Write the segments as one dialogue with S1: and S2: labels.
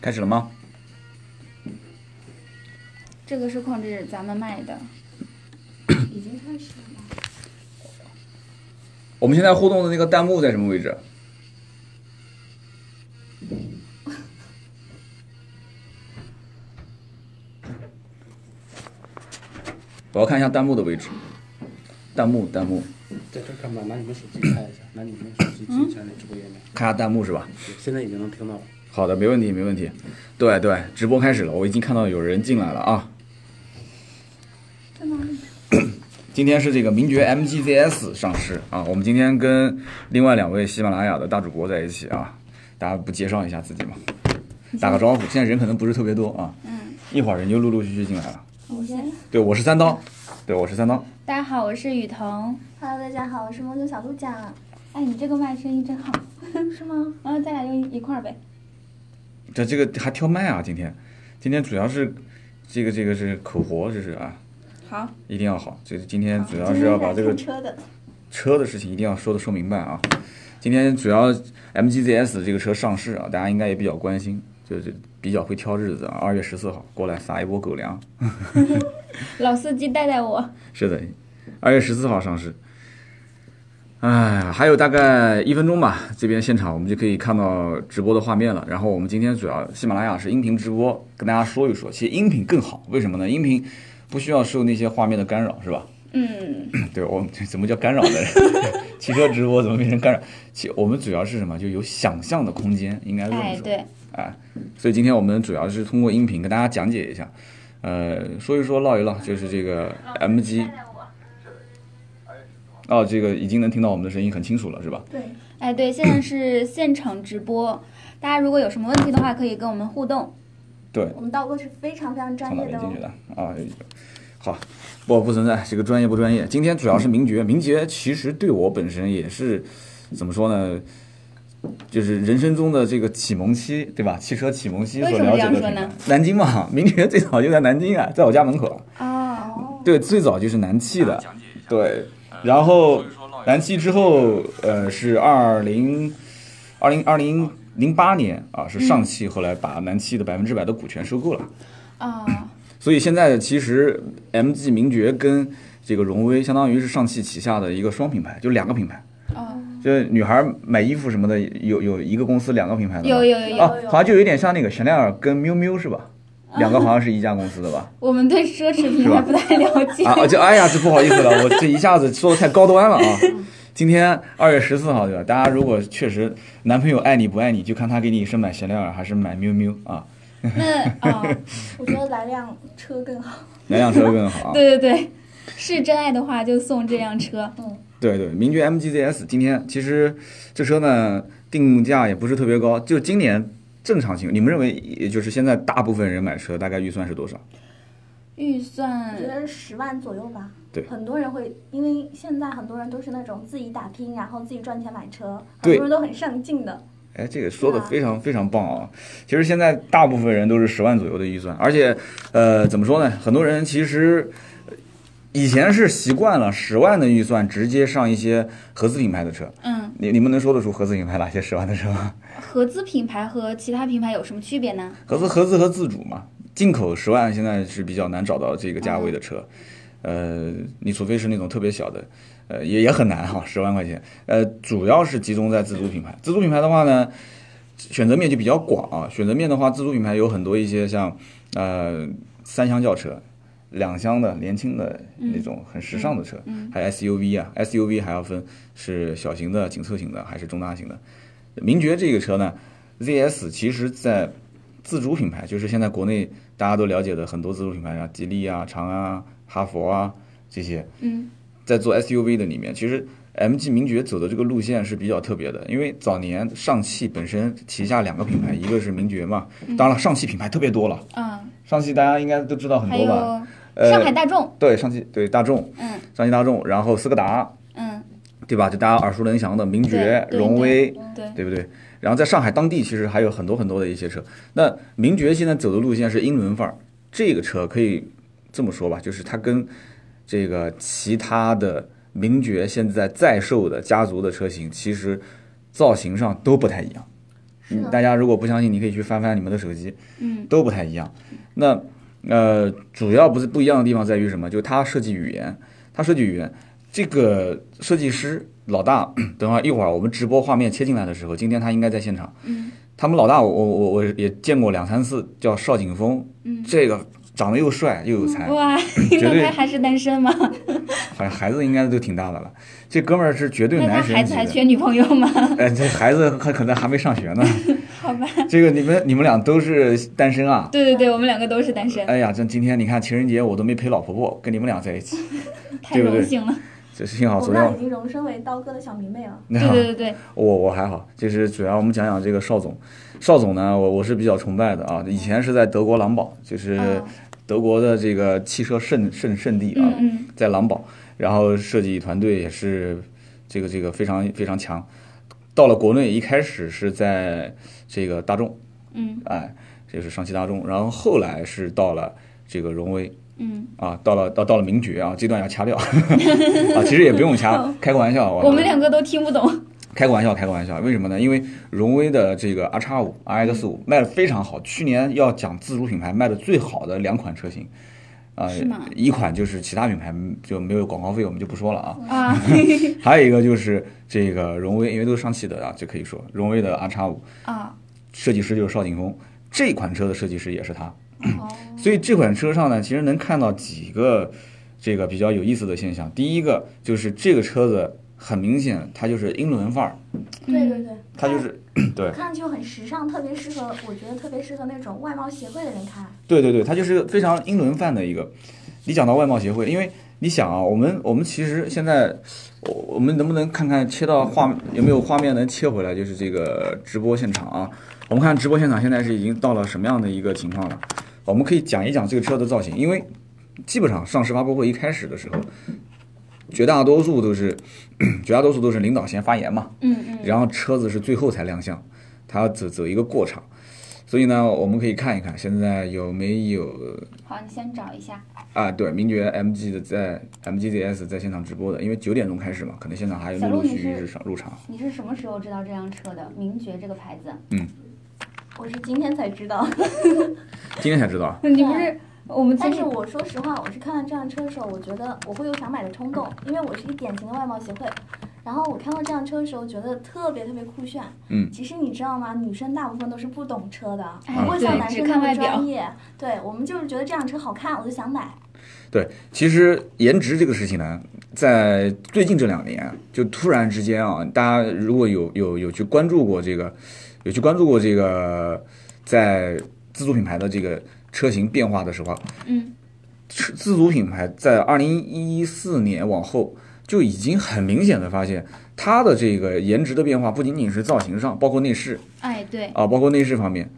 S1: 开始了吗？
S2: 这个是控制咱们麦的，
S3: 已经开始了吗？
S1: 我们现在互动的那个弹幕在什么位置？我要看一下弹幕的位置。弹幕，弹幕，
S4: 在这儿看吧，拿你们手机看一下，拿你们手机进前的直播页面，
S1: 看一下弹幕是吧？
S4: 对现在已经能听到了。
S1: 好的，没问题，没问题。对对，直播开始了，我已经看到有人进来了啊。
S2: 在哪里？
S1: 今天是这个名爵 MGZS 上市啊，我们今天跟另外两位喜马拉雅的大主播在一起啊，大家不介绍一下自己吗？打个招呼，现在人可能不是特别多啊，
S2: 嗯，
S1: 一会儿人就陆陆续续进来了。
S2: 我先。
S1: 对，我是三刀，对，我是三刀，
S2: 大家好，我是雨桐。
S3: Hello，大家好，我是梦中小鹿酱。
S2: 哎，你这个哎麦声音真好，
S3: 是吗？
S2: 然后咱俩用一块儿呗。
S1: 这这个还挑麦啊，今天，今天主要是这个这个是口活，这是啊，
S2: 好，
S1: 一定要好，这个今天主要是要把这个
S3: 车的，
S1: 车的事情一定要说的说明白啊。今天主要 MGZS 这个车上市啊，大家应该也比较关心，就是比较会挑日子啊。二月十四号过来撒一波狗粮，
S2: 老司机带带我。
S1: 是的，二月十四号上市。哎，还有大概一分钟吧，这边现场我们就可以看到直播的画面了。然后我们今天主要喜马拉雅是音频直播，跟大家说一说，其实音频更好，为什么呢？音频不需要受那些画面的干扰，是吧？
S2: 嗯，
S1: 对我们怎么叫干扰 的人？汽车直播怎么变成干扰？其我们主要是什么？就有想象的空间，应该这么
S2: 哎，
S1: 说。
S2: 对，
S1: 哎，所以今天我们主要是通过音频跟大家讲解一下，呃，说一说唠一唠，就是这个 MG。哦，这个已经能听到我们的声音很清楚了，是吧？
S3: 对，
S2: 哎，对，现在是现场直播，大家如果有什么问题的话，可以跟我们互动。
S1: 对，
S3: 我们刀哥是非常非常专
S1: 从哪
S3: 业
S1: 里
S3: 的
S1: 进去
S3: 哦。
S1: 的啊？好，不不存在这个专业不专业。今天主要是名爵，名爵其实对我本身也是怎么说呢？就是人生中的这个启蒙期，对吧？汽车启蒙期
S2: 为
S1: 所
S2: 什么
S1: 了
S2: 这
S1: 解
S2: 样
S1: 的
S2: 说
S1: 品
S2: 呢
S1: 牌南京嘛，名爵最早就在南京啊，在我家门口啊。
S2: 哦，
S1: 对，最早就是南汽的，对，然后南汽之后，呃，是二零二零二零零八年啊，是
S2: 嗯
S1: 上汽后来把南汽的百分之百的股权收购了。
S2: 啊，
S1: 所以现在其实 MG 名爵跟这个荣威相当于是上汽旗下的一个双品牌，就两个品牌。
S2: 哦，
S1: 就是女孩买衣服什么的，有有一个公司两个品牌的吗
S2: 有有有有，
S1: 啊，
S2: 啊
S1: 好像就有点像那个香奈儿跟 miu miu 是吧？两个好像是一家公司的 吧？
S2: 我们对奢侈品
S1: 是吧
S2: 还不太了解。
S1: 啊，就哎呀，这不好意思了，我这一下子说的太高端了啊。今天二月十四号对吧？大家如果确实男朋友爱你不爱你，就看他给你是买香奈儿还是买 miu miu 啊，
S2: 那哦，
S3: 我觉得来辆车 更好。
S1: 哪辆车更好啊？
S2: 哦对对对，是真爱的话就送这辆车。
S1: 对对，名爵 MGZS 今天其实这车呢定价也不是特别高，就今年正常情，你们认为也就是现在大部分人买车大概预算是多少？
S2: 预
S3: 我觉
S2: 算
S3: 得是十万左右吧。
S1: 对
S3: 很多人会，因为现在很多人都是那种自己打拼，然后自己赚钱买车，很
S1: 对
S3: 多人都很上进的。
S1: 哎，这个说的
S3: 是吧
S1: 非常非常棒啊！其实现在大部分人都是十万左右的预算，而且，呃，怎么说呢？很多人其实呃以前是习惯了十万的预算直接上一些合资品牌的车，
S2: 嗯，
S1: 你你们能说得出合资品牌哪些十万的车吗？
S2: 合资品牌和其他品牌有什么区别呢？
S1: 合资合资和自主嘛，进口十万现在是比较难找到这个价位的车，呃，你除非是那种特别小的，呃，也也很难哈、十万块钱，呃，主要是集中在自主品牌。自主品牌的话呢，选择面就比较广啊，选择面的话，自主品牌有很多一些像呃三厢轿车。两厢的年轻的那种很时
S2: 嗯
S1: 尚的车，还有 SUV 啊，SUV 还要分是小型的、紧凑型的还是中大型的。名爵这个车呢，ZS 其实在自主品牌，就是现在国内大家都了解的很多自主品牌啊，吉利啊、长安啊、哈佛啊这些，
S2: 嗯，
S1: 在做 SUV 的里面，其实 MG 名爵走的这个路线是比较特别的，因为早年上汽本身旗下两个品牌，一个是名爵嘛，
S2: 嗯
S1: 当然了，上汽品牌特别多了，
S2: 啊，
S1: 上汽大家应该都知道很
S2: 还
S1: 多
S2: 有
S1: 吧？呃
S2: 上海大众，
S1: 对，上汽对大众，
S2: 嗯
S1: 上汽大众，然后斯柯达，
S2: 嗯，
S1: 对吧？就大家耳熟能详的名爵
S2: 对、对
S1: 荣威，
S2: 对，
S1: 对不对？然后在上海当地其实还有很多很多的一些车。那名爵现在走的路线是英伦范儿，这个车可以这么说吧，就是它跟这个其他的名爵现在在售的家族的车型，其实造型上都不太一样。
S3: 是的
S1: 大家如果不相信，你可以去翻翻你们的手机，
S2: 嗯，
S1: 都不太一样。那呃，主要不是不一样的地方在于什么？就它设计语言，它设计语言，这个设计师老大， 等会儿一会儿我们直播画面切进来的时候，今天他应该在现场。
S2: 嗯，
S1: 他们老大我，我我我也见过两三次，叫邵景峰，
S2: 嗯
S1: 这个长得又帅又有才，
S2: 哇，
S1: 嗯绝
S2: 那
S1: 对
S2: 他还是单身吗？
S1: 好像孩子应该都挺大的了。这哥们儿是绝对
S2: 那他
S1: 男神
S2: 孩
S1: 级
S2: 子还
S1: 的，
S2: 缺女朋友吗？
S1: 哎，这孩子他可能还没上学呢。
S2: 好吧，
S1: 这个你们你们俩都是单身啊？
S2: 对对对，我们两个都是单身，
S1: 哎呀，这今天你看情人节我都没陪老婆婆，跟你们俩在一起，
S2: 太
S1: 对不对
S2: 荣幸了。
S1: 这是幸好
S3: 我
S1: 昨
S3: 们
S1: 天
S3: 俩
S1: 我
S3: 已经荣升为刀哥的小迷妹了。
S1: 那
S2: 对对对对，
S1: 我我还好，就是主要我们讲讲这个邵总，邵总呢，我我是比较崇拜的啊，以前是在德国狼堡，就是
S2: 哦
S1: 德国的这个汽车圣圣圣地啊
S2: 嗯，嗯，
S1: 在狼堡，然后设计团队也是这个这个非常非常强。到了国内，一开始是在这个大众，
S2: 嗯，
S1: 哎，这是上汽大众，然后后来是到了这个荣威，
S2: 嗯，
S1: 啊，到了到到了名爵啊，这段要掐掉 啊，其实也不用 掐，开个玩笑，
S2: 我们两个都听不懂。
S1: 开个玩笑，开个玩笑，为什么呢？因为荣威的这个 R 叉五、RX
S2: 嗯
S1: 五卖的非常好，去年要讲自主品牌卖的最好的两款车型，啊、
S2: 是吗
S1: 一款就是其他品牌就没有广告费，我们就不说了啊。
S2: 啊，
S1: 还有一个就是这个荣威，因为都是上汽的啊，这可以说荣威的 R 叉五
S2: 啊，
S1: 设计师就是邵景峰，这款车的设计师也是他，
S2: 嗯
S3: 哦，
S1: 所以这款车上呢，其实能看到几个这个比较有意思的现象。第一个就是这个车子很明显，它就是英伦范儿，
S3: 对对对，
S1: 它就是
S2: 嗯
S1: 对
S3: 看上去很时尚，特别适合，我觉得特别适合那种外貌协会的人开。
S1: 对对对，它就是非常英伦范的一个。你讲到外贸协会，因为你想啊，我们我们其实现在，我我们能不能看看切到画有没有画面能切回来？就是这个直播现场啊，我们看直播现场现在是已经到了什么样的一个情况了？我们可以讲一讲这个车的造型，因为基本上上市发布会一开始的时候，绝大多数都是绝大多数都是领导先发言嘛，
S2: 嗯嗯，
S1: 然后车子是最后才亮相，它要走走一个过场，所以呢，我们可以看一看现在有没有
S2: 好，你先找一下。
S1: 啊？对，名爵 MG 的在 MGZS 在现场直播的，因为九点钟开始嘛，可能现场还有陆陆续续
S2: 小鹿
S1: 是
S2: 你是
S1: 上入场。
S2: 你是什么时候知道这辆车的？名爵这个牌子？
S3: 我是今天才知道，
S1: 今天才知道，啊
S2: 你不是我们
S3: 但
S2: 其
S3: 是
S2: 实
S3: 我说实话，我是看到这辆车的时候，我觉得我会有想买的冲动，因为我是一典型的外貌协会。然后我看到这辆车的时候，觉得特别特别酷炫。
S1: 嗯啊
S3: 其实你知道吗？女生大部分都是不懂车的，
S2: 哎
S3: 不会像
S1: 对
S3: 男
S2: 只
S3: 生
S2: 看
S3: 那
S2: 外
S3: 么
S2: 表
S3: 专业。对我们就是觉得这辆车好看，我就想买。
S1: 对，其实颜值这个事情呢，在最近这两年就突然之间啊，大家如果有有有去关注过这个，有去关注过这个在自主品牌的这个车型变化的时候啊，
S2: 嗯
S1: 自自主品牌在二零一四年往后就已经很明显的发现，它的这个颜值的变化不仅仅是造型上，包括内饰
S2: 哎对
S1: 啊，包括内饰方面。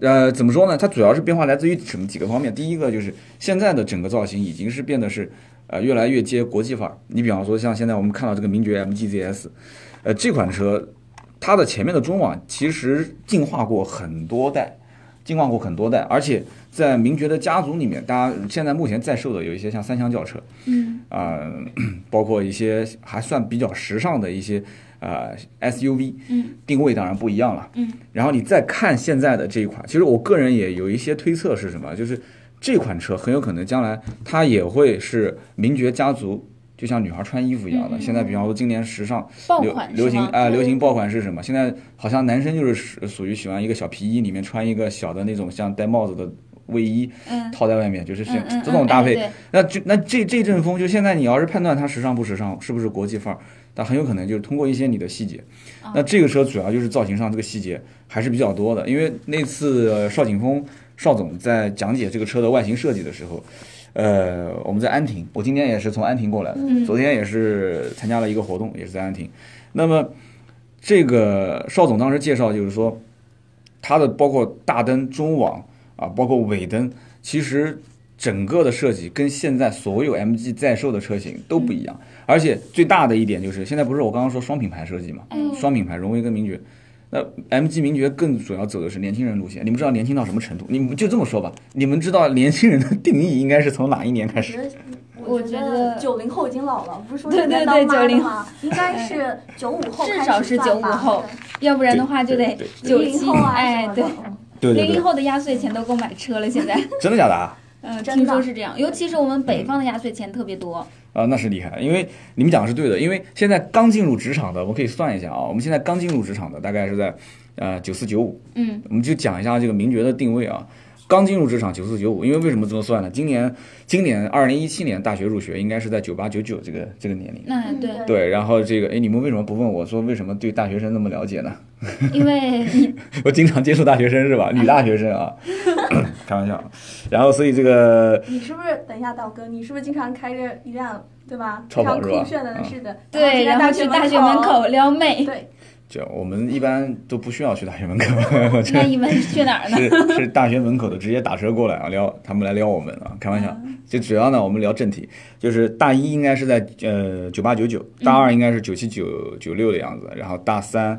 S1: 呃，怎么说呢？它主要是变化来自于什么几个方面？第一个就是现在的整个造型已经是变得是，呃，越来越接国际范儿。你比方说像现在我们看到这个名爵 MGZS，呃，这款车它的前面的中网其实进化过很多代，进化过很多代，而且在名爵的家族里面，大家现在目前在售的有一些像三厢轿车，
S2: 嗯
S1: 啊、 包括一些还算比较时尚的一些呃 SUV，
S2: 嗯
S1: 定位当然不一样了。
S2: 嗯，
S1: 然后你再看现在的这一款，其实我个人也有一些推测是什么，就是这款车很有可能将来它也会是名爵家族。就像女孩穿衣服一样的，
S2: 嗯嗯
S1: 现在比方说今年时尚
S2: 爆
S1: 流
S2: 款
S1: 流
S2: 是
S1: 行啊
S2: 吗、？
S1: 流行爆款是什么？现在好像男生就是属属于喜欢一个小皮衣，里面穿一个小的那种像戴帽子的卫衣
S2: 嗯
S1: 套在外面，就是像
S2: 嗯嗯
S1: 这种啊搭配，
S2: 哎
S1: 那就那这这阵风，就现在你要是判断它时尚不时尚，是不是国际范儿，它很有可能就是通过一些你的细节。
S2: 啊
S1: 那这个车主要就是造型上这个细节还是比较多的，因为那次呃邵景峰邵总在讲解这个车的外形设计的时候，呃，我们在安亭，我今天也是从安亭过来的，
S2: 嗯
S1: 昨天也是参加了一个活动，也是在安亭。那么这个邵总当时介绍就是说，它的包括大灯、中网啊，包括尾灯，其实整个的设计跟现在所有 MG 在售的车型都不一样。而且最大的一点就是，现在不是我刚刚说双品牌设计嘛，
S2: 哎对哎
S1: 双品牌荣威跟名爵。那 MG 名爵更主要走的是年轻人路线，你们知道年轻到什么程度？你们就这么说吧，你们知道年轻人的定义应该是从哪一年开
S3: 我
S1: 始？
S3: 觉得，
S2: 我我
S3: 觉
S2: 觉得
S3: 九零后已经老了，不是说
S2: 对
S3: 现在
S2: 对
S3: 当
S2: 对
S3: 妈的
S2: 90
S3: 吗？应该是九五后
S2: 至
S3: 开
S2: 少
S3: 始
S2: 是
S3: 算
S2: 95
S3: 吧
S2: 后要不然的话就得
S1: 对
S3: 对
S2: 九
S3: 零
S2: 七
S3: 后啊
S2: 哎
S3: 什么的
S2: 对，
S3: 嗯
S1: 对对
S2: 零零
S1: 对，
S2: 后的压岁钱都够买车了，现在
S1: 真的假的啊？
S2: 嗯，
S3: 真
S2: 听
S3: 的
S2: 说是这样，尤其是我们
S1: 嗯
S2: 北方的压岁钱特别多，
S1: 啊，那是厉害，因为你们讲的是对的，因为现在刚进入职场的，我们可以算一下啊，我们现在刚进入职场的大概是在呃九四九五
S2: 嗯
S1: 我们就讲一下这个名爵的定位啊。刚进入职场九四九五，因为为什么这么算呢？今年今年二零一七年大学入学应该是在九八九九这个这个年龄。
S2: 嗯对，
S3: 嗯
S1: 对，然后这个，哎，你们为什么不问我说为什么对大学生那么了解呢？
S2: 因为你
S1: 我经常接触大学生是吧？女大学生啊， 开玩笑。然后所以这个
S3: 你是不是等一下，道哥，你是不是经常开着一辆对吧，
S1: 超
S3: 非
S1: 跑
S3: 常
S1: 是
S3: 酷
S1: 吧
S3: 炫的，
S1: 嗯
S3: 是的，
S2: 对，然
S3: 然
S2: 后
S3: 后
S2: 去
S3: 进
S2: 大学门
S3: 门
S2: 口撩妹，
S3: 对，
S1: 就我们一般都不需要去大学门口，
S2: 那你们去哪儿 呢？
S1: 是是大学门口的，直接打车过来啊，撩他们来撩我们啊，开玩笑。
S2: 嗯
S1: 就主要呢，我们聊正题，就是大一应该是在呃九八九九，大
S2: 嗯
S1: 二应该是九七九九六的样子，然后大三。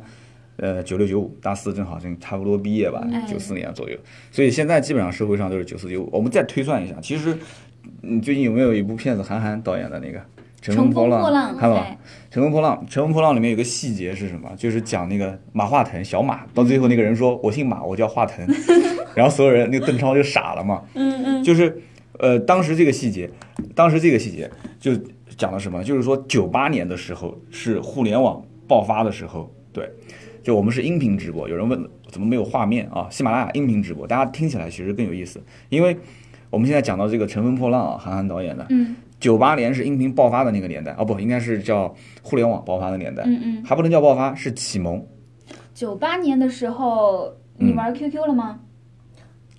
S1: 呃，九六九五，大四正好正差不多毕业吧
S2: 嗯，
S1: 九四年左右，所以现在基本上社会上都是九四九五。我们再推算一下，其实你最近有没有一部片子韩寒导演的那个《乘
S2: 乘
S1: 波
S2: 风
S1: 浪》
S2: 破浪，
S1: 看了吧？
S2: 哎
S1: 《乘风破浪》《乘风破浪》里面有个细节是什么？就是讲那个马化腾小马，到最后那个人说：“我姓马，我叫化腾。”然后所有人那个邓超就傻了嘛。
S2: 嗯嗯，
S1: 就是，呃，当时这个细节，当时这个细节就讲了什么？就是说九八年的时候是互联网爆发的时候，对，就我们是音频直播。有人问怎么没有画面啊？喜马拉雅音频直播，大家听起来其实更有意思，因为我们现在讲到这个《乘风破浪》啊，韩寒导演的，
S2: 嗯
S1: 九八年是音频爆发的那个年代，哦不，应该是叫互联网爆发的年代，
S2: 嗯嗯，
S1: 还不能叫爆发，是启蒙。
S2: 九八年的时候你
S1: 嗯
S2: 玩 QQ 了吗？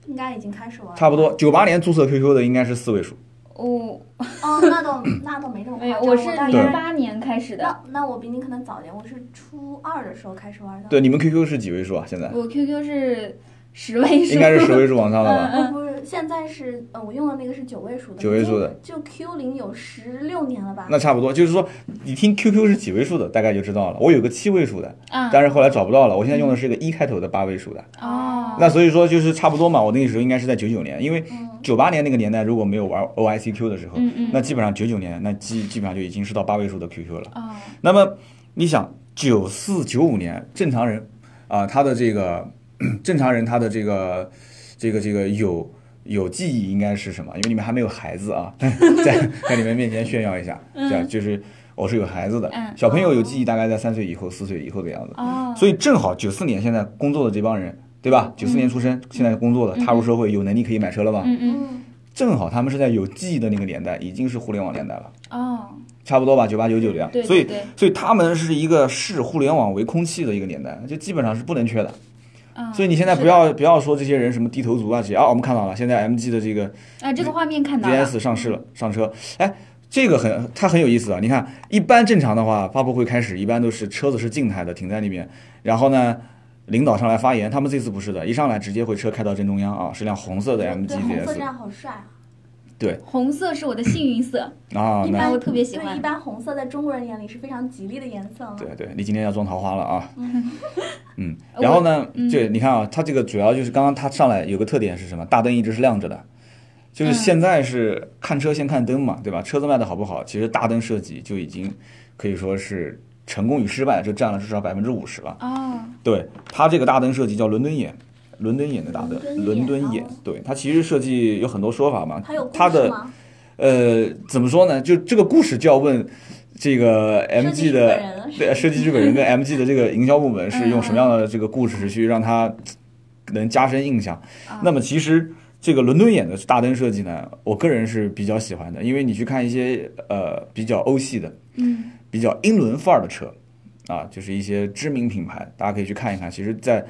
S3: 应该已经开始玩了，
S1: 差不多，九八年注册 QQ 的应该是四位数，
S2: 我
S3: 哦，那倒那倒没这么
S2: 没
S3: 夸
S2: 有，我
S3: 张，
S2: 是
S3: 大
S2: 零
S3: 概
S2: 八年开始的，
S3: 那那我比你可能早一点，我是初二的时候开始玩的。
S1: 对，你们 QQ 是几位数啊？现在
S2: 我 QQ 是十位数，嗯
S1: 应该是十位数往上了吧？
S3: 哦，不是，现在是呃，我用的那个是九位数的，
S1: 九位数的
S3: 就，就 Q 零有十六年了吧？
S1: 那差不多，就是说你听 QQ 是几位数的，大概就知道了。我有个七位数的，
S2: 啊，
S1: 但是后来找不到了，我现在用的是一
S2: 嗯
S1: 个一开头的八位数的。
S2: 哦，
S1: 那所以说就是差不多嘛，我那个时候应该是在九九年，因为
S3: 嗯，
S1: 九八年那个年代如果没有玩 OICQ 的时候，
S2: 嗯嗯，
S1: 那基本上九九年那基基本上就已经是到八位数的 QQ 了。
S2: 哦，
S1: 那么你想，九四九五年正常人啊、他的这个 正常人他的这个这个这个有有记忆应该是什么？因为你们还没有孩子啊， 在在你们面前炫耀一下，这样就是我是有孩子的
S2: 嗯，
S1: 小朋友有记忆大概在三岁以后、四岁以后的样子，
S2: 哦，
S1: 嗯所以正好九四年现在工作的这帮人。对
S2: 嗯
S1: 吧？九四年出生，现在工作的，踏入社会，有能力可以买车了吧？
S2: 嗯嗯，
S3: 嗯，
S1: 正好他们是在有记忆的那个年代，已经是互联网年代了，
S2: 哦，
S1: 差不多吧，九八九九这样。
S2: 对
S1: 所以
S2: 对对，
S1: 所以他们是一个视互联网为空气的一个年代，就基本上是不能缺的。
S2: 啊，
S1: 所以你现在不要不要说这些人什么低头族啊，这些啊，我们看到了，现在 MG 的这个
S2: 啊，这个画面 看到了，
S1: GS 上市了，上车，哎。这个很，它很有意思啊！你看，一般正常的话，发布会开始一般都是车子是静态的停在那边，然后呢，领导上来发言。他们这次不是的，一上来直接会车开到正中央啊，是辆红色的
S3: 对
S1: MG
S3: 对，红色这
S1: GS
S3: 样好帅啊！
S2: 红色是我的幸运色，
S1: 啊
S3: 一，
S1: 那
S3: 般
S2: 我特别喜
S3: 对
S2: 欢
S3: 一般红色在中国人眼里是非常吉利的颜色了。
S1: 对对，你今天要装桃花了 啊！嗯，
S2: 我
S1: 然后呢，
S2: 嗯
S1: 对，你看啊，它这个主要就是刚刚它上来有个特点是什么？大灯一直是亮着的，就是
S2: 嗯
S1: 现在是看车先看灯嘛，
S3: 嗯
S1: 对吧？车子卖的好不好，其实大灯设计就已经可以说是成功与失败就占了至少百分之五十了。
S2: 哦，
S1: 对，它这个大灯设计叫伦敦眼。伦敦眼的大灯，伦
S3: 伦
S1: 敦
S3: 敦眼
S1: 眼
S3: 哦，
S1: 对它其实设计有很多说法嘛
S3: 它有，故
S1: 它
S3: 事
S1: 的
S3: 吗？
S1: 呃，怎么说呢？就这个故事就要问这个 MG 的
S3: 设计日本人
S1: 对设计日本人 跟 MG 的这个营销部门是用什么样
S2: 嗯
S1: 的这个故事去让它能加深印象
S2: 啊。
S1: 那么其实这个伦敦眼的大灯设计呢，我个人是比较喜欢的，因为你去看一些呃比较欧系的、
S2: 嗯，
S1: 比较英伦范儿的车啊，就是一些知名品牌，大家可以去看一看。其实，在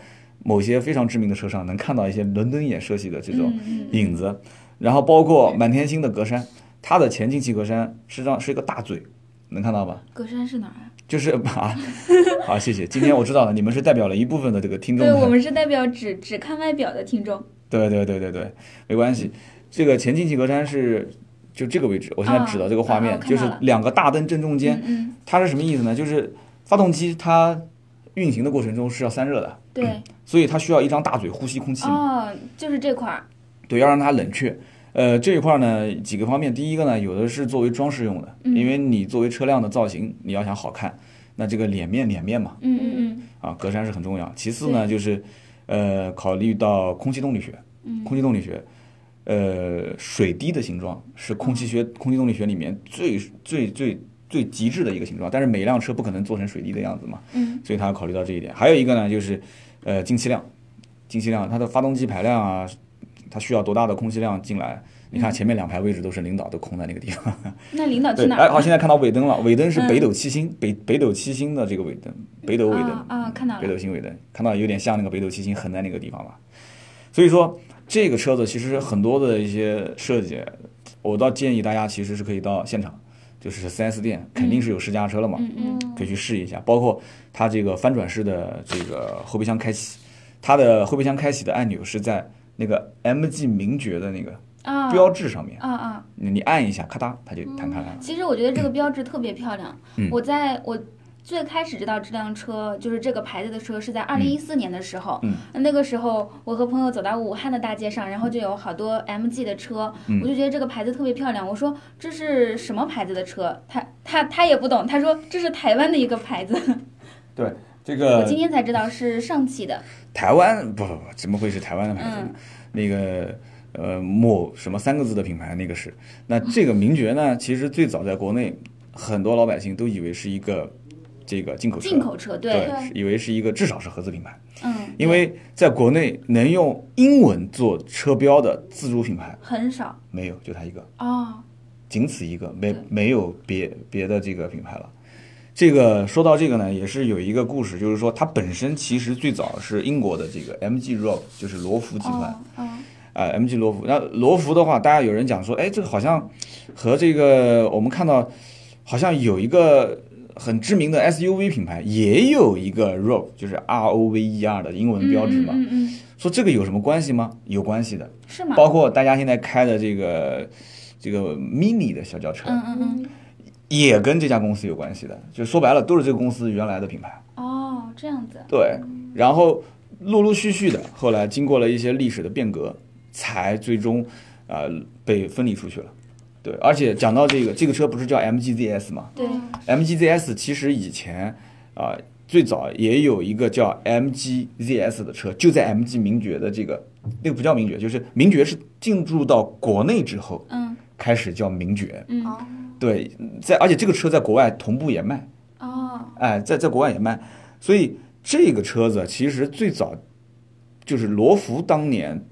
S1: 某些非常知名的车上能看到一些伦敦眼设计的这种
S2: 嗯嗯，
S1: 影子，然后包括满天星的格栅，它的前进气格栅实际上是一个大嘴，能看到吧？
S2: 格栅是哪儿啊？
S1: 就是 啊，好，谢谢。今天我知道了，你们是代表了一部分的这个听众
S2: 对我
S1: 的，
S2: 们是代表只只看外表的听众，
S1: 对对对对对，没关系。这个前进气格栅是就这个位置，我现在
S2: 啊
S1: 指到这个画
S2: 啊
S1: 面，
S2: 我看
S1: 就
S2: 到
S1: 是
S2: 了
S1: 两个大灯正中间，
S2: 嗯嗯，
S1: 它是什么意思呢？就是发动机它运行的过程中是要散热的，
S2: 对，哦
S1: 所以它需要一张大嘴呼吸空气嘛，
S2: 哦，就是这块儿，
S1: 对，要让它冷却。呃，这一块呢，几个方面，第一个呢，有的是作为装饰用的，
S2: 嗯
S1: 因为你作为车辆的造型，你要想好看，那这个脸面脸面嘛，
S2: 嗯嗯
S1: 啊，格栅是很重要。其次呢，就是呃，考虑到空气动力学，
S2: 嗯
S1: 空气动力学，呃，水滴的形状是空气学、
S2: 哦
S1: 空气动力学里面最最最最极致的一个形状，但是每一辆车不可能做成水滴的样子嘛，
S2: 嗯，
S1: 所以它要考虑到这一点。还有一个呢，就是呃，进气量，进气量，它的发动机排量啊，它需要多大的空气量进来？你看前面两排位置都是领导都空在那个地方，
S2: 嗯，那领导去
S1: 对，
S2: 哪
S1: 哎，
S2: 儿
S1: 好，现在看到尾灯了，尾灯是
S2: 嗯
S1: 北斗七星，北北斗七星的这个尾灯，北斗尾灯
S2: 啊啊看到了
S1: 北斗星尾灯，看到有点像那个北斗七星横在那个地方吧。所以说，这个车子其实很多的一些设计，我倒建议大家其实是可以到现场，就是 4S 店肯定是有试驾车了嘛，
S2: 嗯嗯
S3: 嗯
S1: 可以去试一下。包括它这个翻转式的这个后备箱开启，它的后备箱开启的按钮是在那个 MG 名爵的那个
S2: 啊
S1: 标志上面，
S2: 啊啊，
S1: 你你按一下，咔嗒，它就弹开来了。
S2: 其实我觉得这个标志特别漂亮。
S1: 嗯
S2: 我在我最开始知道这辆车就是这个牌子的车是在二零一四年的时候。
S1: 嗯
S2: 那个时候我和朋友走到武汉的大街上，然后就有好多 MG 的车，
S1: 嗯
S2: 我就觉得这个牌子特别漂亮。我说这是什么牌子的车？他他他也不懂，他说这是台湾的一个牌子。
S1: 对，这
S2: 我
S1: 个
S2: 今天才知道是上汽的。
S1: 台湾不不不，怎么会是台湾的牌子呢？
S2: 嗯
S1: 那个呃某什么三个字的品牌，那个是。那这个名爵 呢，其实最早在国内很多老百姓都以为是一个这个进口车，
S2: 进口车，对，
S1: 对，是以为是一个至少是合资品牌，
S2: 嗯，
S1: 因为在国内能用英文做车标的自主品牌
S2: 很少
S1: 没有，就它一个。
S2: 哦，
S1: 仅此一个，没
S2: 对
S1: 没有别别的这个品牌了。这个说到这个呢，也是有一个故事，就是说它本身其实最早是英国的这个 MG Road，就是罗孚集团
S2: 哦，哦，
S1: 啊、m g 罗孚。那罗孚的话，大家有人讲说，哎，这个好像和这个我们看到好像有一个很知名的 SUV 品牌，也有一个 Road，就是 R O V E R 的英文标志嘛，
S2: 嗯嗯嗯嗯，
S1: 说这个有什么关系吗？有关系的，
S2: 是吗？
S1: 包括大家现在开的这个这个 Mini 的小轿车，
S2: 嗯嗯嗯，
S1: 也跟这家公司有关系的，就说白了都是这个公司原来的品牌。
S2: 哦，这样子，
S1: 对，然后陆陆续续的，后来经过了一些历史的变革，才最终呃被分离出去了。对，而且讲到这个，这个车不是叫 MGZS 吗
S2: 对，
S3: 嗯
S1: ？MGZS 其实以前啊、最早也有一个叫 MGZS 的车，就在 MG 名爵的这个那个不叫名爵，就是名爵是进驻到国内之后
S2: 嗯
S1: 开始叫名爵。
S2: 嗯，
S3: 哦，
S1: 对，在而且这个车在国外同步也卖。
S2: 哦，
S1: 哎，在在国外也卖，所以这个车子其实最早就是罗孚当年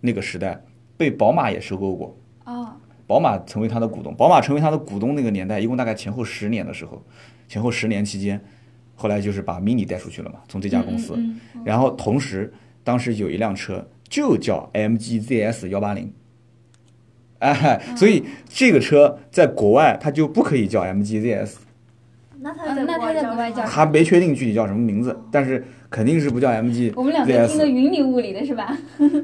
S1: 那个时代被宝马也收购过，
S2: 哦，
S1: 宝马成为它的股东，宝马成为它的股东那个年代，一共大概前后十年的时候，前后十年期间，后来就是把 MINI 带出去了嘛，从这
S2: 这
S1: 家公司，
S2: 嗯
S1: 然后同时当时有一辆车就叫 MG ZS 幺八零。哎，所
S2: 嗯
S1: 以这个车在国外它就不可以叫 MG ZS，
S3: 那他
S2: 嗯
S3: 在
S2: 那
S3: 国
S2: 他在
S3: 叫
S2: 国
S3: 什
S2: 外
S3: 么
S2: 叫
S1: 还没确定具体叫什么名字，但是肯定是不叫 MG
S2: 嗯我们两个听得
S1: ZS。
S2: 云里雾里的是吧？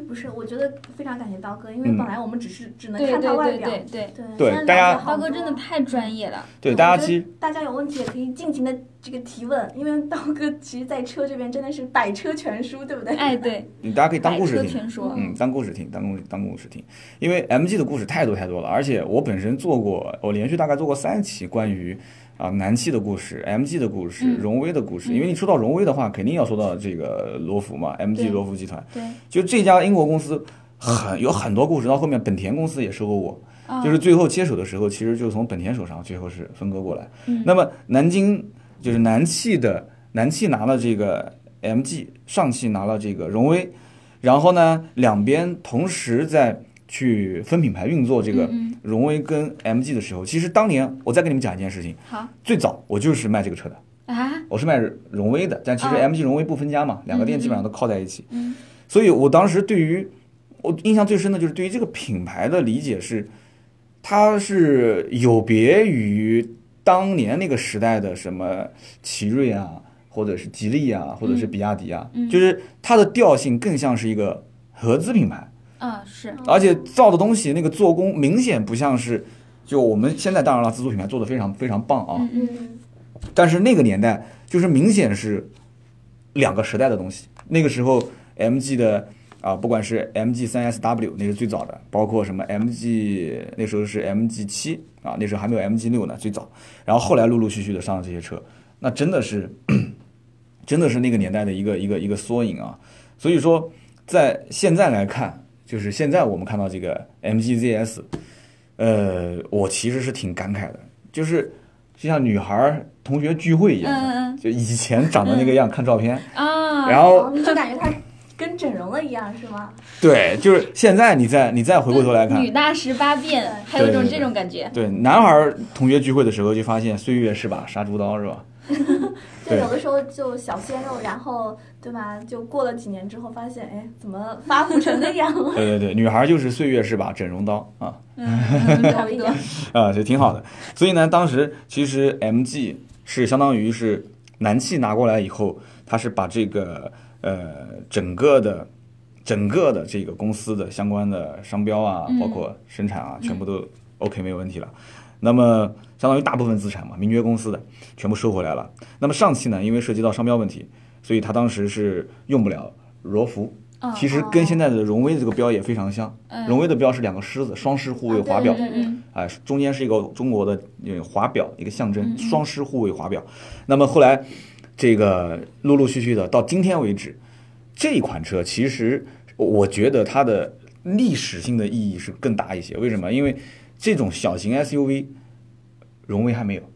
S3: 不是，我觉得非常感谢刀哥，因为
S1: 嗯
S3: 本来我们只是只能
S2: 对
S3: 看
S2: 对
S3: 他外
S2: 对
S3: 表。
S2: 对对，
S1: 对
S3: 现在
S1: 大家
S3: 了解好
S2: 刀哥真的
S3: 多
S2: 太专业 了，
S1: 对，
S3: 我
S1: 大家
S3: 觉得
S1: 其实
S3: 大家有问题也可以尽情的这个提问，因为刀哥其实，在车这边真的是百车全书，对不对？
S2: 哎，对，
S1: 你大家可以当
S2: 百
S1: 故
S2: 车
S1: 事听，
S2: 全说，
S1: 嗯，当故事听，当故当故事听，因为 MG 的故事太多太多了，而且我本身做过，我连续大概做过三期关于啊、南汽的故事、MG 的故事、
S2: 嗯
S1: 荣威的故事，因为你说到荣威的话，肯定要说到这个罗孚嘛
S2: 对
S1: ，MG 罗孚集团，
S2: 对，
S1: 就这家英国公司很有很多故事，到后面本田公司也收购过，
S2: 啊
S1: 就是最后接手的时候，其实就从本田手上最后是分割过来。
S2: 嗯
S1: 那么南京就是南汽的，南汽拿了这个 MG，上汽拿了这个荣威，然后呢，两边同时在去分品牌运作这个
S2: 嗯嗯
S1: 荣威跟 MG 的时候，其实当年我再跟你们讲一件事情，
S2: 好
S1: 最早我就是卖这个车的，
S2: 啊，
S1: 我是卖荣威的，但其实
S2: 哦
S1: MG 荣威不分家嘛，两个店基本上都靠在一起，
S2: 嗯
S1: 所以我当时对于我印象最深的就是对于这个品牌的理解是，它是有别于当年那个时代的什么奇瑞啊，或者是吉利啊，或者是比亚迪啊，
S2: 嗯
S1: 就是它的调性更像是一个合资品牌，
S2: 啊
S3: 嗯
S2: 是，
S1: 而且造的东西那个做工明显不像是。就我们现在当然了，自主品牌做的非常非常棒啊，
S2: 嗯嗯
S3: 嗯，
S1: 但是那个年代就是明显是两个时代的东西。那个时候，MG 的啊，不管是 MG 三 SW 那是最早的，包括什么 MG 那时候是 MG 七啊，那时候还没有 MG 六呢，最早。然后后来陆陆续续的上了这些车，那真的是 真的是那个年代的一个一个一个缩影啊。所以说，在现在来看，就是现在我们看到这个 MG ZS，呃，我其实是挺感慨的，就是就像女孩儿同学聚会一样的，
S2: 嗯嗯
S1: 就以前长得那个样，看照片，
S2: 啊，
S1: 然后
S3: 你就感觉它跟整容了一样，是吗？
S1: 对，就是现在你再你再回过头来看，
S2: 女大十八变，还有一种这种感觉。
S1: 对，男孩儿同学聚会的时候就发现岁月是把杀猪刀，是吧？
S3: 就
S1: 对
S3: 有的时候就小鲜肉，然后对吧？就过了几年之后，发现哎，怎么发福成那 样了？
S1: 对对对，女孩儿就是岁月是把整容刀啊
S2: 嗯，差不多。
S1: 啊，就挺好的。所以呢，当时其实 MG 是相当于是南汽拿过来以后，它是把这个呃整个的整个的这个公司的相关的商标啊，
S2: 嗯
S1: 包括生产啊，全部都 OK 没有问题了。那么相当于大部分资产嘛，名爵公司的全部收回来了。那么上汽呢，因为涉及到商标问题，所以它当时是用不了罗孚。
S2: 哦嗯
S1: 其实跟现在的荣威这个标也非常像，荣威的标是两个狮子，双狮护卫华表，
S3: 对对对，
S1: 啊，中间是一个中国的呃华表一个象征，双狮护卫华表。那么后来这个陆陆续续的到今天为止，这款车其实我觉得它的历史性的意义是更大一些。为什么？因为这种小型 SUV，荣威还没有。
S3: 嗯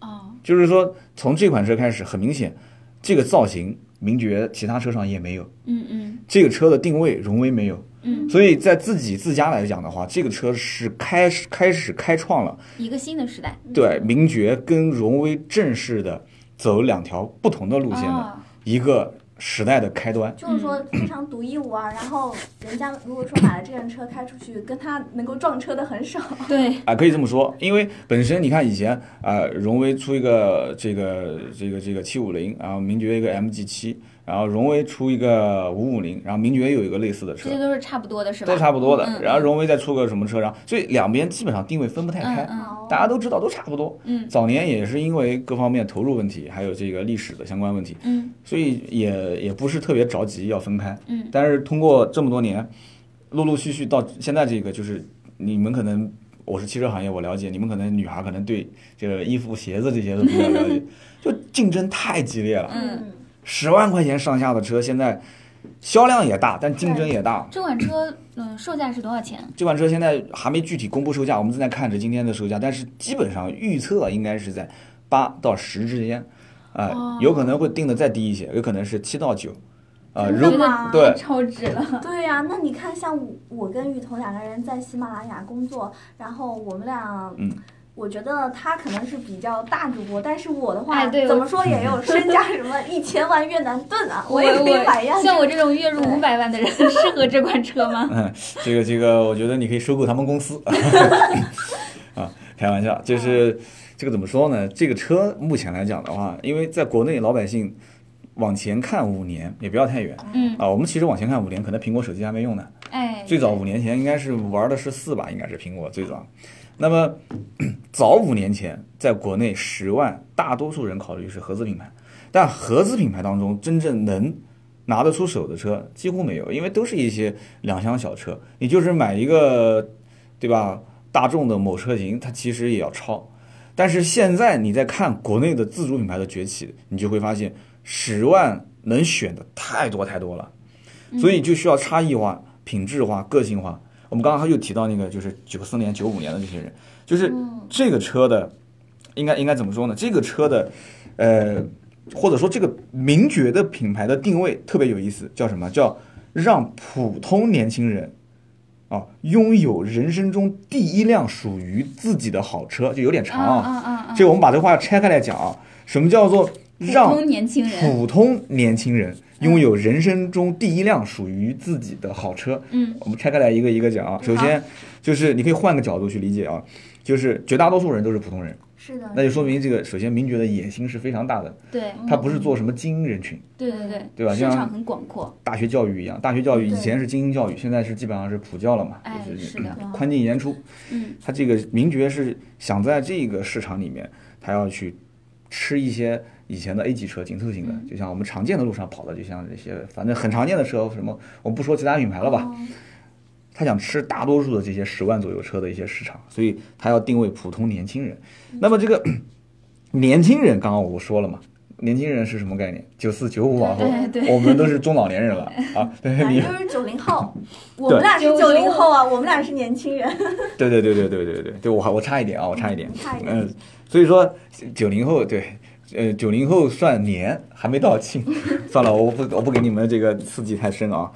S2: 哦，
S1: 就是说从这款车开始，很明显，这个造型名爵其他车上也没有。
S2: 嗯嗯
S1: 这个车的定位荣威没有，
S2: 嗯，
S1: 所以在自己自家来讲的话，这个车是开始开始开创了
S2: 一个新的时代。
S1: 对名爵跟荣威正式的走两条不同的路线的
S2: 哦
S1: 一个时代的开端。
S3: 就是说非常独一无二。然后人家如果说买了这辆车开出去，跟它能够撞车的很少。
S2: 对，
S1: 啊，可以这么说，因为本身你看以前啊、荣威出一个这个这个这个七五零，然后名爵一个 MG 七，然后荣威出一个五五零，然后名爵有一个类似的车
S2: 这，些都是差不多的，是吧？
S1: 都差不多的。
S2: 嗯
S1: 然后荣威再出个什么车，然后所以两边基本上定位分不太开，
S2: 嗯
S3: 哦
S1: 大家都知道都差不多。
S2: 嗯
S1: 早年也是因为各方面投入问题，还有这个历史的相关问题，
S2: 嗯
S1: 所以也也不是特别着急要分开。
S2: 嗯，
S1: 但是通过这么多年，陆陆续续到现在这个，就是你们可能我是汽车行业，我了解，你们可能女孩可能对这个衣服、鞋子这些都比较 了解，就竞争太激烈了。
S2: 嗯，
S1: 十万块钱上下的车，现在销量也大，但竞争也大。
S2: 这款车嗯售价是多少钱？
S1: 这款车现在还没具体公布售价，我们正在看着今天的售价，但是基本上预测应该是在八到十之间，啊、
S2: 哦
S1: 有可能会定的再低一些，有可能是七到九，啊，
S3: 真
S1: 如
S3: 的吗？
S1: 对
S2: 超值了。
S3: 对呀、那你看，像我我跟雨桐两个人在喜马拉雅工作，然后我们俩，
S1: 嗯
S3: 我觉得他可能是比较大主播，但是我的话，
S2: 哎对
S3: 怎
S2: 我
S3: 么说也有身价什么一千万越南盾啊，
S2: 我
S3: 也可以买呀
S2: 我。像我这种月入五百万 的人，适合这款车吗？
S1: 这个这个，我觉得你可以收购他们公司。 啊，开玩笑，就是这个怎么说呢？这个车目前来讲的话，因为在国内老百姓往前看五年，也不要太远
S2: 嗯，
S1: 啊。我们其实往前看五年，可能苹果手机还没用呢。
S2: 哎，
S1: 最早五年前应该是玩的是四吧，应该是苹果最早。那么 早五年前，在国内十万，大多数人考虑是合资品牌，但合资品牌当中真正能拿得出手的车几乎没有，因为都是一些两厢小车，你就是买一个，对吧？大众的某车型，它其实也要超。但是现在你在看国内的自主品牌的崛起，你就会发现十万能选的太多太多了。所
S2: 嗯
S1: 以就需要差异化、品质化、个性化。我们刚刚又提到那个，就是九四年、九五年的这些人，就是
S2: 嗯
S1: 这个车的，应该应该怎么说呢？这个车的，呃，或者说这个名爵的品牌的定位特别有意思，叫什么？叫让普通年轻人。啊，拥有人生中第一辆属于自己的好车，就有点长
S2: 啊啊啊啊
S1: 这个我们把这话拆开来讲啊，什么叫做
S2: 普
S1: 让
S2: 通年轻人，
S1: 普通年轻人拥有人生中第一辆属于自己的好车。
S2: 嗯，
S1: 我们拆开来一个一个讲啊。首先，就是你可以换个角度去理解啊，就是绝大多数人都是普通人，
S3: 是的，嗯
S1: 那就说明这个首先名爵的野心是非常大的，
S2: 对
S1: 他不是做什么精英人群，
S2: 对对对，
S1: 对吧
S2: 市场
S1: 像
S2: 很广阔，
S1: 大学教育一样，大学教育以
S3: 对
S1: 前是精英教育，现在是基本上是普教了嘛，
S2: 哎
S1: 就是
S2: 的
S1: 嗯宽进严出。
S2: 嗯，
S1: 他这个名爵是想在这个市场里面，他要去吃一些以前的 A 级车紧凑型的，
S2: 嗯
S1: 就像我们常见的路上跑的，就像这些反正很常见的车，什么我不说其他品牌了吧，
S2: 哦
S1: 他想吃大多数的这些十万左右车的一些市场，所以他要定位普通年轻人。
S2: 嗯
S1: 那么这个 年轻人，刚刚我说了嘛，年轻人是什么概念？九四九五啊往后
S2: 对，哎对
S1: 我们都是中老年人了 啊。对
S3: 反
S1: 你
S3: 正都是九零后，我们俩是九零后啊，我们俩是年轻人。
S1: 对对对对对对对对，我还我差一点啊，我差一点，
S3: 差一点
S1: 嗯，所以说九零后对，呃，九零后算年还没到庆， 算了，我不我不给你们这个刺激太深啊。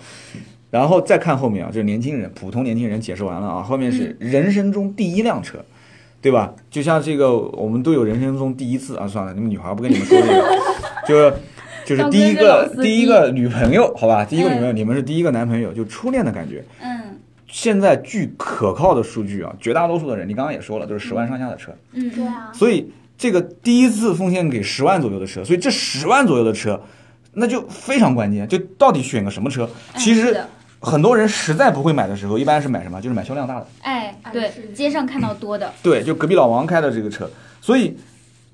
S1: 然后再看后面啊，就是年轻人，普通年轻人解释完了啊，后面是
S2: 嗯
S1: 人生中第一辆车，对吧？就像这个我们都有人生中第一次啊，算了，你们女孩不跟你们说这个， 就是就是第一
S2: 当哥是老
S1: 个
S2: 司机
S1: 第一个女朋友，好吧，第一个女朋友，
S2: 嗯
S1: 你们是第一个男朋友，就初恋的感觉。
S2: 嗯
S1: 现在据可靠的数据啊，绝大多数的人，你刚刚也说了，都是十万上下的车，
S2: 嗯，
S3: 对啊，
S1: 所以这个第一次奉献给十万左右的车，所以这十万左右的车，那就非常关键，就到底选个什么车？
S2: 哎
S1: 其
S2: 是
S1: 实
S2: 的
S1: 很多人实在不会买的时候，一般是买什么？就是买销量大的，
S2: 哎，
S3: 哎
S2: 对
S3: 是，
S2: 街上看到多的，
S1: 对，就隔壁老王开的这个车，所以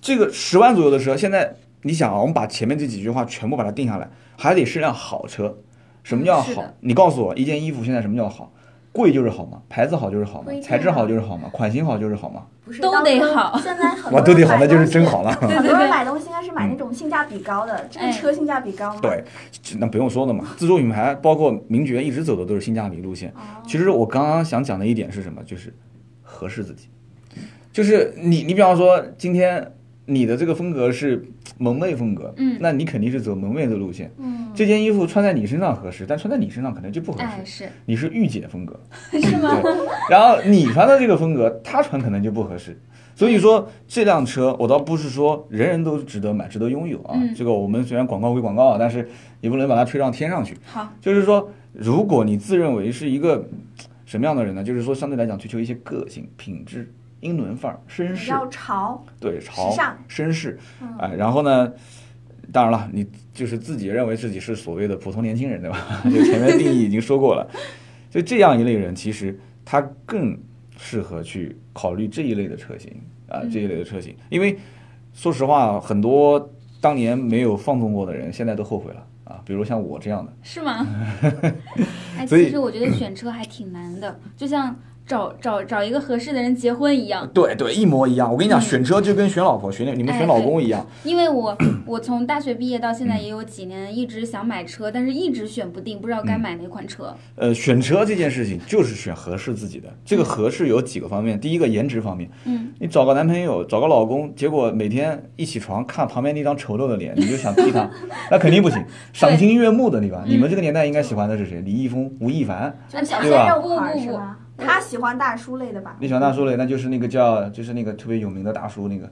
S1: 这个十万左右的车，现在你想啊，我们把前面这几句话全部把它定下来，还得是辆好车。什么叫
S2: 嗯是
S1: 好
S2: 的？
S1: 你告诉我，一件衣服现在什么叫好？贵就是好嘛，牌子好就是好嘛
S3: 不一，定
S1: 材质好
S3: 啊
S1: 就是好嘛，款型好就是好嘛。
S3: 不是
S2: 都
S3: 当
S2: 得
S3: 时
S2: 好
S3: 现在很多
S1: 哇，都得好，那
S3: 人买
S1: 就是
S3: 东
S1: 真
S3: 西
S1: 好了。
S2: 对
S3: 很
S2: 对
S3: 多
S2: 对
S3: 人买东西应该是买那种性价比高的，这
S2: 哎
S3: 个车性价比高嘛。
S1: 对，那不用说了嘛，自主品牌包括名爵一直走的都是性价比路线。
S3: 哦，
S1: 其实我刚刚想讲的一点是什么？就是合适自己。就是你，你比方说今天你的这个风格是萌妹风格，
S2: 嗯
S1: 那你肯定是走萌妹的路线。
S3: 嗯，
S1: 这件衣服穿在你身上合适，但穿在你身上可能就不合
S2: 哎
S1: 适。
S2: 是
S1: 你是御姐风格，
S2: 是吗？
S1: 对，然后你穿的这个风格，他穿可能就不合适。所以说这辆车，我倒不是说人人都值得买、值得拥有啊。
S2: 嗯
S1: 这个我们虽然广告归广告啊，但是也不能把它吹上天上去。
S2: 好，
S1: 就是说，如果你自认为是一个什么样的人呢？就是说，相对来讲追求一些个性、品质、英伦范儿、绅
S3: 比
S1: 士，
S3: 较潮，
S1: 对潮
S3: 时尚、
S1: 绅士，
S3: 嗯
S1: 哎，然后呢，当然了，你就是自己认为自己是所谓的普通年轻人，对 吧？就前面定义已经说过了，就这样一类人，其实他更适合去考虑这一类的车型啊、这一类的车型，因为说实话，很多当年没有放纵过的人，现在都后悔了啊，比如像我这样的。
S2: 是吗？哎，
S1: 所以
S2: 其实我觉得选车还挺难的，就像找找找一个合适的人结婚一样。
S1: 对对，一模一样。我跟你讲，
S2: 嗯
S1: 选车就跟选老婆、选你们选老公一样。
S2: 因为 我我从大学毕业到现
S1: 嗯
S2: 在也有几年一直想买车，但是一直选不定，不知道
S1: 嗯
S2: 该买哪款车。
S1: 呃，选车这件事情就是选合适自己的。这个合适有几个方面，第一个颜值方面，
S2: 嗯，
S1: 你找个男朋友，找个老公，结果每天一起床看旁边那张丑陋的脸，你就想踢他，那肯定不行。赏心悦目的，对吧？你们这个年代应该喜欢的是谁？李易峰、吴亦凡。
S3: 就是小
S1: 对
S3: 鲜
S1: 吧
S3: 肉款
S2: 哎不不
S3: 是
S2: 不
S3: 吗？他喜欢大叔类的 吧？
S1: 你喜欢大叔嘞？那就是那个叫，就是那个特别有名的大叔那个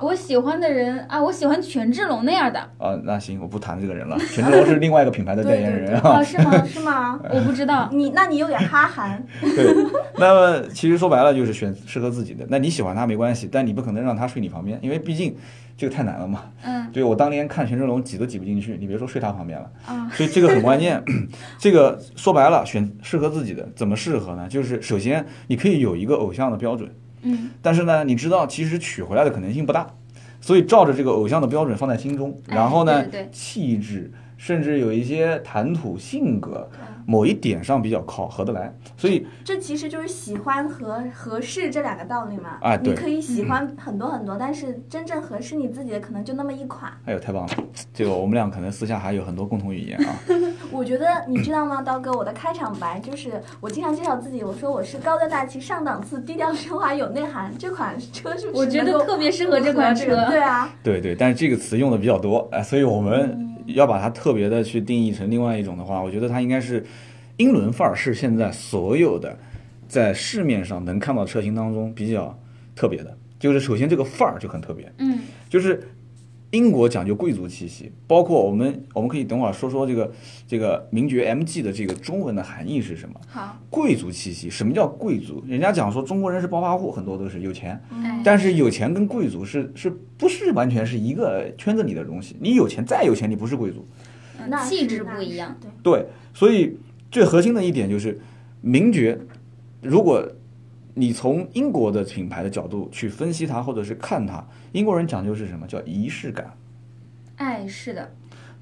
S2: 我喜欢的人啊，我喜欢权志龙那样的。
S1: 啊、那行，我不谈这个人了。权志龙是另外一个品牌的代言人啊。
S3: 哦，是吗？是吗？
S2: 我不知道，
S3: 你那你有点哈韩，
S1: 对，那么其实说白了就是选适合自己的。那你喜欢他没关系，但你不可能让他睡你旁边，因为毕竟这个太难了嘛。
S2: 嗯
S1: 对我当年看权志龙挤都挤不进去，你别说睡他旁边了。
S2: 啊，
S1: 所以这个很关键。 这个说白了，选适合自己的，怎么适合呢？就是首先你可以有一个偶像的标准，
S2: 嗯，
S1: 但是呢，你知道其实娶回来的可能性不大，所以照着这个偶像的标准放在心中，
S2: 哎
S1: 然后呢，
S2: 对对对
S1: 气质甚至有一些谈吐、性格，某一点上比较靠合得来，所以
S3: 这其实就是喜欢和合适这两个道理嘛。
S1: 啊对
S3: 你可以喜
S2: 嗯
S3: 欢很多很多，但是真正合适你自己的可能就那么一款。
S1: 哎呦，太棒了！这个我们俩可能私下还有很多共同语言啊。
S3: 我觉得你知道吗，刀哥，我的开场白就是我经常介绍自己，我说我是高调大气、上档次、低调奢华、有内涵。这款车是不是
S2: 我觉得
S3: 能够
S2: 特别适合这款车
S3: 符合这个对啊，
S1: 对对，但是这个词用的比较多，哎、所以我
S2: 嗯
S1: 们要把它特别的去定义成另外一种的话，我觉得它应该是英伦范儿，是现在所有的在市面上能看到车型当中比较特别的。就是首先这个范儿就很特别，
S2: 嗯，
S1: 就是英国讲究贵族气息，包括我们我们可以等会儿说说这个这个名爵 MG 的这个中文的含义是什么？
S2: 好，
S1: 贵族气息，什么叫贵族？人家讲说中国人是暴发户，很多都是有钱，
S3: 嗯
S2: 哎，
S1: 但是有钱跟贵族是是不是完全是一个圈子里的东西？你有钱再有钱，你不是贵族。
S2: 嗯
S3: 那是
S2: 气质不一样。。
S3: 那是
S1: 对，所以最核心的一点就是，名爵，如果你从英国的品牌的角度去分析它，或者是看它，英国人讲究是什么？叫仪式感。
S2: 哎，是的，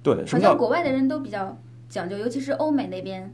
S1: 对，什
S2: 好
S1: 么叫
S2: 像国外的人都比较讲究，尤其是欧美那边。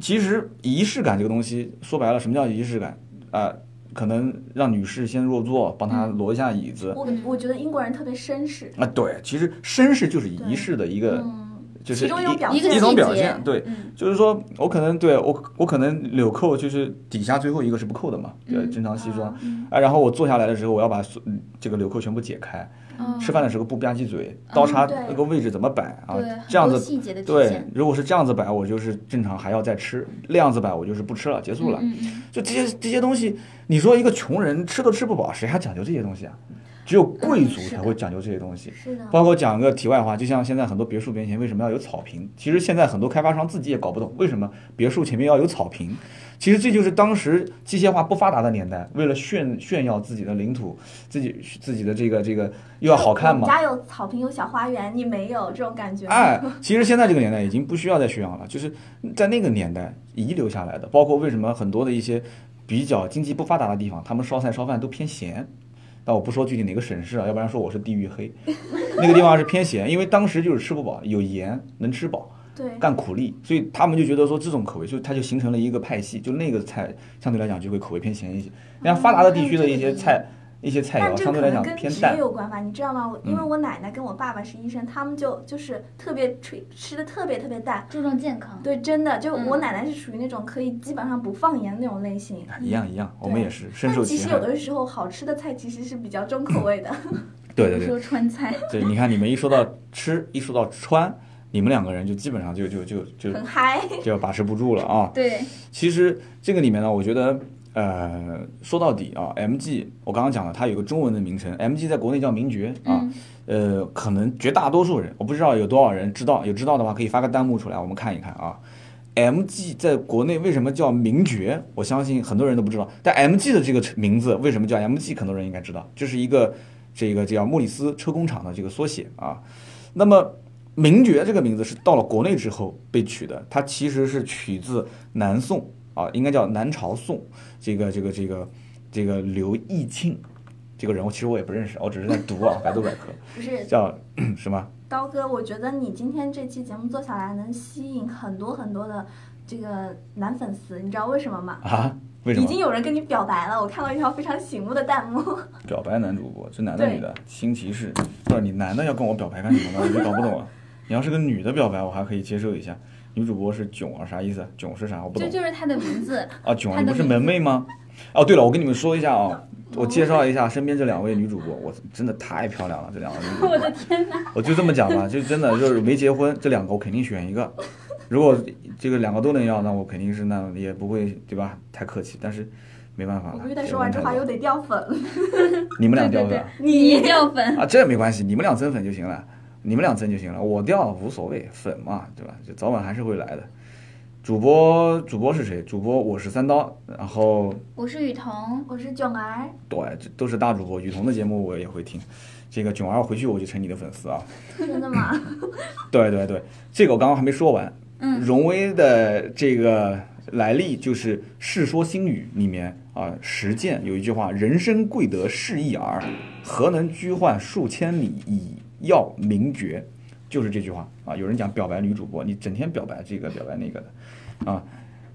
S1: 其实仪式感这个东西，说白了，什么叫仪式感啊、可能让女士先入座，帮她挪一下椅
S2: 嗯
S1: 子
S3: 我我觉得英国人特别绅士，
S1: 啊。对，其实绅士就是仪式的一个，
S3: 嗯，
S1: 就是
S3: 其中一种表
S2: 一个
S1: 一
S2: 细
S3: 现。
S1: 种表
S2: 节
S1: 现。对，
S2: 嗯
S1: 就是说我可能对我我可能纽扣就是底下最后一个是不扣的嘛，呃，
S2: 嗯
S1: 正常西装
S3: 啊
S2: 嗯，
S1: 啊。然后我坐下来的时候，我要把所这个纽扣全部解开。
S2: 哦嗯
S1: 吃饭的时候不吧唧嘴，刀叉
S3: 对
S1: 那个位置怎么摆啊
S2: 对，？
S1: 这样
S2: 很多
S1: 子。
S2: 细节的体
S1: 对
S2: 现，，
S1: 如果是这样子摆，我就是正常还要再吃；那样子摆，我就是不吃了，结束了。
S2: 嗯嗯
S1: 就这些这些东西，你说一个穷人吃都吃不饱，谁还讲究这些东西啊？只有贵族
S2: 嗯是
S1: 才
S2: 的
S1: 会讲究这些东西。
S3: 是的，
S1: 包括讲个题外话，就像现在很多别墅面前为什么要有草坪？其实现在很多开发商自己也搞不懂为什么别墅前面要有草坪。其实这就是当时机械化不发达的年代，为了炫炫耀自己的领土，自己自己的这个这个又要好看
S3: 我
S1: 嘛
S3: 们。家有草坪，有小花园，你没有这种感觉吗？
S1: 哎，其实现在这个年代已经不需要再炫耀了，就是在那个年代遗留下来的，包括为什么很多的一些比较经济不发达的地方，他们烧菜烧饭都偏咸。但我不说具体哪个省市啊，要不然说我是地域黑。那个地方是偏咸，因为当时就是吃不饱，有盐能吃饱，
S3: 对，
S1: 干苦力，所以他们就觉得说这种口味，就它就形成了一个派系，就那个菜相对来讲就会口味偏咸一些。人家发达的地区的一些菜，一些菜
S3: 但
S1: 肴
S3: 这
S1: 相
S3: 可
S1: 对来
S3: 能
S1: 讲
S3: 跟
S1: 偏
S3: 职
S1: 淡
S3: 业。有关吧，你知道吗？我因为
S1: 嗯
S3: 我奶奶跟我爸爸是医生，他们就就是特别吃吃的特别特别淡。
S2: 注重健康。
S3: 对，真的，就
S2: 嗯
S3: 我奶奶是属于那种可以基本上不放盐那种类型。
S1: 一样一样，我们
S3: 对
S1: 也是哎深
S3: 但
S1: 受
S3: 其
S1: 其
S3: 实
S1: 害
S3: 有。的时候好吃的菜其实是比较重口味的。
S1: 对对
S2: 比
S1: 对
S2: 如，说川菜，
S1: 对，你看你们一说到吃，一说到穿，你们两个人就基本上就就就就
S3: 很嗨，
S1: 就要把持不住了啊。
S2: 对，
S1: 其实这个里面呢，我觉得呃，说到底啊，MG 我刚刚讲了，它有个中文的名称，MG 在国内叫名爵啊。
S2: 嗯
S1: 呃，可能绝大多数人，我不知道有多少人知道，有知道的话可以发个弹幕出来，我们看一看啊。MG 在国内为什么叫名爵？我相信很多人都不知道。但 MG 的这个名字为什么叫 MG？很多人应该知道，这是一个这个叫莫里斯车工厂的这个缩写啊。那么名爵这个名字是到了国内之后被取的，它其实是取自南宋啊，应该叫南朝宋这个这个这个这个刘义庆这个人物，其实我也不认识，我只是在读啊，百度百科。
S3: 不是
S1: 叫 什么？
S3: 刀哥，我觉得你今天这期节目做下来，能吸引很多很多的这个男粉丝，你知道为什么吗？
S1: 啊？为什
S3: 已
S1: 么
S3: 经有人跟你表白了，我看到一条非常醒目的弹幕。
S1: 表白男主播？这男的
S3: 对
S1: 女的？新奇士，不是你男的要跟我表白干什么呢？我就搞不懂了。你要是个女的表白，我还可以接受一下。女主播是囧啊，啥意思？囧是啥？我不
S2: 这
S1: 懂
S2: 就是他的名字。
S1: 啊。囧啊，
S2: 她
S1: 你
S2: 的
S1: 不是
S2: 名字
S1: 门妹吗？哦，对了，我跟你们说一下啊，我介绍一下身边这两位女主播，我真的太漂亮了，这两个女主播。
S2: 我的天哪！
S1: 我就这么讲吧，就真的就是没结婚，这两个我肯定选一个。如果这个两个都能要，那我肯定是那也不会对吧？太客气，但是没办法
S3: 我
S1: 了。
S3: 估计他
S1: 结
S3: 说完
S1: 婚
S3: 这
S1: 太
S3: 话
S1: 早
S3: 又得掉粉了。
S1: 你们俩
S2: 对
S1: 掉粉
S2: 对对
S1: 啊，
S2: 你掉粉，
S1: 啊，这也没关系，你们俩增粉就行了，你们俩增就行了，我掉无所谓，粉嘛，对吧？就早晚还是会来的。主播主播是谁？主播我是三刀，然后
S2: 我是雨桐。
S3: 我是囧儿，
S1: 对，这都是大主播，雨桐的节目我也会听。这个囧儿回去我就成你的粉丝啊！
S3: 真的吗？
S1: 对对对，这个我刚刚还没说完，
S2: 嗯，
S1: 荣威的这个来历就是《世说新语》里面啊，实践有一句话：“人生贵得是一耳，何能居患数千里以要名爵。”就是这句话啊。有人讲表白女主播，你整天表白这个表白那个的，啊，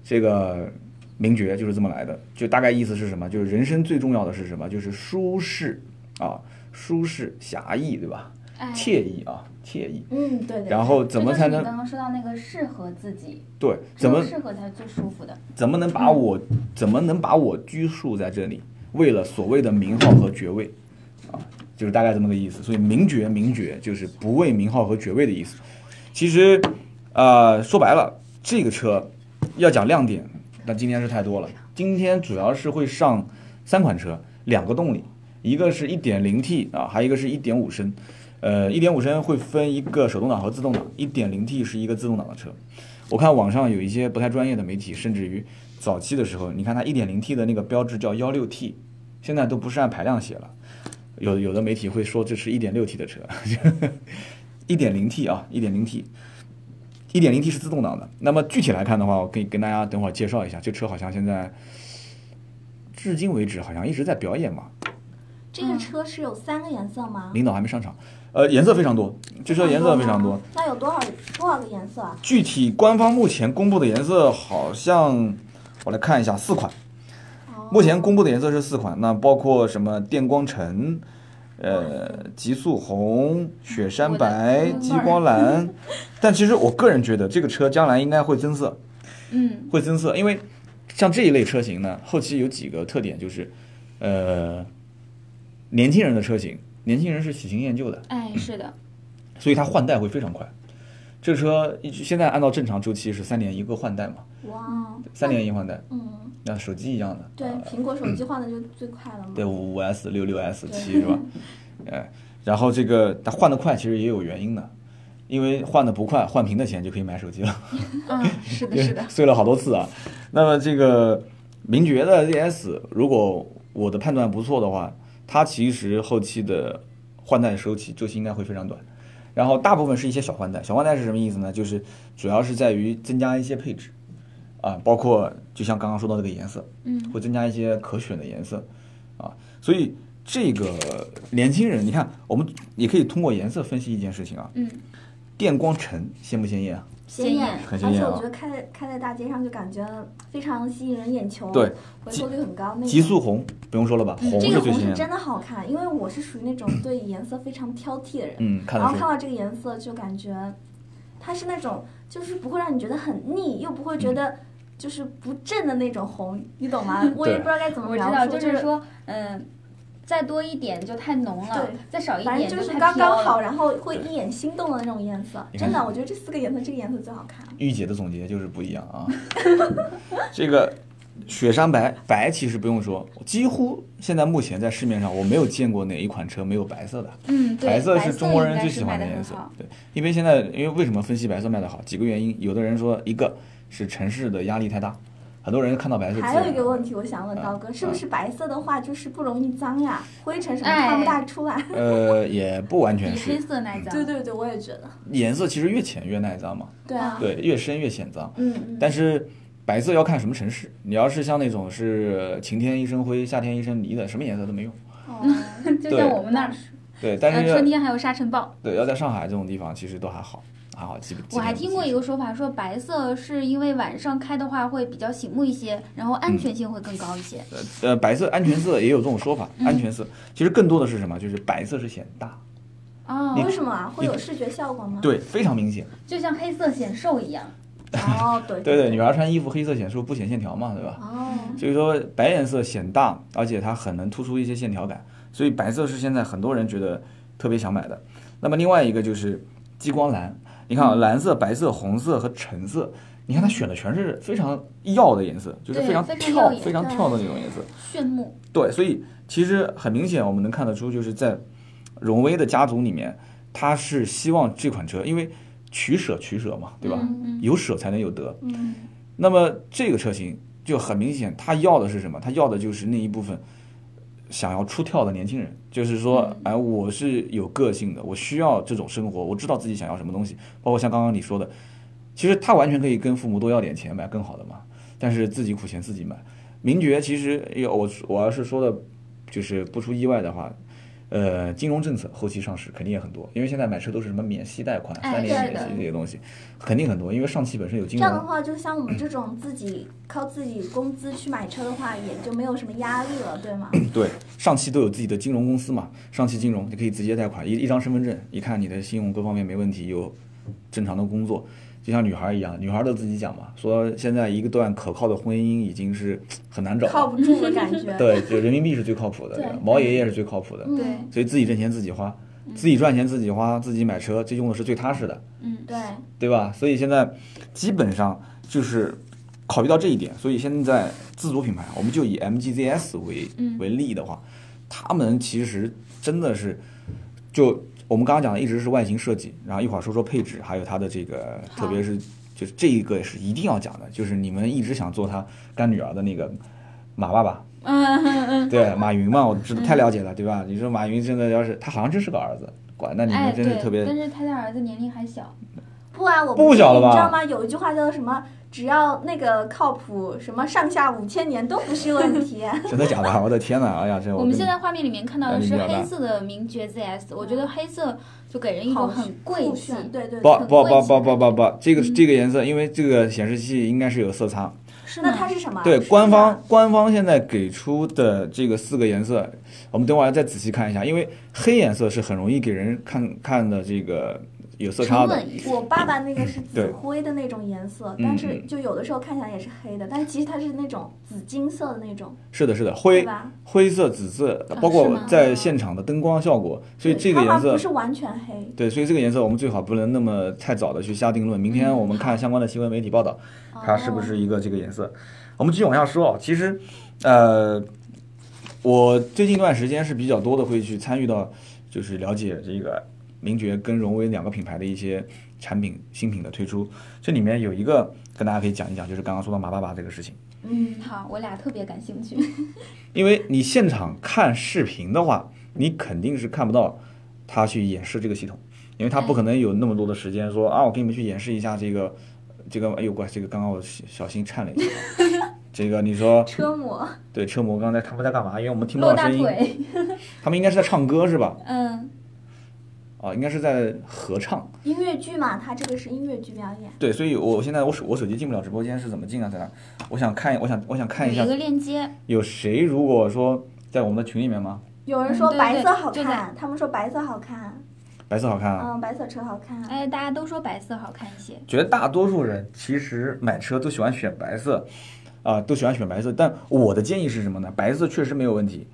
S1: 这个名爵就是这么来的。就大概意思是什么？就是人生最重要的是什么？就是舒适啊，舒适侠义，对吧？
S2: 哎，
S1: 惬意啊，惬意。
S3: 嗯，对的。
S1: 然后
S2: 这
S1: 怎
S2: 就
S1: 么
S2: 是
S1: 才
S2: 你
S1: 能
S2: 刚刚说到那个适合自己，
S1: 对？
S2: 只
S1: 怎
S2: 有
S1: 么
S2: 适合才是最舒服的。
S1: 怎么能把我怎么能把我拘束在这里？为了所谓的名号和爵位，啊，就是大概这么个意思。所以名爵，名爵就是不为名号和爵位的意思。其实，呃，说白了，这个车要讲亮点，那今天是太多了。今天主要是会上三款车，两个动力，一个是一点零 T 啊，还有一个是一点五升。呃，一点五升会分一个手动挡和自动挡，一点零 T 是一个自动挡的车。我看网上有一些不太专业的媒体，甚至于早期的时候，你看它一点零 T 的那个标志叫幺六 T，现在都不是按排量写了，有有的媒体会说这是一点六 T 的车， 一点零 T 啊，一点零 T，一点零 T 是自动挡的。那么具体来看的话，我可以跟大家等会儿介绍一下，这车好像现在至今为止好像一直在表演嘛，
S3: 这个车是有三个颜色吗？
S1: 领导还没上场，呃，颜色非常多，这车颜色非常多，。
S3: 那有多少多少个颜色啊？
S1: 具体官方目前公布的颜色好像，我来看一下，四款。目前公布的颜色是四款，那包括什么电光橙，呃，极速红、雪山白
S2: 我、的
S1: 极光蓝。但其实我个人觉得，这个车将来应该会增色，
S2: 嗯，
S1: 会增色，因为像这一类车型呢，后期有几个特点就是，呃，年轻人的车型，年轻人是喜新厌旧的，
S2: 哎，是的，
S1: 所以它换代会非常快。这车一直现在按照正常周期是三年一个换代嘛，
S3: 哇，哦
S1: 三年一换代，
S3: 嗯，
S1: 像手机一样的，
S3: 对，苹果手机换的就最快了嘛。
S1: 呃对五五 S、六六 S、
S3: 对
S1: 七是吧？哎，然后这个它换的快，其实也有原因的，因为换的不快，换屏的钱就可以买手机了，，
S2: 嗯，是的，是 的
S1: 碎了好多次啊。那么这个名爵的 ZS，如果我的判断不错的话，它其实后期的换代周期周期应该会非常短。然后大部分是一些小换代，小换代是什么意思呢？就是主要是在于增加一些配置，啊，包括就像刚刚说到这个颜色，
S2: 嗯，
S1: 会增加一些可选的颜色，啊，所以这个年轻人，你看，我们也可以通过颜色分析一件事情啊，
S2: 嗯，
S1: 电光橙鲜不鲜艳啊？
S3: 鲜艳，
S1: 很
S3: 而
S1: 鲜艳
S3: 且
S1: 啊
S3: 我觉得开在开在大街上就感觉非常吸引人眼球，
S1: 对，
S3: 回头率很高。那个
S1: 极速红不用说了吧，红
S3: 嗯这
S1: 是
S3: 个
S1: 最
S3: 红
S1: 鲜
S3: 是
S1: 艳的，
S3: 真的好看，因为我是属于那种对颜色非常挑剔的人，
S1: 嗯，看
S3: 然后
S1: 得
S3: 看
S1: 出，
S3: 到这个颜色就感觉它是那种就是不会让你觉得很腻，又不会觉
S1: 嗯
S3: 得就是不正的那种红，你懂 吗？我也不知道该怎么
S2: 我知
S3: 描
S2: 道，
S3: 述，
S2: 就
S3: 就是
S2: 是说，嗯，再多一点就太浓了
S3: 对，
S2: 再少一
S3: 反
S2: 点
S3: 正就是
S2: 太
S3: 刚
S2: 飘
S3: 刚
S2: 了
S3: 好，然后会一眼心动的那种颜色。
S1: 你看
S3: 真的，我觉得这四个颜色，这个颜色最好看。
S1: 御姐的总结就是不一样啊， 这个。雪山白白其实不用说，几乎现在目前在市面上我没有见过哪一款车没有白色的。
S2: 嗯，对，
S1: 白
S2: 白
S1: 色是中国人最喜
S2: 应该
S1: 欢
S2: 是卖得
S1: 颜
S2: 很
S1: 色
S2: 好，
S1: 对，因为现在因为为什么分析白色卖得好？几个原因，有的人说一个是城市的压力太大，很多人看到白色。
S3: 还有一个问题，我想问刀哥，是不
S1: 啊
S3: 是白色的话就是不容易脏呀？灰尘什么
S2: 哎
S3: 看不大 出来？
S1: 呃，也不完全
S2: 比黑
S1: 是，
S2: 色耐脏。
S3: 对对对，我也觉得。
S1: 颜色其实越浅越耐脏嘛，
S3: 对啊，
S1: 对，越深越显脏。
S3: 嗯嗯。
S1: 但是白色要看什么城市，你要是像那种是晴天一身灰，夏天一身泥的，什么颜色都没用。
S3: 哦，
S2: 就
S1: 对
S2: 像 我们那儿，
S1: 对，
S2: 呃
S1: 但
S2: 春
S1: 是
S2: 天还有沙尘暴。
S1: 对要在上海这种地方，其实都还好，还好基本。
S2: 我还听过一
S1: 个，
S2: 个说法，说白色是因为晚上开的话会比较醒目一些，然后
S1: 嗯
S2: 安全性会更高一些。
S1: 呃呃，白色安全色也有这种说法，
S2: 嗯
S1: 安全色其实更多的是什么？就是白色是显大。
S2: 哦，
S3: 为什么啊？会有视觉效果吗？
S1: 对，非常明显。
S2: 就像黑色显瘦一样。
S3: 哦，对
S1: 对对，
S3: 对
S1: 女。孩穿衣服黑色显瘦不显线条嘛，对吧？
S3: 哦，
S1: 所以说白颜色显大，而且它很能突出一些线条感，所以白色是现在很多人觉得特别想买的。那么另外一个就是激光蓝，你看啊，蓝色、白色、红色和橙色，你看它选的全是非常耀的颜色，就是
S2: 对
S1: 非常
S2: 非常
S1: 跳、
S2: 耀眼嗯
S1: 非常跳的那种颜色。
S2: 炫目，
S1: 对，所以其实很明显，我们能看得出，就是在荣威的家族里面，他是希望这款车，因为取舍取舍嘛，对吧？
S2: 嗯
S1: 有舍才能有得。
S3: 嗯，
S1: 那么这个车型就很明显，它要的是什么？它要的就是那一部分想要出跳的年轻人，就是说，哎，我是有个性的，我需要这种生活，我知道自己想要什么东西。包括像刚刚你说的，其实他完全可以跟父母多要点钱买更好的嘛，但是自己苦钱自己买。名爵其实有我我要是说的，就是不出意外的话。呃，金融政策后期上市肯定也很多，因为现在买车都是什么免息贷款、
S2: 哎
S1: 三年
S3: 是
S1: 免
S3: 的
S1: 息这些东西，肯定很多。因为上汽本身有
S3: 这
S1: 金融，
S3: 样的话，就像我们这种自己靠自己工资去买车的话，也就没有什么压力了，对吗？
S1: 对，上汽都有自己的金融公司嘛，上汽金融你可以直接贷款，一一张身份证，一看你的信用各方面没问题，有正常的工作，就像女孩一样，女孩都自己讲嘛，说现在一个段可靠的婚姻已经是很难找
S3: 靠
S1: 了，
S3: 不住的感觉。
S1: 对，就人民币是最靠谱的，
S3: 对
S1: 吧毛爷爷是最靠谱的，
S3: 嗯
S2: 对
S1: 所以自己挣钱自己花，自己赚钱自己花，自己买车，这用的是最踏实的。
S2: 嗯，
S3: 对，
S1: 对吧？所以现在基本上就是考虑到这一点，所以现在自主品牌，我们就以 MGZS 为
S2: 嗯
S1: 为例的话，他们其实真的是就我们刚刚讲的，一直是外形设计，然后一会儿说说配置，还有它的这个，
S3: 好
S1: 特别是就是这一个是一定要讲的，就是你们一直想做他干女儿的那个马爸爸，
S2: 嗯，
S1: 对马云嘛，我知道太了解了，对吧？你说马云真的要是他好像真是个儿子，管那你
S2: 哎，
S1: 们
S2: 对
S1: 真是特别
S2: 但是他的儿子年龄还小，
S3: 不啊，我
S1: 不
S3: 觉得
S1: 小了吧
S3: 你知道吗？有一句话叫做什么？只要那个靠谱，什么上下五千年都不是问 题。
S1: 真的假的？我的呃天哪！哎呀，这
S2: 我们现在画面里面看到的是
S1: 压力比较大
S2: 黑色的名爵 ZS，我觉得黑色就给人一种很贵
S3: 嗯酷
S2: 气。
S3: 炫对对，
S1: 不
S3: 很
S1: 不
S3: 贵
S1: 不
S3: 气
S1: 不不不不，这
S3: 嗯
S1: 个这个颜色，因为这个显示器应该是有色差。
S2: 是
S3: 那
S2: 吗
S3: 它是什么？
S1: 对，
S3: 啊是
S1: 官
S3: 那个
S1: 方官方现在给出的这个四个颜色，我们等会儿再仔细看一下，因为黑颜色是很容易给人看看的这个有色差
S2: 沉
S1: 的。
S2: 稳一些。
S3: 我爸爸那个是紫
S1: 对
S3: 灰的那种颜色，
S1: 嗯
S3: 但是就有的时候看起来也是黑的，但是其实它是那种紫金色的那种，
S1: 是的，是的，
S3: 对
S1: 灰
S3: 吧？
S1: 灰色、紫色，包
S2: 是
S1: 括
S2: 吗
S1: 在现场的灯光效果，所以
S3: 对
S1: 这个
S3: 它好
S1: 颜色
S3: 像不是完全黑。
S1: 对，所以这个颜色我们最好不能那么太早的去下定论。明
S3: 嗯
S1: 天我们看相关的新闻媒体报道，
S3: 哦
S2: 哦
S1: 它是不是一个这个颜色。我们继续往下说啊，其实，呃，我最近一段时间是比较多的会去参与到，就是了解这个名爵跟荣威两个品牌的一些产品新品的推出。这里面有一个跟大家可以讲一讲，就是刚刚说到马爸爸这个事情。
S3: 嗯，
S2: 好，我俩特别感兴趣。
S1: 因为你现场看视频的话，你肯定是看不到他去演示这个系统，因为他不可能有那么多的时间说啊，我给你们去演示一下这个，这个，哎呦乖，这个刚刚我小小心颤了一下，这个你说
S3: 车模
S1: 对车模刚才他们在干嘛？因为我们听不
S2: 露
S1: 到
S2: 大
S1: 声音，
S2: 腿，
S1: 他们应该是在唱歌是吧？
S2: 嗯，
S1: 啊，应该是在合唱。
S3: 音乐剧嘛，它这个是音乐剧表演。
S1: 对，所以我现在我手我手机进不了直播间是怎么进啊？在哪儿？我想看，我想我想看
S2: 有
S1: 一
S2: 一
S1: 下
S2: 个链接，
S1: 有谁如果说在我们的群里面吗？
S3: 有人
S2: 嗯
S3: 说
S2: 对对
S3: 白色
S2: 对
S3: 好
S2: 就
S3: 看，他们说白色好
S1: 啊
S3: 看，
S1: 白色好看啊。
S3: 嗯，白色车好看。
S2: 哎，大家都说白色好看一些。
S1: 绝大多数人其实买车都喜欢选白色，啊、都喜欢选白色。但我的建议是什么呢？白色确实没有问题，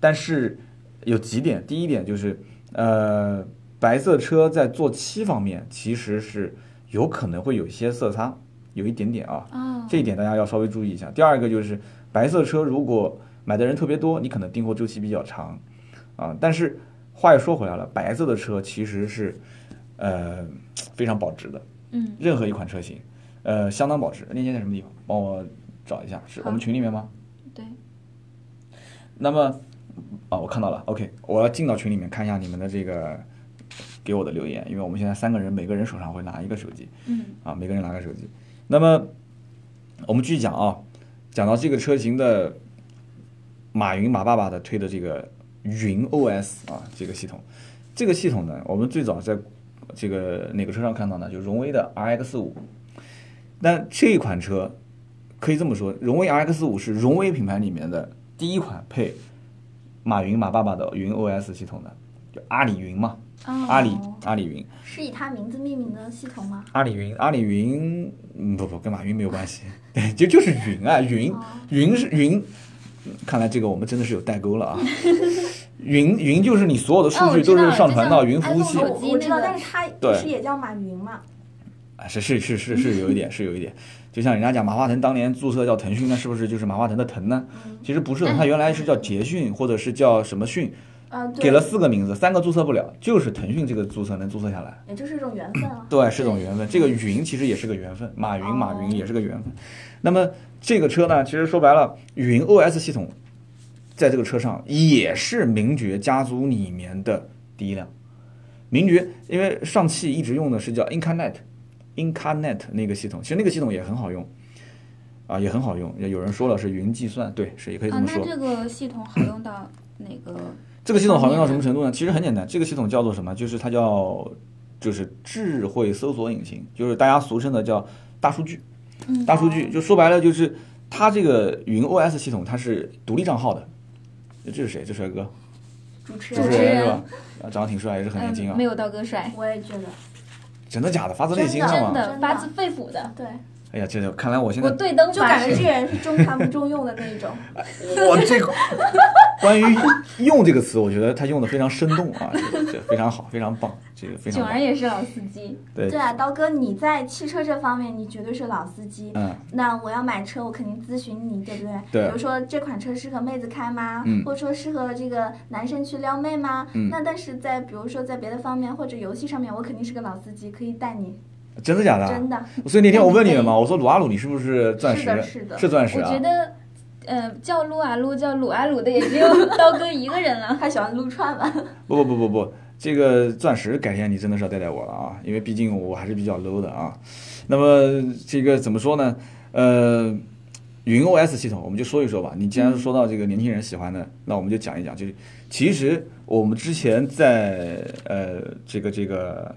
S1: 但是有几点。第一点就是，呃，白色车在做漆方面其实是有可能会有一些色差，有一点点啊，
S2: 哦，
S1: 这一点大家要稍微注意一下。第二个就是，白色车如果买的人特别多，你可能订货周期比较长，啊，但是话又说回来了，白色的车其实是，呃，非常保值的。
S2: 嗯，
S1: 任何一款车型，呃，相当保值。链接在什么地方？帮我找一下，是我们
S2: 好
S1: 群里面吗？
S2: 对，
S1: 那么，啊、我看到了，OK，我要进到群里面看一下你们的这个给我的留言，因为我们现在三个人，每个人手上会拿一个手机，
S2: 嗯，
S1: 啊，每个人拿个手机。那么，我们继续讲啊，讲到这个车型的马云马爸爸的推的这个云 OS 啊，这个系统，这个系统呢，我们最早在这个哪个车上看到呢？就荣威的 RX 五。但这款车可以这么说，荣威 RX 五是荣威品牌里面的第一款配马云马爸爸的云 OS 系统的，就阿里云嘛，
S2: 哦，
S1: 阿里阿里云。
S3: 是以它名字命名的系统吗？
S1: 阿里云，阿里云，嗯，不不，跟马云没有关系，对，就就是云啊，云
S3: 哦，
S1: 云是云，嗯看来这个我们真的是有代沟了 啊。云云就是你所有的数
S2: 哦我
S1: 据
S2: 知
S1: 都是
S2: 道
S1: 上
S2: 就
S1: 传
S2: 像
S1: 到云服务
S2: iPhone
S1: 器
S2: 手
S3: 我
S2: 机
S3: 我知道，
S2: 那个
S3: 但是它不
S1: 对
S3: 是也叫马云嘛？
S1: 啊，是是是是是有一点，是有一点，就像人家讲马化腾当年注册叫腾讯，那是不是就是马化腾的腾呢？
S2: 嗯
S1: 其实不是的，他原来是叫捷讯或者是叫什么讯，
S3: 啊，对，
S1: 给了四个名字，三个注册不了，就是腾讯这个注册能注册下来。
S3: 也就是一种缘分了。
S1: 对，是种缘分。这个云其实也是个缘分，马云
S3: 哦
S1: 马云也是个缘分。那么这个车呢，其实说白了，云 OS 系统在这个车上也是名爵家族里面的第一辆。名爵因为上汽一直用的是叫 Incarnate Incarnate 那个系统，其实那个系统也很好用。啊，也很好用。也有人说了是云计算，对，是也可以这
S2: 啊，
S1: 么
S2: 那
S1: 说。
S2: 这个系统好用到哪 个？
S1: 这个系统好用到什么程度呢？其实很简单，这个系统叫做什么？就是它叫，就是智慧搜索引擎，就是大家俗称的叫大数据。
S2: 嗯，
S1: 大数据就说白了就是它这个云 OS 系统它是独立账号的。这是谁？这帅哥，
S3: 主持
S1: 主
S3: 人，
S1: 持
S2: 主持
S1: 人
S2: 人
S1: 是吧？啊，长得挺帅，也是很年轻
S2: 嗯，
S1: 啊
S2: 没。有道哥帅，
S3: 我也觉得，
S1: 真的假的？发 自内心
S3: 真
S1: 的
S2: 真
S1: 吗？
S2: 的发自肺腑的，
S3: 对，
S1: 哎呀，这就看来我现在
S2: 我对灯
S3: 就
S2: 发
S3: 感觉
S2: 誓
S3: 这。个人是中看不中用的那种。
S1: 我这个关于“用”这个词，我觉得他用的非常生动啊，这这非常好，非常棒，这个非常
S2: 囧儿
S1: 棒。
S2: 也是老司机，
S1: 对
S3: 对啊，刀哥，你在汽车这方面，你绝对是老司机。
S1: 嗯，
S3: 那我要买车，我肯定咨询你，对不对？
S1: 对
S3: 比如说这款车适合妹子开吗？
S1: 嗯
S3: 或者说适合这个男生去撩妹吗？
S1: 嗯
S3: 那但是在比如说在别的方面或者游戏上面，我肯定是个老司机，可以带你。
S1: 真的假的？
S3: 真的，
S1: 所以那天我问你了嘛，我说鲁阿鲁你是不是钻石？
S3: 嗯是的是的
S1: 钻石
S2: 我
S1: 啊
S2: 觉。得，呃，叫撸啊撸叫鲁啊鲁的也只有 刀哥一个人了。
S3: 他喜欢撸 串吧？
S1: 不不不不不，这个钻石改天你真的是要带带我了啊，因为毕竟我还是比较 low 的啊。那么这个怎么说呢？呃，云 OS 系统，我们就说一说吧。你既然
S3: 嗯
S1: 说到这个年轻人喜欢的，那我们就讲一讲。就是其实我们之前在呃这个这个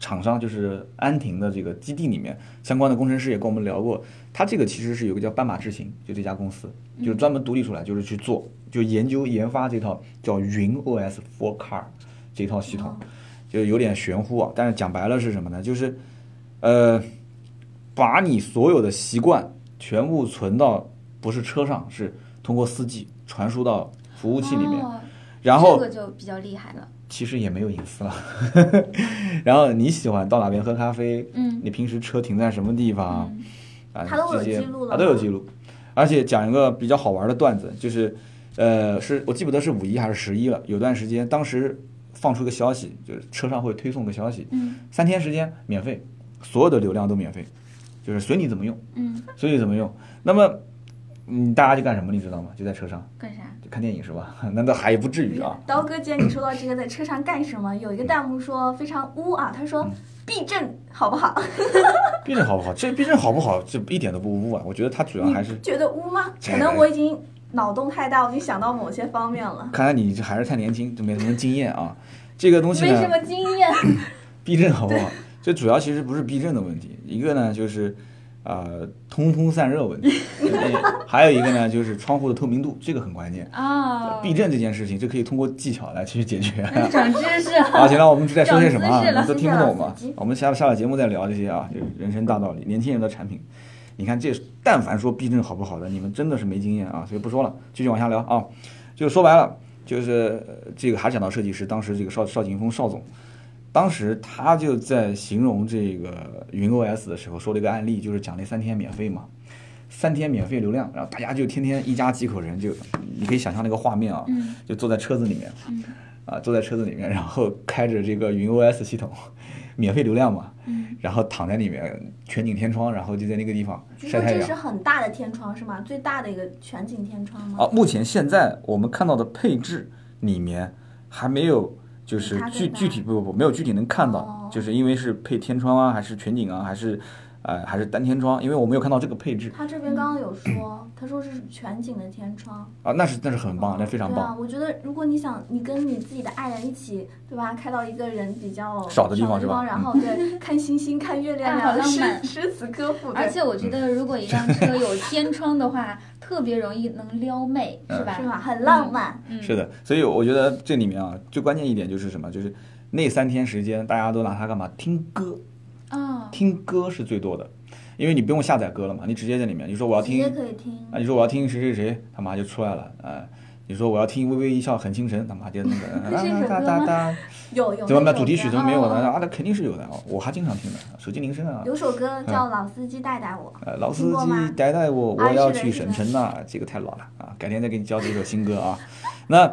S1: 厂商，就是安亭的这个基地里面，相关的工程师也跟我们聊过，他这个其实是有个叫斑马之行，就这家公司，就是专门独立出来，就是去做，就研究研发这套叫云 OS for Car 这套系统，就有点玄乎啊。但是讲白了是什么呢？就是呃，把你所有的习惯全部存到不是车上，是通过四 G 传输到服务器里面，
S2: 哦
S1: 然后
S2: 这个就比较厉害了。
S1: 其实也没有隐私了。 然后你喜欢到哪边喝咖啡？
S2: 嗯
S1: 你平时车停在什么地方？啊，
S3: 它嗯都有
S1: 直接
S3: 记录了
S1: 它都有记录。而且讲一个比较好玩的段子，就是，呃，是我记不得是五一还是十一了，有段时间当时放出个消息，就是车上会推送个消息，
S2: 嗯
S1: 三天时间免费，所有的流量都免费，就是随你怎么用，
S2: 嗯，
S1: 随你怎么用。那么，嗯，大家就干什么，你知道吗？就在车上
S2: 干啥？
S1: 就看电影是吧？ 那倒还不至于啊。
S3: 刀哥，既然你说到这个，在车上干什么？有一个弹幕说非常污啊，他
S1: 嗯
S3: 说避震好不好？
S1: 避震好不好？这避震好不好？这一点都不污啊！我觉得它主要
S2: 嗯
S1: 还是
S3: 你，觉得污吗？
S1: 这
S3: 可
S1: 个
S3: 能我已经脑洞太大，我已经想到某些方面了。
S1: 看来你这还是太年轻，就没什么经验啊。这个东西
S2: 没什
S1: 呢，
S2: 么经验。
S1: 避震好不好？这主要其实不是避震的问题，一个呢就是，呃，通风散热问题，还有一个呢就是窗户的透明度，这个很关键。
S2: 啊，
S1: 避震这件事情，这可以通过技巧来去解决。
S2: 长知识
S1: 啊，
S2: 了。
S1: 行了，我们是在说些什么啊？
S2: 长姿势
S1: 你
S2: 了
S1: 们都听不懂嘛
S3: 姿势了？
S1: 我们下下了节目再聊这些啊，就是人生大道理，年轻人的产品。你看这，但凡说避震好不好的，你们真的是没经验啊，所以不说了，继续往下聊啊。就说白了，就是呃这个还讲到设计师，当时这个邵邵劲峰邵总，当时他就在形容这个云 OS 的时候说了一个案例，就是奖励三天免费嘛。三天免费流量，然后大家就天天一家几口人就，你可以想象那个画面啊，
S2: 嗯
S1: 就坐在车子里面，
S2: 嗯
S1: 啊，坐在车子里面，然后开着这个云 OS 系统，免费流量嘛，
S2: 嗯，
S1: 然后躺在里面全景天窗，然后就在那个地方
S3: 据
S1: 晒
S3: 说
S1: 太
S3: 这是
S1: 阳。
S3: 很大的天窗是吗？最大的一个全景天窗吗？
S1: 啊，目前现在我们看到的配置里面还没有，就是
S3: 它
S1: 具
S3: 更大
S1: 具体不不不没有具体能看到
S3: 哦，
S1: 就是因为是配天窗啊，还是全景啊，还是呃还是单天窗，因为我没有看到这个配置
S3: 他这边刚刚有说，他说是全景的天窗，
S1: 啊，那是那是很棒，那非常
S3: 对
S1: 棒。
S3: 啊，我觉得如果你想，你跟你自己的爱人一起，对吧？开到一个人比较
S1: 少的地方是吧
S3: 然后 对，看星星，看月
S2: 啊
S3: 亮，然
S2: 好
S3: 后
S2: 浪
S3: 诗
S2: 漫
S3: 诗词歌赋，
S2: 而
S3: 对，
S2: 且我觉得，如果一辆车有天窗的话，特别容易能撩妹，是
S3: 是
S2: 吧？
S3: 吧？很浪漫。
S2: 嗯，
S1: 嗯是的，所以我觉得这里面啊，最关键一点就是什么？就是那三天时间，大家都拿它干嘛？听歌。
S2: 啊，
S1: 听歌是最多的，因为你不用下载歌了嘛，你直接在里面，你说我要
S3: 直
S1: 听
S3: 接可以听
S1: 啊，，你说我要听谁谁谁，他妈就出来了啊、哎你说我要听《微微一笑很倾城》，他妈 就那个
S2: 这是一首
S1: 哒
S2: 歌
S1: 哒
S2: 吗
S1: 哒，
S3: 有有
S1: 怎么
S3: 那
S1: 把主
S3: 首
S1: 题
S3: 歌
S1: 曲都没有
S2: 哦
S1: 呢？啊，那肯定是有的，我还经常听呢，手机铃声啊，
S3: 有首歌叫《老司机带带我》，
S1: 呃，老
S3: 听
S1: 司
S3: 过
S1: 机
S3: 吗
S1: 带带我，
S3: 啊
S1: 我要
S3: 是的
S1: 去
S3: 是
S1: 省
S3: 的
S1: 城呐、这个太老了啊，改天再给你教几首新歌啊。 那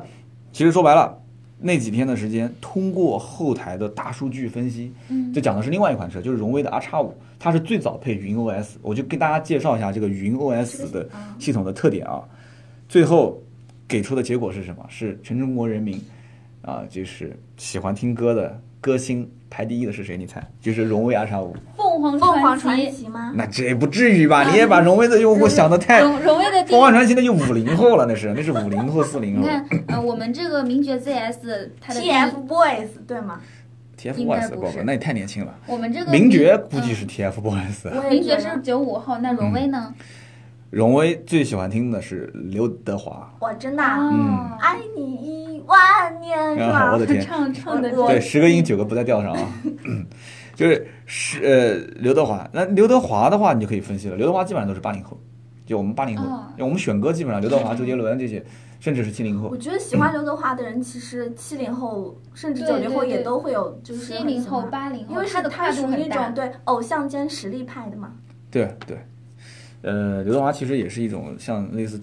S1: 其实说白了，那几天的时间，通过后台的大数据分析，
S2: 嗯
S1: 这讲的是另外一款车，就是荣威的 R 叉五，它是最早配云 OS。我就跟大家介绍一下这个云 OS 的
S3: 嗯
S1: 系统的特点啊。最后给出的结果是什么？是全中国人民啊，就是喜欢听歌的歌星排第一的是谁？你猜？就是荣威 R 叉五。
S2: 凤凰
S3: 凤凰传
S2: 奇，
S3: 奇吗？
S1: 那这也不至于吧？你也把荣威的用 户想得太……
S2: 荣荣威的第
S1: 凤
S2: 一
S1: 凰传奇那就五零后了，那是那是五零后四零
S2: 你
S1: 后。
S2: 看，呃，我们这个名爵 ZS 它的第一
S3: TFBOYS 对吗？
S2: 应该
S1: TFBOYS
S2: 不
S1: 不不，
S2: 是
S1: 那也太年轻了。
S2: 我们这个
S1: 名爵估计嗯
S2: 嗯
S1: 是 TFBOYS。
S3: 我也
S2: 名爵
S3: 觉得
S2: 是九五后，那荣威呢？
S1: 荣威最喜欢听的是刘德华，
S3: 我真的啊
S1: 嗯
S2: 哦
S3: 爱你一万年是
S1: 啊，
S3: 吧
S1: 我？的天，
S2: 唱唱的
S3: 我
S1: 对，十个音九个不在调上 啊。就是是呃，刘德华。那刘德华的话，你就可以分析了。刘德华基本上都是八零后，就我们八零后
S2: 哦，
S1: 因为我们选歌基本上刘德华、周杰伦这些，甚至是七零后
S3: 我。觉得喜欢刘德华的人，其实七零后甚至九
S2: 对对
S3: 零后也
S2: 对
S3: 都会有，就是
S2: 七
S3: 很
S2: 零
S3: 喜
S2: 后、
S3: 欢
S2: 八零后，
S3: 因为
S2: 它
S3: 是
S2: 的
S3: 他
S2: 跨
S3: 属
S2: 度
S3: 于一
S2: 很
S3: 种
S2: 大。
S3: 对偶像兼实力派的嘛。
S1: 对对，呃，刘德华其实也是一种像类似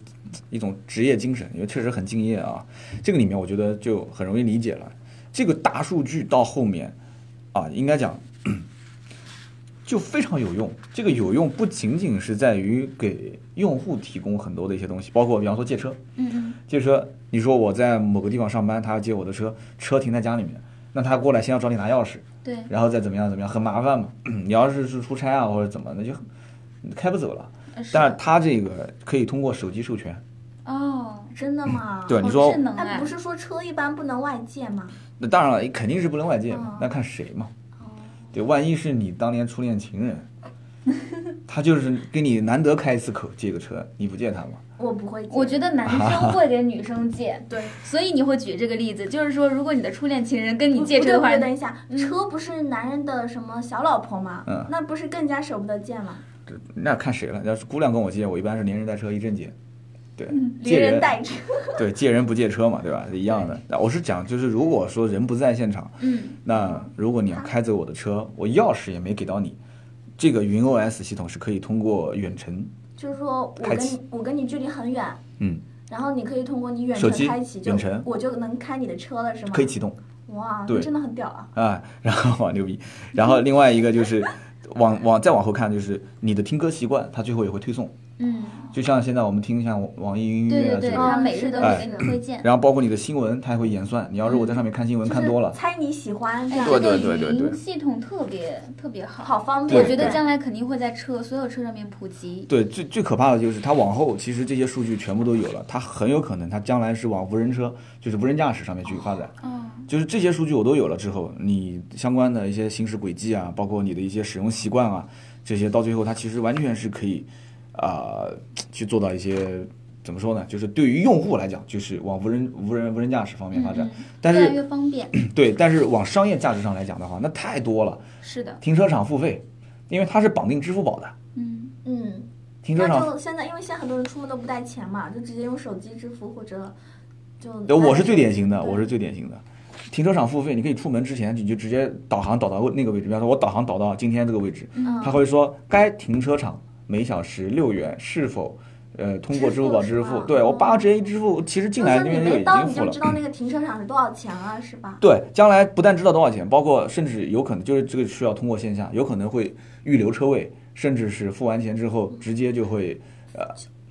S1: 一种职业精神，因为确实很敬业啊。这个里面我觉得就很容易理解了。这个大数据到后面啊，应该讲就非常有用。这个有用不仅仅是在于给用户提供很多的一些东西，包括比方说借车，
S2: 嗯嗯，
S1: 借车，你说我在某个地方上班，他要借我的车，车停在家里面，那他过来先要找你拿钥匙，
S2: 对，
S1: 然后再怎么样怎么样，很麻烦嘛。 你要是是出差啊或者怎么，那就很开不走了。
S2: 呃是
S1: 但是
S2: 的
S1: 它这个可以通过手机授权，
S2: 哦，
S3: 真的吗？
S1: 对你
S2: 好
S1: 说
S2: 智能
S3: 哎，
S2: 哎
S3: 不，是说车一般不能外借吗？
S1: 那当然了，肯定是不能外借嘛
S3: 嗯，
S1: 那看谁嘛。
S3: 哦，
S1: 对，万一是你当年初恋情人， 他就是给你难得开一次口借个车，你不借他吗？
S3: 我不会借。
S2: 我觉得男生会给女生借，
S3: 对，
S2: 所以你会举这个例子，就是说，如果你的初恋情人跟你借
S3: 不
S2: 车
S3: 对
S2: 的
S3: 不
S2: 话
S3: 对，，等一下，
S2: 嗯
S3: 哎车不是男人的什么小老婆吗？
S1: 嗯
S3: 那不是更加舍不得借吗？
S1: 那看谁了。要是姑娘跟我借，我一般是连人带车一阵借。对，
S3: 嗯连
S1: 借
S3: 人
S1: 人
S3: 带车。
S1: 对借人不借车嘛，对吧？一样的。那我是讲，就是如果说人不在现场，
S2: 嗯，
S1: 那如果你要开走我的车，我钥匙也没给到你，这个云 OS 系统是可以通过远程，
S3: 就是说我
S1: 开
S3: 跟
S1: 启
S3: 你我跟你距离很远，
S1: 嗯，
S3: 然后你可以通过你远
S1: 手
S3: 程
S1: 机
S3: 开启，就
S1: 远程
S3: 我就能开你的车了，是吗？
S1: 可以启动
S3: 哇，
S1: 对
S3: 真的很屌啊！
S1: 啊， 然后牛逼。然后另外一个就是 往往再往后看，就是你的听歌习惯，它最后也会推送。
S2: 嗯，
S1: 就像现在我们听像网网易云音
S2: 对
S1: 乐啊之
S2: 对
S3: 嗯
S2: 对，
S1: 类
S2: 他
S1: 的，
S2: 每日都会给你推荐，
S1: 然后包括你的新闻，它也会演算。你要是我在上面看新闻看多了
S3: 就是，猜你喜欢这
S2: 哎，
S3: 样，
S1: 对
S2: 这个
S1: 对对对对
S2: 语音系统特别特别好，
S3: 好方便。
S2: 我
S1: 对
S2: 觉得
S1: 对
S2: 将来肯定会在车所有车上面普及。
S1: 对，最最可怕的就是它往后，其实这些数据全部都有了，它很有可能它将来是往无人车，就是无人驾驶上面去发展。
S2: 哦，
S3: 嗯
S1: 就是这些数据我都有了之后，你相关的一些行驶轨迹啊，包括你的一些使用习惯啊，这些到最后它其实完全是可以，啊、去做到一些怎么说呢？就是对于用户来讲，就是往无人无人无人驾驶方面发展。
S2: 嗯
S1: 但
S2: 越来
S1: 是
S2: 越 方便，
S1: 对，但是往商业价值上来讲的话，那太多了。
S2: 是的，
S1: 停车场付费，因为它是绑定支付宝的，
S2: 嗯，
S3: 嗯，
S1: 停车
S3: 那
S1: 场。
S3: 就现在，因为现在很多人出门都不带钱嘛，就直接用手机支付或者就。
S1: 对，我是最典型的，
S3: 对
S1: 我是最典型的。停车场付费，你可以出门之前你就直接导航导到那个位置，比方说我导航导到今天这个位置，
S3: 嗯
S1: 他会说该停车场每小时六元是否呃通过支付宝
S3: 支
S1: 支
S3: 付是
S1: 付
S3: 吧？
S1: 对我
S3: 嗯
S1: 八直接一支付，其实进来
S3: 就
S1: 那
S3: 是你
S1: 边就
S3: 没
S1: 已
S3: 到，
S1: 经
S3: 你
S1: 付
S3: 就
S1: 了
S3: 知。道那个停车场是多少钱了，是吧？
S1: 对，将来不但知道多少钱，包括甚至有可能就是这个需要通过线下，有可能会预留车位，甚至是付完钱之后直接就会呃，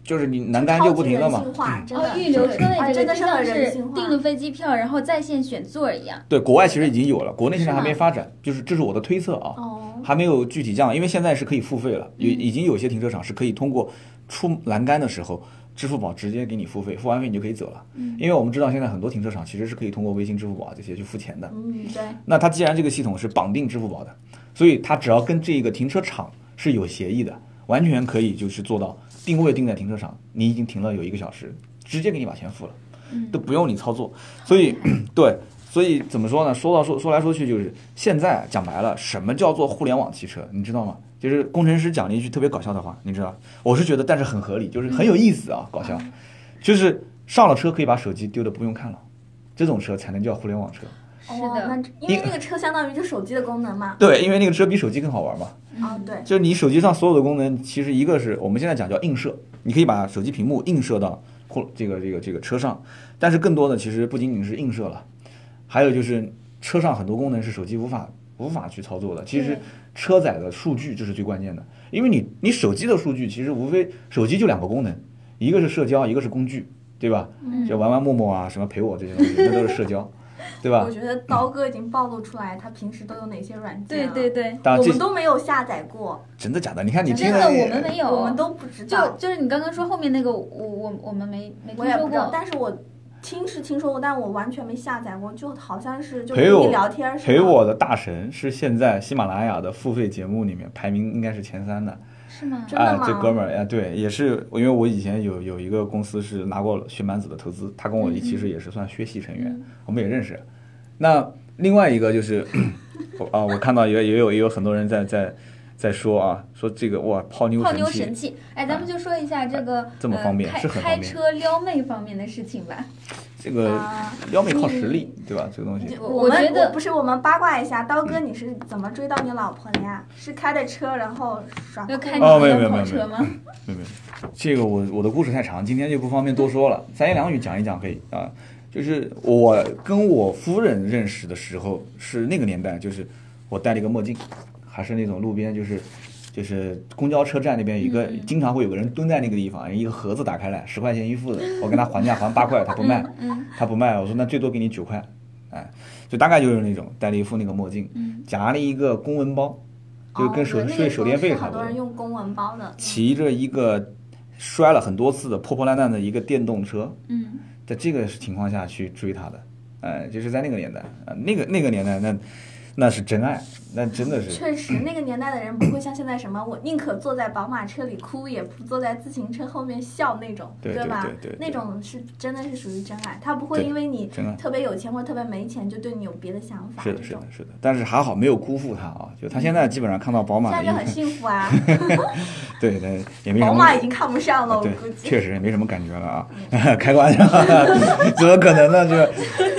S1: 就是你栏杆就不停了嘛嗯
S3: 超级人。性化，真
S2: 哦，
S3: 的。
S2: 预留车
S3: 啊
S2: 位这个
S3: 真的
S2: 就是
S3: 很
S2: 像
S3: 人
S2: 是
S3: 性化
S2: 订了飞机票，然后在线选座一样，
S1: 对，国外其实已经有了，国内现在还
S3: 是吗
S1: 没发展，就是这是我的推测啊。
S3: 哦，
S1: 还没有具体降，因为现在是可以付费了，有
S2: 嗯
S1: 已经有些停车场是可以通过出栏杆的时候，支付宝直接给你付费，付完费你就可以走了。
S2: 嗯
S1: 因为我们知道现在很多停车场其实是可以通过微信、支付宝这些去付钱的。
S3: 嗯，对，
S1: 那它既然这个系统是绑定支付宝的，所以它只要跟这个停车场是有协议的，完全可以就是做到定位定在停车场，你已经停了有一个小时，直接给你把钱付了。
S2: 嗯
S1: 都不用你操作。所以，对，所以怎么说呢？说到说说来说去就是，现在讲白了，什么叫做互联网汽车？你知道吗？就是工程师讲了一句特别搞笑的话，你知道？我是觉得，但是很合理，就是很有意思啊，搞笑。就是上了车可以把手机丢的不用看了，这种车才能叫互联网车。
S2: 是
S3: 哦
S2: 的，
S3: 那因为那个车相当于就手机的功能嘛。
S1: 对，因为那个车比手机更好玩嘛。
S2: 嗯哦
S3: 啊，对，
S1: 就是你手机上所有的功能，其实一个是我们现在讲叫映射，你可以把手机屏幕映射到或这个这个这个车上，但是更多的其实不仅仅是映射了，还有就是车上很多功能是手机无法无法去操作的。其实
S2: 对
S1: 车载的数据这是最关键的，因为你你手机的数据其实无非手机就两个功能，一个是社交，一个是工具，对吧？
S2: 嗯
S1: 就玩玩陌陌啊，什么陪我这些东西，那都是社交，对吧
S3: 我？觉得刀哥已经暴露出来他平时都有哪些软件
S2: 对
S3: 了。
S2: 对对，
S1: 当然
S3: 我
S1: 这
S3: 们都没有下载过，
S1: 真的假的？你看你
S2: 真
S1: 听
S2: 的
S1: 了
S2: 我们没有，
S3: 我们都不知
S2: 就
S3: 道，
S2: 就是你刚刚说后面那个，我我我们没没听
S3: 我也
S2: 说
S3: 不知道。
S2: 过，
S3: 但是我听是听说过，但我完全没下载过，就好像是就
S1: 陪
S3: 跟
S1: 我
S3: 你聊天似的。
S1: 陪我的大神是现在喜马拉雅的付费节目里面排名应该是前三的，
S2: 是吗？
S3: 真的
S1: 哎
S3: 吗，
S1: 这哥们儿哎，对，也是因为我以前有有一个公司是拿过薛蛮子的投资，他跟我
S2: 嗯嗯
S1: 其实也是算薛系成员，
S2: 嗯
S1: 我们也认识。那另外一个就是， 我啊，我看到也也有也有很多人在在在说啊，说这个哇泡妞
S2: 泡
S1: 神
S2: 妞
S1: 器
S2: 神器，哎，咱们就说一下这个
S1: 这么
S2: 呃
S1: 方便
S2: 开
S1: 是很
S2: 开
S1: 方便
S2: 车撩妹方面的事情吧。
S1: 这个
S3: 啊
S1: 撩妹靠实力，对吧？这个东西
S3: 就
S2: 我
S3: 我们
S2: 觉得
S3: 不是我们八卦一下，刀哥
S1: 嗯
S3: 你是怎么追到你老婆的呀？是开着车然后耍酷
S2: 要看你
S1: 哦没有
S2: 的
S1: 没有没
S2: 跑
S1: 有
S2: 车吗？
S1: 没有没有，这个我我的故事太长，今天就不方便多说了，三言两语讲一讲可以啊。就是我跟我夫人认识的时候是那个年代，就是我戴了一个墨镜，还是那种路边就是就是公交车站那边有一个、
S2: 嗯嗯
S1: 经常会有个人蹲在那个地方，一个盒子 打开来十块钱一副的，我跟他还价还八块，他不卖，
S2: 嗯
S1: 他不卖，我说那最多给你九块，哎，就大概就是那种戴了一副那个墨镜，
S2: 嗯
S1: 夹了一个公文包，就跟手
S3: 哦、
S1: 睡手电费差
S3: 好
S1: 不
S3: 多
S1: 多，
S3: 人用公文包的，
S1: 骑着一个摔了很多次的破破烂烂的一个电动车，
S2: 嗯，
S1: 在这个情况下去追他的，呃，就是在那个年代，啊，那个那个年代，那那是真爱，那真的是，
S3: 确实那个年代的人不会像现在什么，我宁可坐在宝马车里哭，也不坐在自行车后面笑那种，
S1: 对对
S3: 吧？
S1: 对对对
S3: 那种是真的是属于真爱，他不会
S1: 对
S3: 因为你
S1: 真爱
S3: 特别有钱或者特别没钱就对你有别的想法。
S1: 是的，
S3: 这
S1: 是的
S3: 种，嗯
S1: 是的，但是还好没有辜负他啊，就他现在基本上看到宝
S3: 现
S1: 马
S3: 在
S1: 的一
S3: 就
S1: 个，
S3: 很幸福啊，
S1: 对对，也 没什么。
S3: 宝马已经看不上了，我
S1: 对
S3: 估，计。
S1: 确实也没什么感觉了啊，
S3: 嗯
S1: 开个玩笑，怎么可能呢？ 这，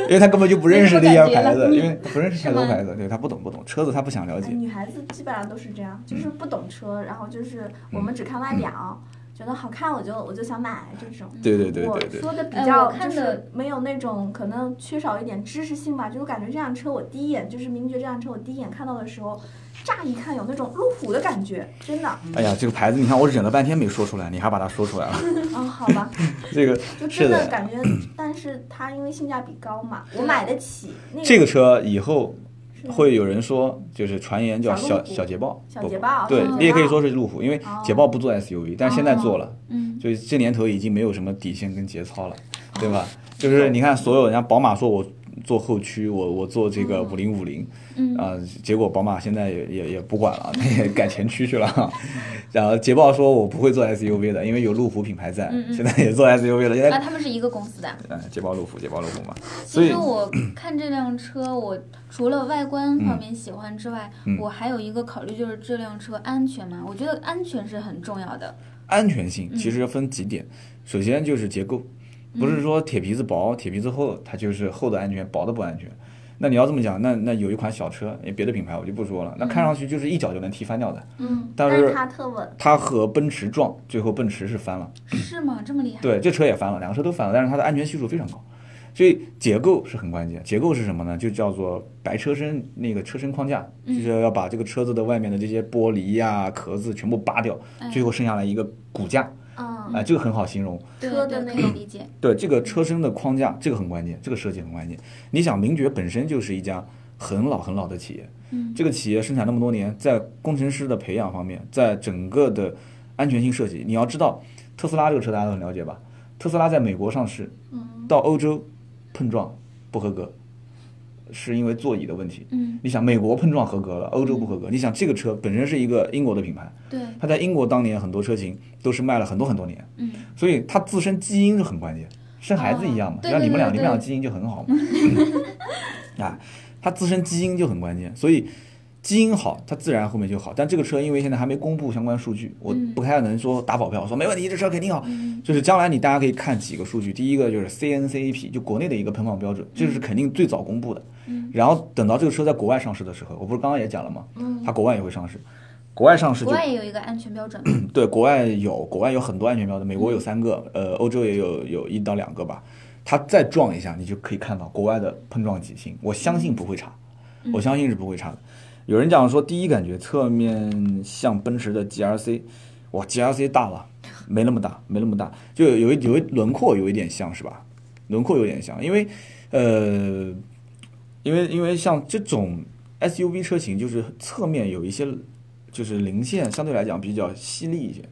S1: 因为他根本就不认识这些牌子，因为他不认识太多牌子，对他不懂不懂，车子他不想了
S3: 哎，
S1: 解。嗯
S3: 女孩子基本上都是这样，就是不懂车，然后就是我们只看外表，
S1: 嗯
S3: 觉得好看我就我就想买这种。
S1: 对对对对对
S3: 我说的比
S2: 哎
S3: 较
S2: 我看
S3: 就是
S2: 的
S3: 没有那种可能缺少一点知识性吧，就是感觉这辆车我第一眼就是名爵这辆车我第一眼看到的时候，乍一看有那种路虎的感觉，真 的。啊
S1: 哎呀，这个牌子，你看我忍了半天没说出来，你还把它说出来了，
S3: 嗯，好吧，
S1: 这个
S3: 就是真
S1: 的
S3: 的感觉，但是它因为性价比高嘛，我买得起。那
S1: 这个车以后
S3: 是
S1: 会有人说，就是传言叫
S3: 小
S1: 小
S3: 路虎
S1: 小捷豹，
S3: 小
S1: 不
S3: 捷豹哦
S1: 对
S2: 小捷，
S1: 你也可以
S3: 豹
S1: 说是路虎，因为捷豹不做 SUV，但现在做
S3: 哦
S1: 了，
S2: 嗯，
S1: 就这年头已经没有什么底线跟节操了，
S2: 啊
S1: 对吧？就是你看，所有人家宝马说我做后驱，我我做这个五零五零，
S2: 嗯
S1: 啊，结果宝马现在也也也不管了， 也改前驱去了。 然后捷豹说我不会做 SUV 的，因为有路虎品牌在，
S2: 嗯嗯
S1: 现在也做 SUV 了。现
S2: 啊，
S1: 在，
S2: 他们是一个公司的。
S1: 嗯，捷豹路虎，捷豹路虎嘛，嗯所
S2: 其
S1: 以
S2: 实我看这辆车，我除了外观方面喜欢之外，
S1: 嗯
S2: 我还有一个考虑就是这辆车安全嘛，我觉得安全是很重要的。
S1: 安全性其实分几点，首先就是结构，不是说铁皮子薄、铁皮子厚，它就是厚的安全，薄的不安全。那你要这么讲，那那有一款小车，也别的品牌我就不说了，那看上去就是一脚就能踢翻掉的，
S3: 嗯，
S1: 但
S3: 但
S1: 是
S3: 它特稳，
S1: 它和奔驰撞，最后奔驰是翻了，
S2: 是吗？这么厉害？
S1: 对，这车也翻了，两个车都翻了，但是它的安全系数非常高，所以结构是很关键。结构是什么呢？就叫做白车身那个车身框架，就是要把这个车子的外面的这些玻璃呀、壳子全部扒掉，最后剩下来一个骨架，啊、
S3: 嗯，
S1: 这个很好形容。
S2: 对
S3: 车
S2: 对
S3: 的那
S1: 嗯
S2: 可以理解。
S1: 对这个车身的框架，这个很关键，这个设计很关键。你想，名爵本身就是一家很老很老的企业，
S2: 嗯，
S1: 这个企业生产那么多年，在工程师的培养方面，在整个的安全性设计，你要知道，特斯拉这个车大家都很了解吧？特斯拉在美国上市，
S2: 嗯
S1: 到欧洲碰撞不合格，是因为座椅的问题。
S2: 嗯，
S1: 你想，美国碰撞合格了，欧洲不合格。你想，这个车本身是一个英国的品牌，
S2: 对，
S1: 它在英国当年很多车型都是卖了很多很多年，
S2: 嗯，
S1: 所以它自身基因是很关键，生孩子一样嘛
S2: 哦，对
S1: 像你们俩，
S2: 对
S1: 你
S2: 对
S1: 们俩基因就很好嘛， 啊，它自身基因就很关键，所以基因好，它自然后面就好。但这个车因为现在还没公布相关数据，我不太能说打保票，我说没问题，这车肯定好。
S2: 嗯
S1: 就是将来你大家可以看几个数据，第一个就是 CNCAP，就国内的一个喷放标
S2: 嗯
S1: 准，这是肯定最早公布的。然后等到这个车在国外上市的时候，我不是刚刚也讲了吗？它国外也会上市，国外上市就
S2: 嗯国外也有一个安全标准。
S1: 对，国外有，国外有很多安全标准，美国有三个，呃，欧洲也有有一到两个吧。它再撞一下，你就可以看到国外的碰撞几星，我相信不会差，我相信是不会差的。有人讲说，第一感觉侧面像奔驰的 GRC，哇，GRC 大了，没那么大，没那么大，就有一有一轮廓有一点像是吧？轮廓有点像，因为呃，因为因为像这种 SUV 车型，就是侧面有一些就是零线相对来讲比较犀利一些，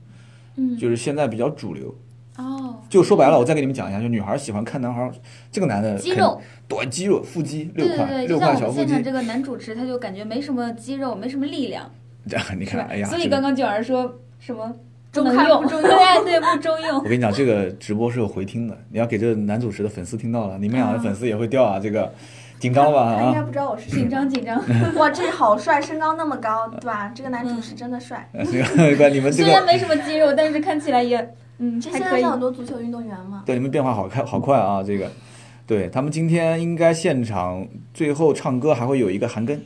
S2: 嗯，
S1: 就是现在比较主流。
S2: 哦，
S1: 就说白了，我再给你们讲一下，就女孩喜欢看男孩，这个男的
S2: 肌肉，
S1: 对肌肉、腹肌六
S2: 对对
S1: 块
S2: 对，
S1: 六
S2: 就像
S1: 块
S2: 我
S1: 小
S2: 们
S1: 腹
S2: 现
S1: 肌
S2: 场，这个男主持，他就感觉没什么肌肉，没什么力量，
S1: 你
S2: 是
S1: 看，
S2: 吧
S1: 哎呀，？
S2: 所
S1: 这
S2: 以
S1: 个
S2: 刚刚九儿说什么不
S3: 中
S2: 能
S3: 看
S2: 用，
S3: 不中用
S2: 对对不中用
S1: 我。跟你讲，这个直播是有回听的，你要给这个男主持的粉丝听到了，你们俩的粉丝也会掉啊，这个紧张吧
S2: 哎
S3: 他应该
S1: 啊。
S3: 不知道我是谁
S2: 紧
S3: 吧。
S2: 张 紧张，
S3: 哇，这好帅，身高那么高，对吧？这个男主
S2: 嗯
S3: 持真的帅。
S1: 啊 这个怪你们这
S2: 虽然
S1: 个，
S2: 没什么肌肉，但是看起来也嗯
S3: 这
S2: 还
S3: 现
S2: 可
S3: 在
S2: 以
S3: 是。很多足球运动员嘛，
S1: 对你们变化好看好快啊！这个，对他们今天应该现场最后唱歌还会有一个韩庚，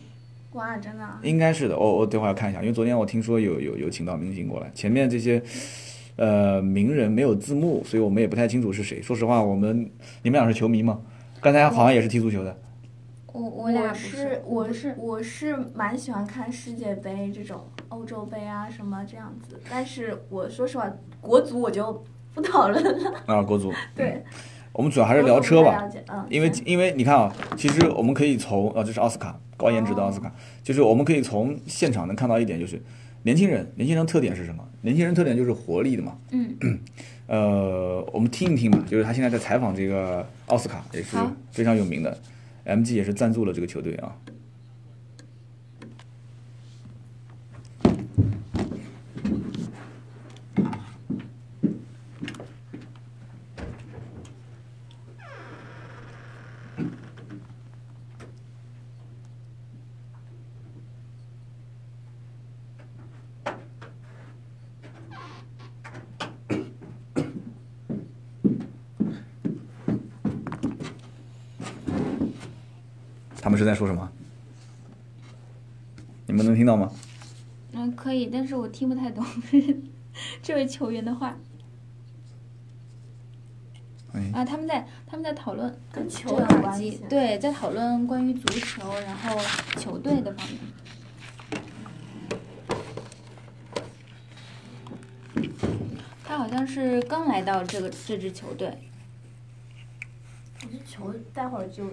S3: 哇，真的啊，
S1: 应该是的，我、我等会儿要看一下，因为昨天我听说有有有请到明星过来，前面这些呃名人没有字幕，所以我们也不太清楚是谁。说实话，我们你们俩是球迷吗？刚才好像也是踢足球的，
S2: 我我俩不
S3: 是
S2: 我
S3: 我
S2: 不是
S3: 我是蛮喜欢看世界杯这种欧洲杯啊什么这样子，但是我说实话，国足我就不讨论了。
S1: 啊，国足。
S3: 对，
S1: 我们主要还是聊车吧
S3: 我，不太了解，嗯，
S1: 因为
S3: 行
S1: 因为你看啊，其实我们可以从呃，这是奥斯卡高颜值
S2: 哦
S1: 的奥斯卡，就是我们可以从现场能看到一点，就是年轻人，年轻人特点是什么？年轻人特点就是活力的嘛。
S2: 嗯。
S1: 呃，我们听一听吧，就是他现在在采访这个奥斯卡，也是
S2: 好
S1: 非常有名的，MG 也是赞助了这个球队啊。他们是在说什么？你们能听到吗？
S2: 嗯，可以，但是我听不太懂 这位球员的话
S1: 哎，
S2: 啊。他们在他们在讨论
S3: 跟球
S2: 这
S3: 有
S2: 个
S3: 关
S2: 打击
S3: 系，，
S2: 对，在讨论关于足球，然后球队的方面。他好像是刚来到这个这支球队，
S3: 我这球待会儿就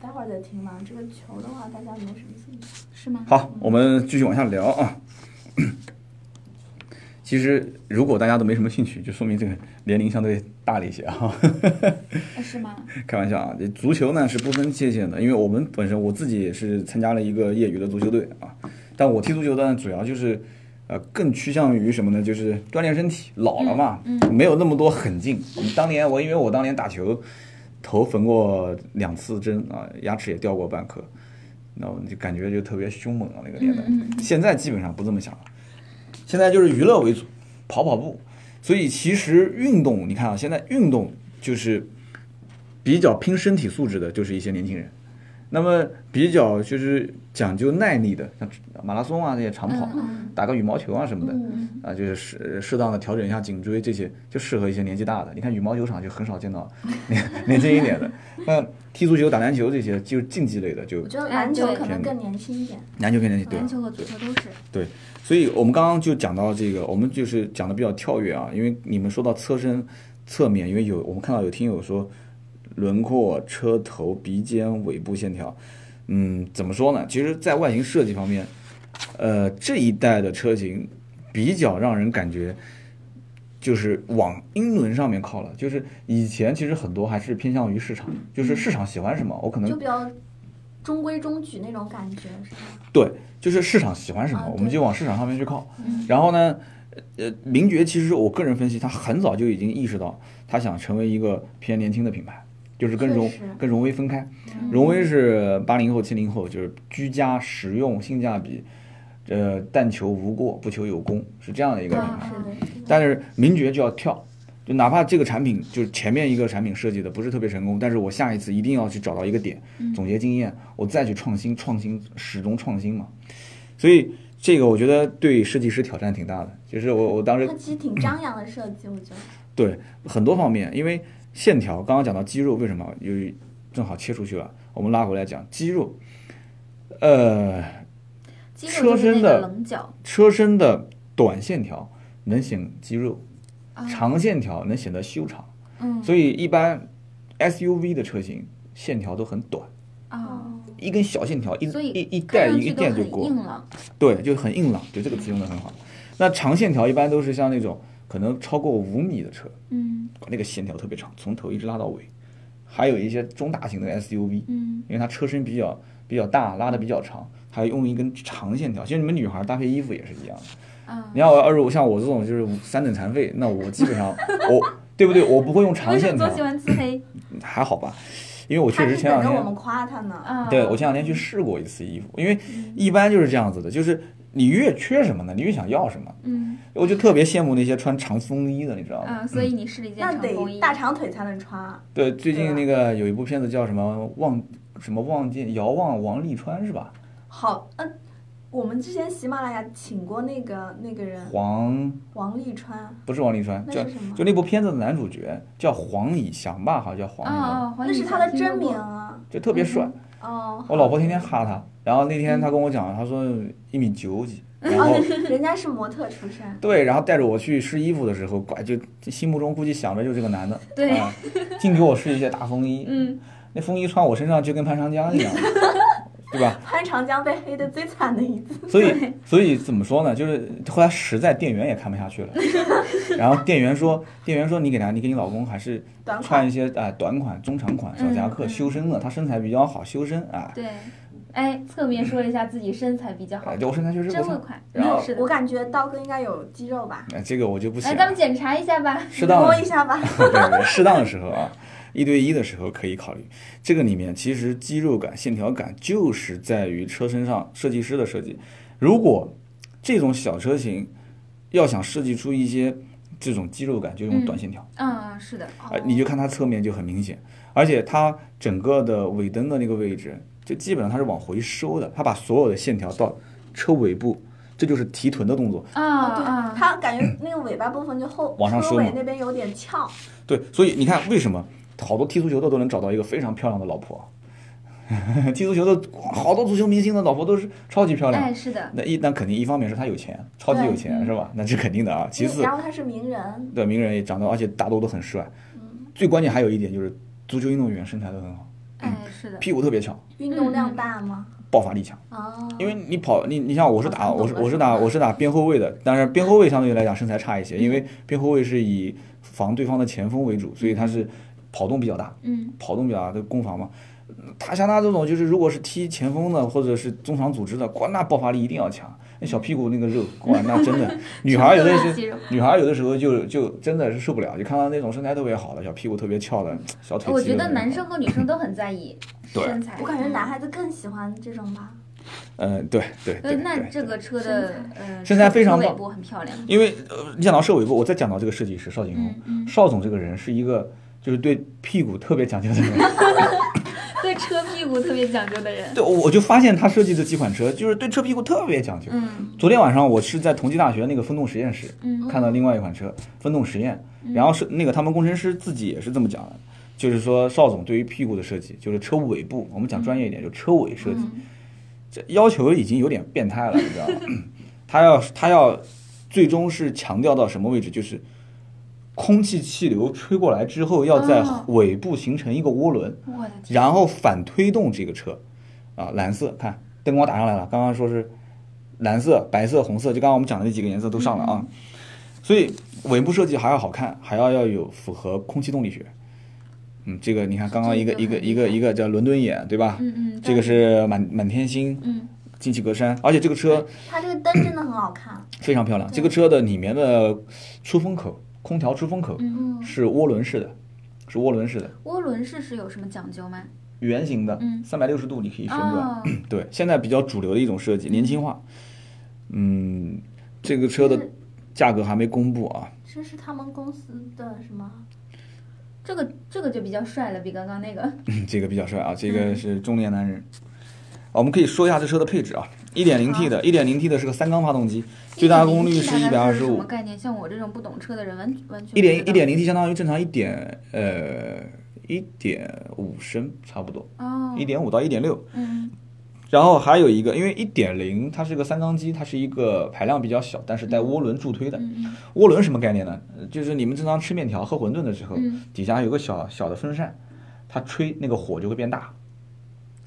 S3: 待会儿再听吧。这个球的话，大家没有什么兴趣。
S2: 是吗？
S1: 好，我们继续往下聊啊。 其实，如果大家都没什么兴趣，就说明这个年龄相对大了一些啊。
S2: 呃是吗？
S1: 开玩笑啊，这足球呢是不分界限的，因为我们本身我自己也是参加了一个业余的足球队啊，但我踢足球呢主要就是，呃，更趋向于什么呢？就是锻炼身体，老了嘛，没有那么多狠劲。当年我因为我当年打球，头缝过两次针啊，牙齿也掉过半颗，那我就感觉就特别凶猛啊那个年代。现在基本上不这么想了，现在就是娱乐为主，跑跑步。所以其实运动，你看啊，现在运动就是比较拼身体素质的，就是一些年轻人。那么比较就是讲究耐力的，像马拉松啊这些长跑，
S2: 嗯
S1: 打个羽毛球啊什么的，
S3: 嗯
S1: 啊，就是适适当的调整一下颈椎，这些就适合一些年纪大的。你看羽毛球场就很少见 到年年轻一点的，那踢足球、打篮球这些就是竞技类的，就
S3: 我觉得
S2: 哎
S3: 篮球
S2: 对
S3: 可
S1: 嗯
S3: 能更年轻一点。
S1: 篮球跟年纪对
S2: 篮球和足球都是。
S1: 对，所以我们刚刚就讲到这个，我们就是讲的比较跳跃啊，因为你们说到车身侧面，因为有我们看到有听友说轮廓、车头、鼻尖、尾部线条，嗯，怎么说呢？其实，在外形设计方面，呃，这一代的车型比较让人感觉。就是往英伦上面靠了，就是以前其实很多还是偏向于市场，就是市场喜欢什么，我可能
S3: 就比较中规中矩那种感觉，是吧？
S1: 对，就是市场喜欢什么，
S3: 啊
S1: 我们
S3: 对
S1: 就往市场上面去靠。
S2: 嗯
S1: 然后呢，呃，名爵其实我个人分析，他很早就已经意识到，他想成为一个偏年轻的品牌，就是跟
S3: 确
S1: 荣
S3: 实
S1: 跟荣威分开。
S3: 嗯
S1: 荣威是八零后、七零后，就是居家、实用、性价比，呃，但求无过，不求有功，是这样的一个品牌。
S3: 嗯是的。
S1: 但是名爵就要跳，就哪怕这个产品就是前面一个产品设计的不是特别成功，但是我下一次一定要去找到一个点，总结经验，我再去创新，创新始终创新嘛。所以这个我觉得对设计师挑战挺大的，就是我我当时
S3: 它其实挺张扬的设计，我觉得。
S1: 对很多方面，因为线条刚刚讲到肌肉为什么有正好切出去了，我们拉回来讲肌肉，呃，
S2: 肌
S1: 车
S2: 肉就是那
S1: 身
S2: 个
S1: 的
S2: 棱角，
S1: 车身的短线条能显肌肉，
S2: 啊
S1: 长线条能显得修长。
S2: 嗯
S1: 所以一般 SUV 的车型线条都很短，
S2: 啊，
S3: 哦
S1: 一根小线条一
S2: 所以
S1: 一一带
S2: 看上
S1: 一
S2: 去
S1: 个
S2: 都
S1: 电就
S2: 很
S1: 过
S2: 硬，朗，
S1: 对，就很硬朗，就这个词用的很好。那长线条一般都是像那种可能超过五米的车，
S2: 嗯
S1: 那个线条特别长，从头一直拉到尾。还有一些中大型的 SUV，
S2: 嗯
S1: 因为它车身比较比较大，拉的比较长，它用一根长线条。其实你们女孩搭配衣服也是一样的，
S2: 啊
S1: 你，要要是我像我这种就是三等残废，那我基本上我对不对？我不会用长
S2: 为什
S1: 线
S2: 么
S1: 条
S2: 总，喜欢自黑
S1: 还好吧？因为我确
S3: 他
S1: 实
S3: 是
S1: 前两
S3: 等着
S1: 天
S3: 我们夸他呢。
S2: 啊？
S1: 对我前两天去
S3: 嗯
S1: 试过一次衣服，因为一般就是这样子的，就是你越缺什么呢，你越想要什么。
S2: 嗯
S1: 我就特别羡慕那些穿长风衣的，你知道
S3: 嗯
S1: 吗？
S2: 啊，所以你试了一件
S3: 那
S2: 长风衣
S3: 得，大长腿才能穿，啊
S1: 对，最近那个有一部片子叫什么望什么望见遥望王沥川是吧？
S3: 好，嗯，我们之前喜马拉雅请过那个那个人
S1: 黄
S3: 王沥川，
S1: 不是王沥川，
S3: 那
S1: 叫
S3: 是什么
S1: 就那部片子的男主角叫黄以翔吧，好像叫黄以翔，
S2: 啊啊，
S3: 那是他的真名啊。
S1: 就特别帅。
S3: 哦，
S1: 我老婆天天哈他，然后那天他跟我讲，他说一米九几，
S3: 嗯
S1: 然后
S3: 人家是模特出身，
S1: 对，然后带着我去试衣服的时候，怪就心目中估计想着就是这个男的，
S2: 对
S1: 啊，净给我试一件大风衣，
S2: 嗯，
S1: 那风衣穿我身上就跟潘长江一 样，对吧？
S3: 潘长江被黑的最惨的一次。
S1: 所以，所以怎么说呢？就是后来实在店员也看不下去 了，然后店员说，店员说你给他，你给你老公还是
S3: 短款
S1: 穿一些啊、呃短款、中长款小夹克，
S2: 嗯嗯
S1: 修身了，他身材比较好，修身啊，
S2: 对，哎，侧面说了一下自己身材比较好
S1: 哎，我身材确实
S2: 真
S1: 不
S2: 会
S1: 错。
S2: 款，
S1: 然后
S2: 嗯是的
S3: 我，感觉刀哥应该有肌肉吧，
S1: 哎，这个我就不写
S2: 来咱
S1: 了
S2: 们，检查一下吧。
S1: 适当
S3: 摸
S1: 的
S3: 一下吧。
S1: 对对对，适当的时候啊，一对一的时候可以考虑。这个里面其实肌肉感、线条感就是在于车身上设计师的设计。如果这种小车型要想设计出一些这种肌肉感，就用短线条，
S2: 嗯，是的，
S1: 啊，你就看它侧面就很明显，而且它整个的尾灯的那个位置，就基本上它是往回收的，它把所有的线条到车尾部，这就是提臀的动作。
S2: 啊
S3: 哦对
S2: 啊，
S3: 他感觉那个尾巴部分就后
S1: 往上
S3: 车
S1: 收嘛
S3: 尾那边有点翘，
S1: 对，所以你看，为什么好多踢足球的都能找到一个非常漂亮的老婆？ 踢足球的好多足球明星的老婆都是超级漂亮。
S2: 哎，是的，
S1: 那一那肯定一方面是他有钱，超级有钱
S2: 对
S1: 是吧？那是肯定的啊。其次
S3: 然，后他是名人，
S1: 对名人也长得，而且大多都很帅。最关键还有一点就是，足球运动员身材都很好，
S2: 哎，是的，
S1: 屁股特别翘，
S3: 运动
S2: 嗯
S3: 量大吗？
S1: 爆发力强。
S3: 哦，
S1: 因为你跑，你你像我是打
S3: 哦
S1: 我是
S3: 懂了
S1: 我是打我是打边后卫的，当然边后卫相对来讲身材差一些，因为边后卫是以防对方的前锋为主，所以他是跑动比较大。
S2: 嗯，
S1: 跑动比较大的攻防嘛。嗯他像他这种就是，如果是踢前锋的或者是中场组织的，哇，那爆发力一定要强。那小屁股那个肉，哇，那真 的，女孩有的
S2: 成
S1: 是
S2: 肌肉
S1: 女孩有的时候就就真的是受不了，就看到那种身材特别好的小屁股特别翘的小腿肌肉
S2: 我
S1: 的
S2: 觉
S1: 那种。
S2: 得男生和女生都很在意
S1: 对
S2: 身材，
S3: 我感觉
S2: 嗯
S3: 男孩子更喜欢这种吧。
S1: 嗯，对对
S2: 呃，
S1: 对
S2: 那
S1: 对。
S2: 这个车的呃
S1: 身材非常
S2: 车尾
S1: 棒
S2: 部很漂亮。
S1: 因为呃，你讲到社尾部，我再讲到这个设计师邵景
S2: 嗯
S1: 宏，
S2: 嗯，
S1: 邵总这个人是一个就是对屁股特别讲究的人。
S2: 对车屁股特别讲究的人。
S1: 对，我我就发现他设计这几款车就是对车屁股特别讲究。
S2: 嗯
S1: 昨天晚上我是在同济大学那个风洞实验室，
S2: 嗯
S1: 看到另外一款车分动实验，然后是那个他们工程师自己也是这么讲的，就是说邵总对于屁股的设计，就是车尾部，我们讲专业一点，就车尾设计，
S2: 嗯
S1: 嗯这要求已经有点变态了，你知道吗？ 他要他要最终是强调到什么位置，就是空气气流吹过来之后，要在
S2: 哦
S1: 尾部形成一个涡轮，
S2: 我的天，
S1: 然后反推动这个车，啊，蓝色看灯光打上来了，刚刚说是蓝色、白色、红色，就刚刚我们讲的那几个颜色都上了
S2: 嗯
S1: 啊。所以尾部设计还要好看，还要要有符合空气动力学。嗯，这个你看，刚刚一个一个一个一个叫伦敦眼，对吧？
S2: 嗯嗯，
S1: 这个是满满天星，
S2: 嗯
S1: 进气格栅，而且这个车
S3: 他这个灯真的很好看，
S1: 非常漂亮。
S2: 嗯
S1: 这个车的里面的出风口，空调出风口
S2: 嗯，
S1: 是涡轮式的，是涡轮式的，
S2: 涡轮式是有什么讲究吗？
S1: 圆形的
S2: 嗯，
S1: 三百六十度你可以旋转。
S2: 哦，
S1: 对，现在比较主流的一种设计，年轻化。嗯，这个车的
S3: 是
S1: 价格还没公布啊。
S3: 这是他们公司的什么？
S2: 这个这个就比较帅了，比刚刚那个。
S1: 这个比较帅
S2: 嗯
S1: 啊，这个是中年男人。啊我们可以说一下这车的配置啊，1.0T 的，1.0T 的是个三缸发动机， 最大功率
S2: 1.0 T
S1: 是
S2: 大
S1: 一百
S2: 概
S1: 二
S2: 是
S1: 十
S2: 什
S1: 五
S2: 么。概念？像我这种不懂车的人，完完全
S1: 一点
S2: 不知
S1: 一
S2: 道
S1: 点零 T 相当于正常一点呃一点五升差不多，
S2: 哦，
S1: 一点五到一点六。
S2: 嗯
S1: 然后还有一个，因为一点零它是个三缸机，它是一个排量比较小，但是带涡轮助推的。
S2: 嗯嗯
S1: 涡轮什么概念呢？呃就是你们正常吃面条、喝馄饨的时候，
S2: 嗯
S1: 底下有个小小的风扇，它吹那个火就会变大，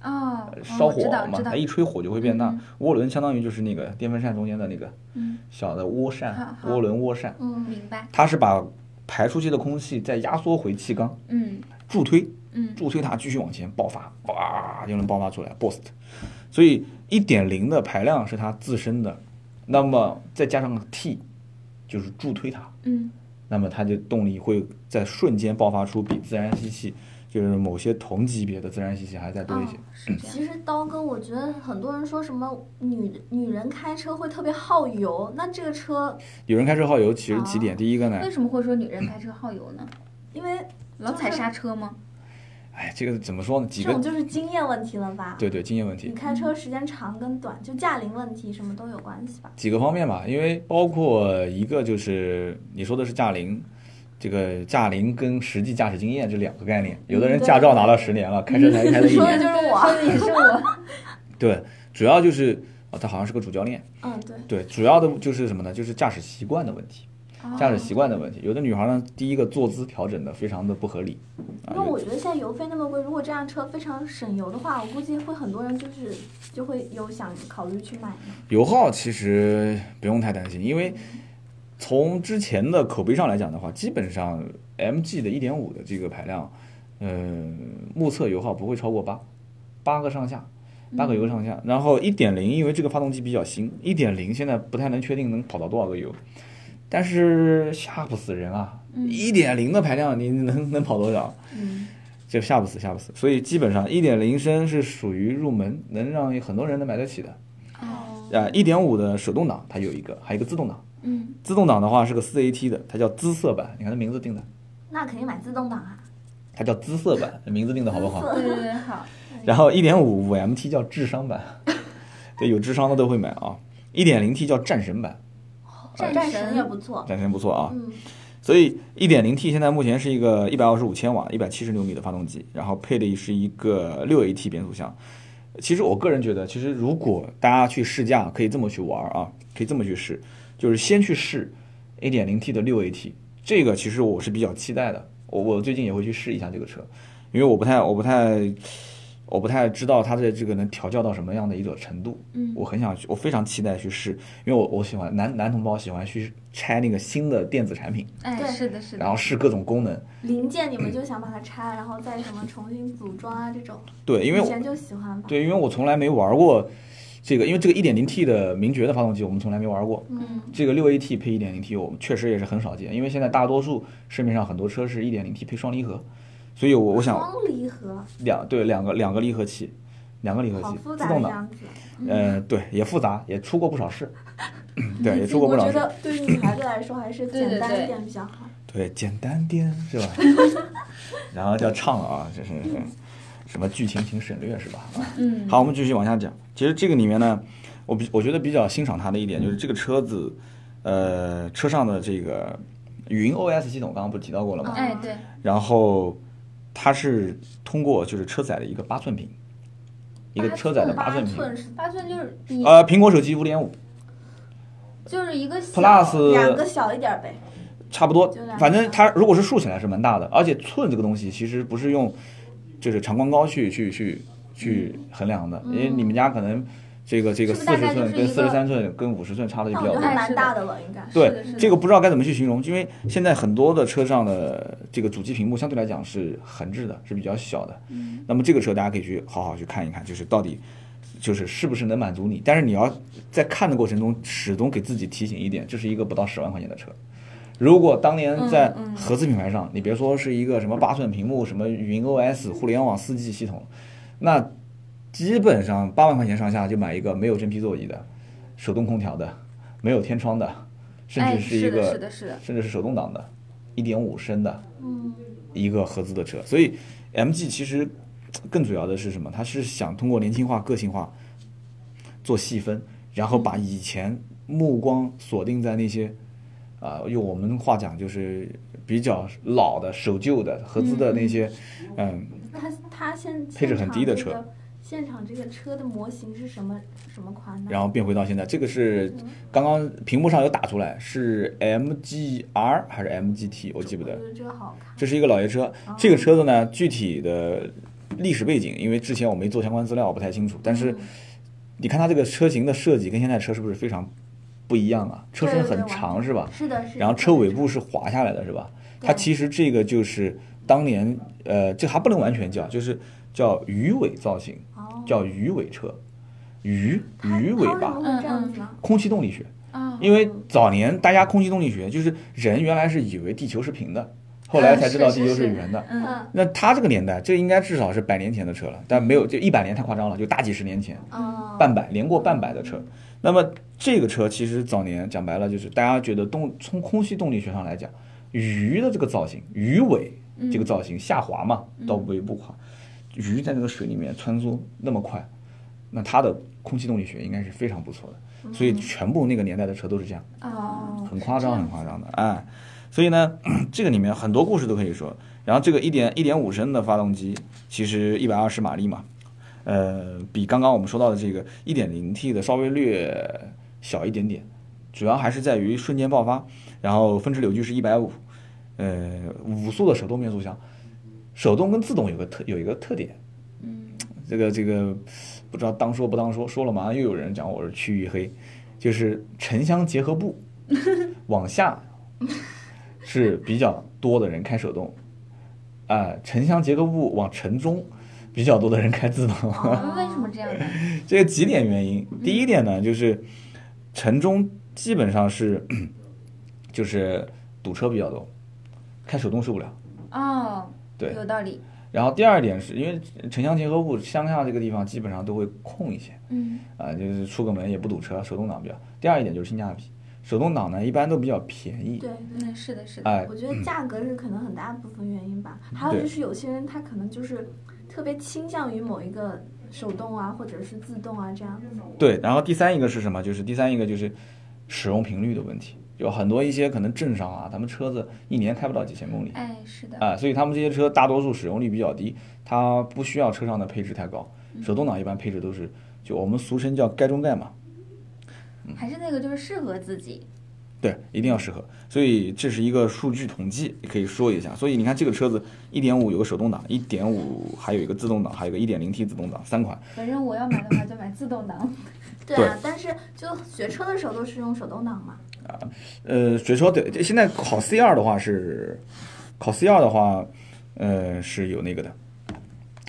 S2: 哦，
S1: 呃
S2: 哦
S1: 烧
S2: 我
S1: 火
S2: 知道
S1: 嘛，
S2: 知道
S1: 它，一吹火就会变大。涡轮相当于就是那个电风扇中间的那个
S2: 嗯
S1: 小的涡
S2: 好
S1: 扇，
S2: 好
S1: 涡轮涡扇，
S3: 嗯，
S2: 明白，
S1: 它是把排出去的空气再压缩回气缸，
S2: 嗯
S1: 助推，
S2: 嗯
S1: 助推它继续往前爆发，哇，就能爆发出来，boost。所以一点零的排量是它自身的，那么再加上 T，就是助推它。
S2: 嗯
S1: 那么它就动力会在瞬间爆发出比自然吸气，就是某些同级别的自然吸气还再多一些嗯
S2: 哦。，是这样。
S3: 其实刀哥，我觉得很多人说什么女女人开车会特别耗油，那这个车
S1: 有人开车耗油，其实几点？第一个呢
S2: 为，什么会说女人开车耗油呢？
S3: 因为
S2: 老踩刹车吗？
S1: 哎，这个怎么说呢？几
S3: 这种
S1: 个
S3: 就是经验问题了吧？
S1: 对对经验问
S3: 你
S1: 题，
S3: 开车时间长跟短，就驾龄问题什么都有关系吧？
S1: 几个方面吧，因为包括一个就是你说的是驾龄。这个驾龄跟实际驾驶经验这两个概念，有的人
S3: 对
S1: 驾照拿 了十年了，开车才开了一
S3: 说的
S1: 年，
S3: 就是我
S2: 说的也是我。
S1: 对，主要就是啊啊，他好像是个主教练。
S3: 嗯，对，
S1: 对，主要的就是什么呢？就是驾驶习惯的问题，
S2: 哦
S1: 驾驶习惯的问题。有的女孩呢，第一个坐姿调整的非常的不合理，啊
S3: 因为，我觉得现在油费那么贵，如果这辆车非常省油的话，我估计会很多人就是就会有想考虑去买的。
S1: 油耗其实不用太担心，因为从之前的口碑上来讲的话，基本上 MG 的1.5的这个排量，呃，目测油耗不会超过八，八个上下，八个油上下。然后1.0因为这个发动机比较新，1.0现在不太能确定能跑到多少个油，但是吓不死人啊！1.0的排量你能能跑多少？
S3: 嗯，
S1: 就吓不死，吓不死。所以基本上一点零升是属于入门，能让很多人能买得起的。
S3: 哦，
S1: 啊，一点五的手动挡它有一个，还有一个自动挡。
S3: 嗯，
S1: 自动挡的话是个四 AT 的，它叫姿色版，你看它名字定的，
S3: 那肯定买自动挡啊。
S1: 它叫姿色版，名字定的好不好？
S2: 对对对，好，
S1: 然后一点五五 MT 叫智商版， 对，有智商的都会买啊。一点零 T 叫战神版，
S2: 战
S3: 战
S2: 神
S3: 神也不错。
S1: 战神不错啊。
S3: 嗯，
S1: 所以一点零 T 现在目前是一个一百二十五千瓦、一百七十牛米的发动机，然后配的是一个六 AT 变速箱。其实我个人觉得，其实如果大家去试驾，可以这么去玩儿啊，可以这么去试，就是先去试一点零 T 的六 AT，这个其实我是比较期待的。我我最近也会去试一下这个车，因为我不太我不太我不太知道它的这个能调教到什么样的一个程度。
S3: 嗯
S1: 我很想去，我非常期待去试，因为我我喜欢男男同胞喜欢去拆那个新的电子产品。
S2: 哎，
S3: 对
S2: 是的，是
S1: 然后
S2: 的，
S1: 试各种功能。
S3: 零件你们就想把它拆，然后再什么重新组装啊这种，
S1: 对，因为
S3: 以
S1: 我
S3: 前就喜欢吧。
S1: 对，因为我从来没玩过这个，因为这个 1.0T 的名爵的发动机我们从来没玩过。
S3: 嗯，
S1: 这个 6AT 配 1.0T 我们确实也是很少见，因为现在大多数市面上很多车是 1.0T 配双离合，所以我我想
S3: 双离合，
S1: 两对两个两个离合器，两个离合
S3: 好
S1: 器
S3: 复
S1: 自
S3: 杂
S1: 动
S3: 的
S1: 挡，
S3: 样子。
S1: 呃，对，也复杂，也出过不少 事，对，也出过不
S3: 我
S1: 少
S3: 觉
S1: 事。
S3: 得对于女孩子来说，还是
S2: 对对
S3: 简单
S2: 对
S3: 一点比较好。
S1: 对，简单点是吧？ 然后叫唱了啊，这是是什么剧情请省略是吧？啊，
S2: 嗯，
S1: 好，我们继续往下讲。其实这个里面呢，我比我觉得比较欣赏它的一
S2: 嗯
S1: 点就是这个车子，呃，车上的这个云 OS 系统，刚刚不是提到过了吗？
S2: 哎，对，
S1: 然后它是通过就是车载的一个八寸屏，一个车载的八寸屏，
S3: 寸是
S2: 八寸就是比
S1: 呃，苹果手机五点五
S2: 就是一个小
S1: Plus
S3: 两个小一点儿呗。
S1: 差不多
S3: 就两，
S1: 反正它如果是竖起来是蛮大的，而且寸这个东西其实不是用就是长宽高去去去去衡量的，因为你们家可能这个这个
S2: 嗯是不是
S1: 四十
S2: 大概
S1: 寸
S2: 就是
S1: 跟
S2: 一
S1: 四
S2: 个哦
S1: 十三寸跟五十寸差的就
S3: 那
S1: 比
S3: 我
S1: 较多
S3: 觉得。还蛮大的了，应该。
S2: 是
S1: 对
S2: 的是的
S1: 这个不知道该怎么去形容，因为现在很多的车上的这个主机屏幕相对来讲是横置的，是比较小的。
S2: 嗯
S1: 那么这个车大家可以去好好去看一看，就是到底就是是不是能满足你。但是你要在看的过程中，始终给自己提醒一点，这是一个不到十万块钱的车。如果当年在
S2: 嗯
S1: 合资品牌上，你别说是一个什么八寸屏幕、什么云 OS、互联网四 G 系统，那基本上八万块钱上下就买一个没有真皮座椅的、手动空调的、没有天窗的，甚
S2: 哎，
S1: 至是一
S2: 是
S1: 个、
S2: 的，是的，是的，
S1: 甚至是手动挡的，一点五升的
S3: 嗯，
S1: 一个合资的车。所以 MG 其实更主要的是什么？它是想通过年轻化、个性化做细分，然后把以前目光锁定在那些。啊、用我们话讲就是比较老的、守旧的、合资
S2: 嗯
S1: 的那些，嗯，
S3: 它它现
S1: 配置很低的车。
S3: 现场这个现场这个车的模型是什么什么款呢？
S1: 然后变回到现在，这个是刚刚屏幕上有打出来，是 MGR 还是 MGT？我记不
S3: 我觉
S1: 得。
S3: 得这个好看。
S1: 这是一个老爷车，这个车子呢，具体的历史背景，因为之前我没做相关资料，我不太清楚。但是
S3: 嗯
S1: 你看它这个车型的设计跟现在车是不是非常不一样啊？车身
S3: 对对
S1: 很
S3: 完
S1: 长
S3: 全
S1: 是吧？
S3: 是的，是的。
S1: 然后车尾部是滑下来的，是吧？它其实这个就是当年，呃，这还不能完全叫，就是叫鱼尾造型，
S3: 哦
S1: 叫鱼尾车，鱼
S3: 它
S1: 鱼尾巴
S3: 它为什么会这样子呢？
S1: 空气动力学
S2: 啊
S1: 因为早年大家空气动力学就是人原来是以为地球是平的，后来才知道地球是圆的。
S2: 嗯，
S1: 那他这个年代，这应该至少是百年前的车了，但没有就一百年太夸张了，就大几十年前，
S3: 嗯，
S1: 半百年过半百的车。那么这个车其实早年讲白了，就是大家觉得动从空气动力学上来讲，鱼的这个造型，鱼尾这个造型下滑嘛，到尾部滑，鱼在那个水里面穿梭那么快，那它的空气动力学应该是非常不错的，所以全部那个年代的车都是这样。
S2: 哦，
S1: 很夸张，很夸张的，哎，所以呢，这个里面很多故事都可以说。然后这个一点一点五升的发动机，其实一百二十马力嘛，呃，比刚刚我们说到的这个 1.0T 的稍微略小一点点，主要还是在于瞬间爆发，然后峰值扭矩是150，呃，五速的手动变速箱，手动跟自动有个特有一个特点，嗯，这个这个不知道当说不当说，说了马上又有人讲我是区域黑，就是城乡结合部往下是比较多的人开手动，啊、城乡结合部往城中比较多的人开自动，
S2: 啊为什么这样呢？
S1: 这个几点原因。第一点呢，就是城中基本上是就是堵车比较多，开手动受不了。
S2: 哦，
S1: 对
S2: 有道理。
S1: 然后第二点是因为城乡结合部乡下这个地方基本上都会空一些，
S3: 嗯，
S1: 啊、就是出个门也不堵车，手动挡比较。第二一点就是性价比，手动挡呢一般都比较便宜，
S3: 对对。
S2: 嗯，是的，是的。
S1: 哎、
S3: 我觉得价格是可能很大部分原因吧，还有
S1: 对
S3: 就是有些人他可能就是特别倾向于某一个手动啊，或者是自动啊这样子。
S1: 对。然后第三一个是什么？就是第三一个就是使用频率的问题，有很多一些可能镇上啊，咱们车子一年开不到几千公里，
S2: 哎，是的。
S1: 啊、所以他们这些车大多数使用率比较低，它不需要车上的配置太高。手动挡一般配置都是，就我们俗称叫盖中盖嘛，
S2: 还是那个，就是适合自己。
S1: 对，一定要适合。所以这是一个数据统计，可以说一下。所以你看这个车子，1.5有个手动挡，1.5还有一个自动挡，还有一个 1.0T 自动挡，三款。
S2: 反正我要买的话，就买自动挡。
S3: 对啊，但是就学车的时候都是用手动挡嘛。
S1: 呃，所以说对，现在考 C 二的话是，考 C 二的话，呃是有那个的，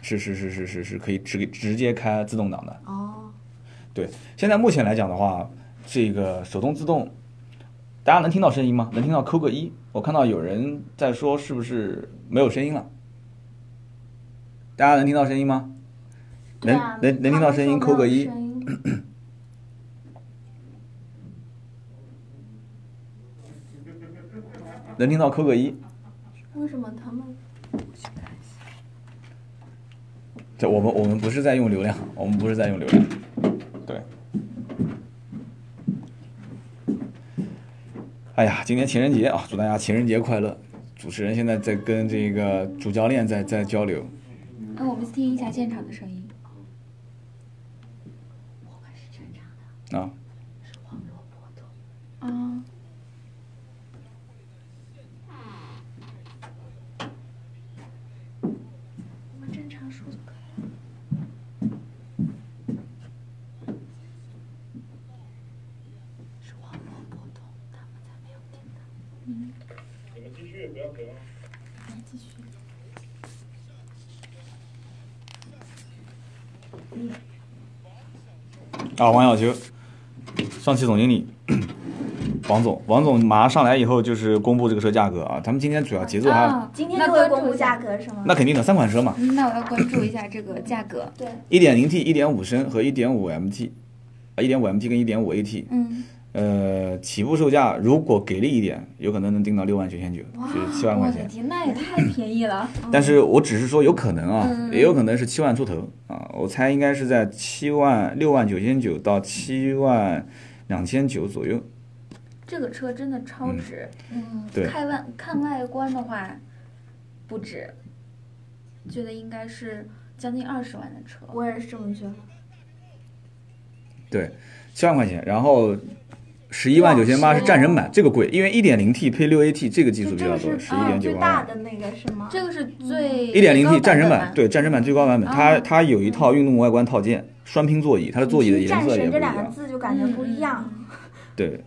S1: 是是是是是是可以直直接开自动挡的。
S3: 哦，
S1: 对，现在目前来讲的话，这个手动自动，大家能听到声音吗？能听到扣个一。我看到有人在说是不是没有声音了？大家能听到声音吗？
S3: 对
S1: 能、
S3: 啊，
S1: 能能听到声音扣个一
S3: 他。们说没有声音
S1: 能听到扣个一。
S3: 为什么他们？
S1: 这我们我们不是在用流量，我们不是在用流量，对。哎呀，今天情人节啊，祝大家情人节快乐！主持人现在在跟这个主教练在在交流，
S2: 那我们听一下现场的声音。
S3: 我们是正常的，
S1: 啊，
S3: 是网络波动。
S2: 啊，
S3: 我们正常说就可以了。是网络波动，他们才没有听到。
S5: 你们继续，不要回啊。
S3: 来继续。嗯，
S1: 啊，王小球，上汽总经理，王总，王总马上上来以后就是公布这个车价格啊。咱们今天主要节奏还，
S2: 啊，
S3: 今天
S2: 那
S3: 就会
S2: 关
S3: 公
S2: 注
S3: 布
S2: 一
S3: 价
S2: 下。
S3: 格是吗？
S1: 那肯定的，三款车嘛，
S2: 嗯那我要关注一下这个价 格。
S3: 对，
S1: 一点零 T、一点五升和一点五 MT，啊，一点五 MT 跟一点五 AT，
S2: 嗯，
S1: 呃，起步售价如果给力一点，有可能能定到六万九千九，就是七万
S2: 我
S1: 块
S2: 的
S1: 钱。
S2: 天，那也太便宜了。
S1: 但是我只是说有可能啊
S2: 嗯，
S1: 也有可能是七万出头啊，我猜应该是在七万六万九千九到七万两千九左右。
S2: 这个车真的超值。嗯，
S1: 对
S2: 看外看外观的话，不止，觉得应该是将近二十万的车。
S3: 我也是这么觉得。
S1: 对，七万块钱，然后十一万九千八是战神版，这个贵，因为一点零 T 配六 AT 这个技术
S3: 就
S1: 比
S3: 这
S1: 较
S3: 个
S1: 多，
S3: 是啊
S1: 十一点
S3: 嗯最
S1: 九
S3: 大
S1: 万。
S3: 的那个是吗？
S2: 这个是最
S1: 一点零 T
S2: 最高
S1: 战神
S2: 版
S1: 版，
S2: 本吧，
S1: 对战神版最高版
S3: 啊
S1: 本，它
S2: 哦
S1: 它有一套运动外观套件，双拼座椅，它的座椅的
S3: 你听
S1: 颜
S3: 战
S1: 色也
S3: 神
S1: 不
S3: 这
S1: 一
S3: 两个
S1: 样。
S3: 字就感觉不一样，
S1: 对，
S2: 嗯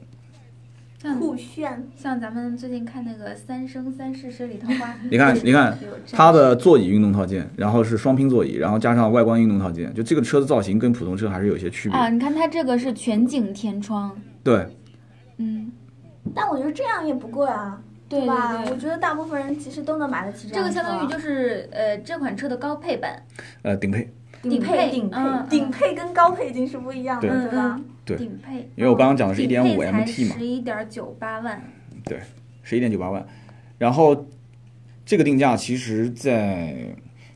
S2: 像
S3: 酷炫。
S2: 像咱们最近看那个《三生三世十里桃花》，
S1: 你看你看
S2: 有这样
S1: 它的座椅运动套件，然后是双拼座椅，然后加上外观运动套件，就这个车子造型跟普通车还是有些区别。
S2: 啊，你看它这个是全景天窗，
S1: 对，
S2: 嗯，
S3: 但我觉得这样也不贵啊，
S2: 对
S3: 吧？
S2: 对
S3: 我
S2: 对。
S3: 觉得大部分人其实都能买得起
S2: 这
S3: 样
S2: 个
S3: 的车
S2: 相
S3: 啊
S2: 当于就是呃这款车的高配版，
S1: 呃，顶配，
S3: 顶配、
S2: 顶
S3: 顶
S2: 配嗯
S3: 配、顶配跟高配已经是不一样的，
S1: 对
S3: 对吧？
S1: 对
S2: 顶嗯配。
S1: 因为我刚刚讲的是1.5 MT 嘛
S2: 十一点九八万，
S1: 十一点九八万，然后这个定价其实在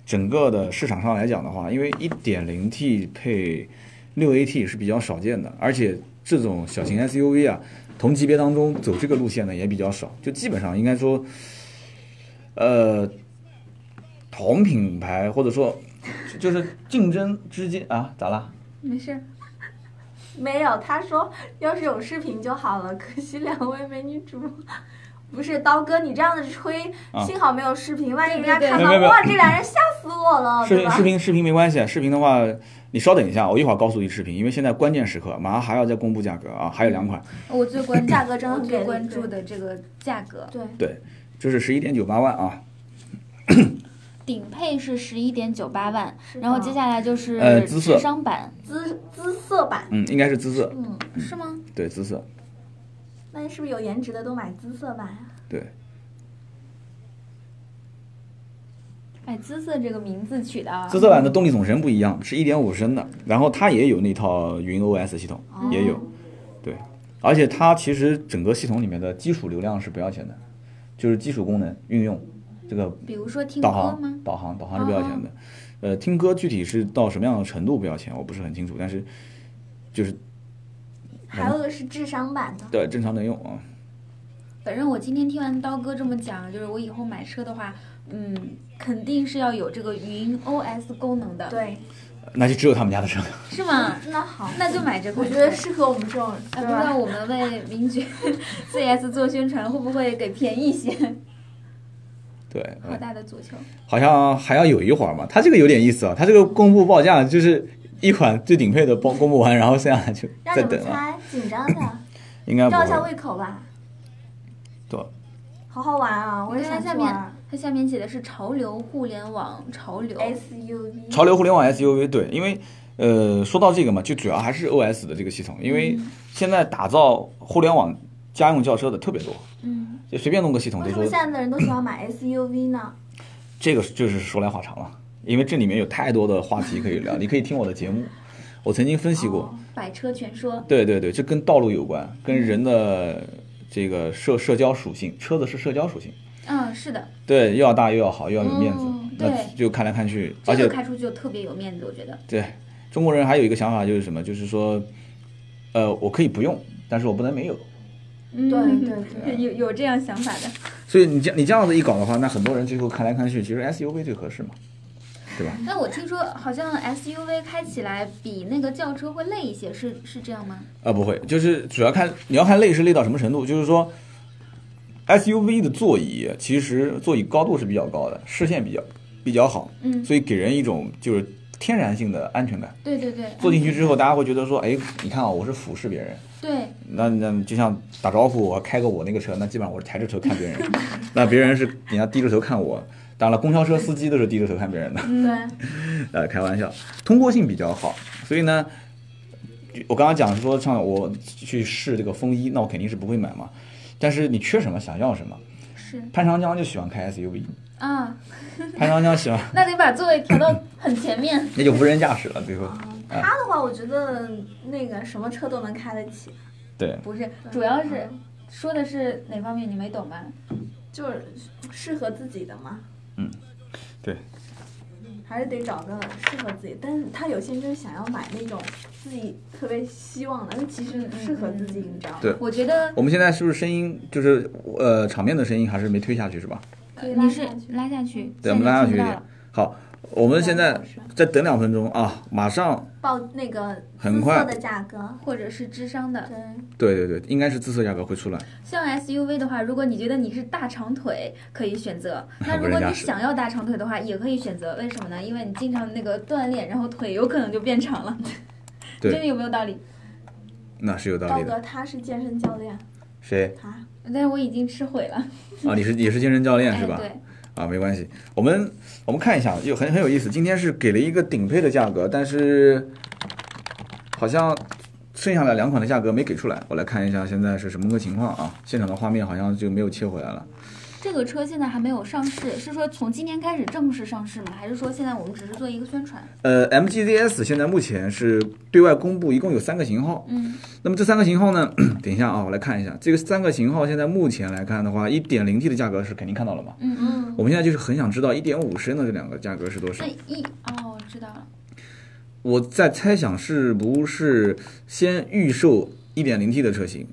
S1: 整个的市场上来讲的话，因为一点零 T 配六 AT 是比较少见的，而且这种小型 SUV 啊，同级别当中走这个路线的也比较少，就基本上应该说，呃，同品牌或者说就是竞争之间啊，咋啦？
S2: 没事，嗯
S3: 没有，他说要是有视频就好了，可惜两位美女主播。不是刀哥，你这样子吹，
S1: 啊
S3: 幸好没有视频，万一人家
S2: 对对
S3: 看
S2: 对
S3: 到，
S1: 没有没有
S3: 哇，这俩人吓死我
S2: 哦
S3: 了，
S1: 视
S3: 对
S1: 频
S3: 吧
S1: 视？频视频没关系，啊视频的话你稍等一下，我一会儿告诉你视频，因为现在关键时刻，马上还要再公布价格啊，还有两款，
S2: 我最 关
S3: 价格真的
S2: 我
S3: 很
S2: 最
S3: 给力
S2: 关
S3: 对
S2: 注的这个价格，
S3: 对，
S1: 这是十一点九八万啊，
S2: 顶配是十一点九八万，
S3: 是的
S2: 然后接下来就是
S1: 呃姿色
S2: 智商版，
S3: 姿姿色版，
S1: 嗯，应该是姿色，
S3: 嗯，
S2: 是吗？
S1: 对姿色，
S3: 那是不是有颜值的都买姿色版啊呀、
S1: 对，
S2: 哎，姿色这个名字取的啊，
S1: 姿色版的动力总成不一样，是一点五升的，然后它也有那套云 OS 系统，
S2: 哦
S1: 也有，对，而且它其实整个系统里面的基础流量是不要钱的，就是基础功能运用这个
S2: 比如说听
S1: 导
S2: 歌吗哦
S1: 航，？导航，导航是不要钱的。呃，听歌具体是到什么样的程度不要钱，我不是很清楚，但是就是嗯
S3: 还有一个是智商版的，
S1: 对正常能用啊。
S2: 反正我今天听完刀哥这么讲，就是我以后买车的话，嗯，肯定是要有这个云 OS 功能的，，
S3: 对，
S1: 那就只有他们家的车。
S2: 是吗？
S3: 那好，
S2: 那就买这
S3: 我
S2: 款
S3: 觉
S2: 车。
S3: 得适合我们这种人，
S2: 哎，
S3: 对
S2: 不知道
S3: 吧？
S2: 我们为名 爵 CS 做宣传会不会给便宜些？
S1: 哎对，
S2: 好
S1: 呃
S2: 大的足球，
S1: 好像还要有一会儿嘛。它这个有点意思啊，它这个公布报价就是一款最顶配的报公布完，然后剩下来就
S3: 让
S1: 再
S3: 你们
S1: 等啊了，
S3: 猜，紧张的，
S1: 应该不
S3: 吊一下
S1: 会。
S3: 胃口吧。
S1: 对，
S3: 好好玩啊！我也
S2: 你看它
S3: 想
S2: 下
S3: 去
S2: 面
S3: 玩
S2: 它下面写的是潮流互联网潮流，
S3: 哎 SUV。
S1: 潮呃流互联网 SUV 对，因为呃说到这个嘛，就主要还是 OS 的这个系统，因为现在打造互联网家用轿车的特别多，
S2: 嗯，
S1: 就随便弄个系统
S3: 为
S1: 都
S3: 什么
S1: 说
S3: 现在的人都喜欢买 SUV 呢？
S1: 这个就是说来话长了，因为这里面有太多的话题可以聊。你可以听我的节目，我曾经分析过。
S2: 哦百车全说，
S1: 对对对，这跟道路有关，跟人的这个社社交属性，车子是社交属性。
S2: 嗯，是的，
S1: 对，又要大又要好，又要有面子，
S3: 嗯
S1: 那
S2: 哦对
S1: 就看来看去，而
S2: 这
S1: 且
S2: 个开出去就特别有面子，我觉得。
S1: 对中国人还有一个想法就是什么，就是说，呃，我可以不用，但是我不能没有。
S2: 嗯
S3: 对对对
S2: 有有这样想法的。
S1: 所以你这你这样子一搞的话，那很多人最后看来看去，其实 SUV 最合适嘛，对吧？
S2: 但我听说好像 SUV 开起来比那个轿车会累一些，是是这样吗？
S1: 啊，不会，就是主要看你要看累是累到什么程度，就是说，SUV 的座椅其实座椅高度是比较高的，视线比较比较好，
S2: 嗯
S1: 所以给人一种就是天然性的安全感。
S2: 对对对，
S1: 坐进去之后，大家会觉得说，哎，你看啊，我是俯视别人，
S2: 对，
S1: 那那就像打招呼，我开个我那个车，那基本上我是抬着头看别人，那别人是人家低着头看我。当然了，公交车司机都是低着头看别人的，
S2: 嗯
S3: 对，
S1: 呃，开玩笑，通过性比较好，所以呢，我刚刚讲说，像我去试这个风衣，那我肯定是不会买嘛。但是你缺什么想要什么，
S2: 是
S1: 潘长江就喜欢开 SUV，
S2: 啊，
S1: 潘长江喜欢，
S2: 那得把座位调到很前面。
S1: 那就无人驾驶了，最后，
S3: 他的话，我觉得那个什么车都能开得起，
S1: 对，
S2: 不是，主要是说的是哪方面你没懂吧？
S3: 就是适合自己的嘛。
S1: 嗯，对，
S3: 还是得找个适合自己。但是他有些人就是想要买那种自己特别希望的，但其
S2: 嗯
S3: 实不适合自己，你知道吗？
S1: 对
S2: 我觉得
S1: 我们现在是不是声音就是呃场面的声音还是没推下去是吧？
S3: 可以拉
S2: 你是
S3: 下去
S2: 拉下去，
S1: 对，我
S2: 现
S1: 们
S2: 在
S1: 拉下去一
S2: 听不
S1: 点
S2: 到了。
S1: 好，我们现在
S3: 两个小时
S1: 再等两分钟啊，马上，
S3: 报那个
S1: 很
S3: 姿
S1: 快
S3: 色的价格，
S2: 或者是智商的，
S3: 对，
S1: 对对对，应该是自测价格会出来。
S2: 像 SUV 的话，如果你觉得你是大长腿，可以 选择；那
S1: 不
S2: 如果
S1: 人家
S2: 你
S1: 是
S2: 想要大长腿的话，也可以选择。为什么呢？因为你经常那个锻炼，然后腿有可能就变长了。
S1: 对
S2: 这个有没有道理？
S1: 那是有道
S3: 道
S1: 理的。
S3: 哥他是健身教练，
S1: 谁
S3: 他
S2: 但是我已经 吃毁了，
S1: 啊？你是你是健身教练
S2: 哎，
S1: 是吧？
S2: 对，
S1: 啊，没关系，我们我们看一下，有很很有意思。今天是给了一个顶配的价格，但是好像剩下的两款的价格没给出来。我来看一下现在是什么个情况啊？现场的画面好像就没有切回来了。
S2: 这个车现在还没有上市，是说从今天开始正式上市吗？还是说现在我们只是做一个宣传？
S1: 呃，MGZS 现在目前是对外公布，一共有三个型号。
S2: 嗯，
S1: 那么这三个型号呢？ 等一下啊，我来看一下这个三个型号。现在目前来看的话，一点零 T 的价格是肯定看到了嘛？
S2: 嗯嗯。
S1: 我们现在就是很想知道一点五升的这两个价格是多少
S2: 那。一哦，知道了，
S1: 我在猜想是不是先预售 1.0T 的车型？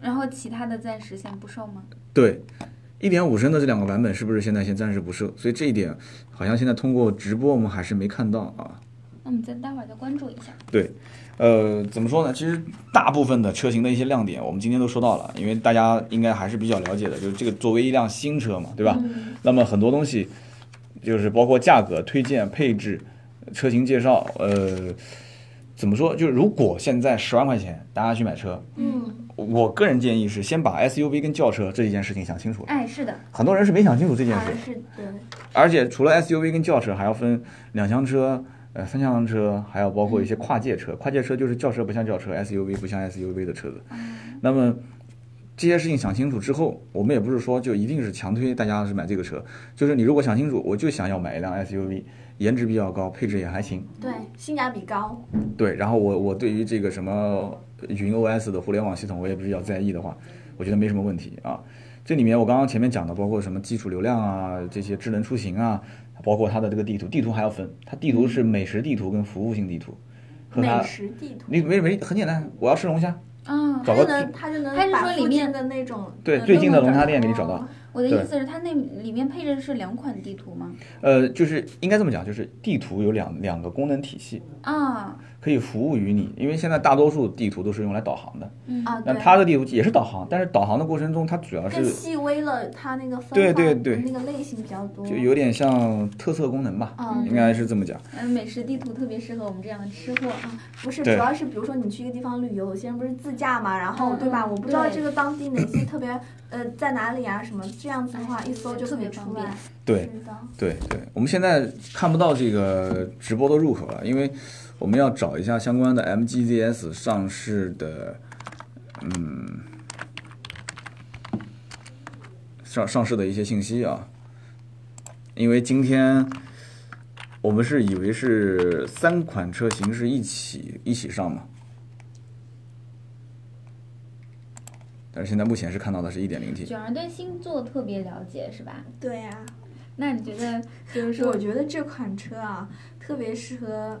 S2: 然后其他的暂时先不售吗？
S1: 对，一点五升的这两个版本是不是现在先暂时不售？所以这一点好像现在通过直播我们还是没看到啊。
S2: 那我们再待会儿再关注一下。
S1: 对，呃，怎么说呢？其实大部分的车型的一些亮点，我们今天都说到了，因为大家应该还是比较了解的，就是这个作为一辆新车嘛，对吧？
S3: 嗯
S1: 那么很多东西，就是包括价格、推荐、配置、车型介绍，呃，怎么说？就是如果现在十万块钱大家去买车，
S3: 嗯，
S1: 我个人建议是先把 SUV 跟轿车这一件事情想清楚了。
S2: 哎，是的，
S1: 很多人是没想清楚这件
S3: 好
S1: 事
S3: 像，是对，
S1: 而且除了 SUV 跟轿车，还要分两厢车、呃三厢车，还有包括一些跨界车。跨界车就是轿车不像轿车，SUV 不像 SUV 的车子。那么这些事情想清楚之后，我们也不是说就一定是强推大家是买这个车，就是你如果想清楚，我就想要买一辆 SUV，颜值比较高，配置也还行，
S3: 对，性价比高，
S1: 对，然后我我对于这个什么云 OS 的互联网系统，我也比较在意的话，我觉得没什么问题啊。这里面我刚刚前面讲的，包括什么基础流量啊，这些智能出行啊，包括它的这个地图，地图还要分，它地图是美食地图跟服务性地图，和它
S3: 嗯美食地图。
S1: 你没没很简单，我要吃龙虾，
S2: 嗯，
S1: 找
S3: 它就
S1: 个
S3: 能，它就能
S2: 它是
S3: 把
S2: 说里
S3: 附近
S2: 面
S3: 的那种啊
S1: 对
S3: 呃
S1: 最
S3: 都
S1: 近的
S3: 能
S1: 龙
S3: 找
S1: 虾店给你找到。
S2: 我的
S1: 对
S2: 意思是，它那里面配置是两款地图吗？
S1: 呃，就是应该这么讲，就是地图有两两个功能体系，
S2: 啊，
S1: 可以服务于你，因为现在大多数地图都是用来导航的，
S2: 嗯
S3: 啊，
S1: 那
S3: 对，
S1: 它的地图也是导航，但是导航的过程中，它主要
S3: 更
S1: 是
S3: 细微了，它那个分
S1: 对对
S3: 化
S1: 对
S3: 那个类型比较多，
S1: 就有点像特色功能吧，
S3: 嗯
S1: 应该是这么讲。
S2: 嗯，美食地图特别适合我们这样的吃货。
S3: 不是，主
S1: 对
S3: 要是比如说你去一个地方旅游，有些人不是自驾嘛，然后
S2: 嗯
S3: 对吧？
S2: 嗯
S3: 我不知道
S2: 对
S3: 这个当地哪些特别呃在哪里啊什么，这样子的话
S2: 哎
S3: 一搜就
S2: 特
S3: 可以
S2: 别
S3: 出
S2: 方便
S3: 来。
S1: 对
S3: 是的，
S2: 嗯
S1: 对对，我们现在看不到这个直播的入口了，因为我们要找一下相关的 MGZS 上市的，嗯，上上市的一些信息啊。因为今天我们是以为是三款车型是一起一起上嘛，但是现在目前是看到的是一点零 T。
S2: 卷儿对星座特别了解是吧？
S3: 对呀、
S2: 嗯那你觉得就是
S3: 我
S2: 说
S3: 觉得这款车啊特别适合，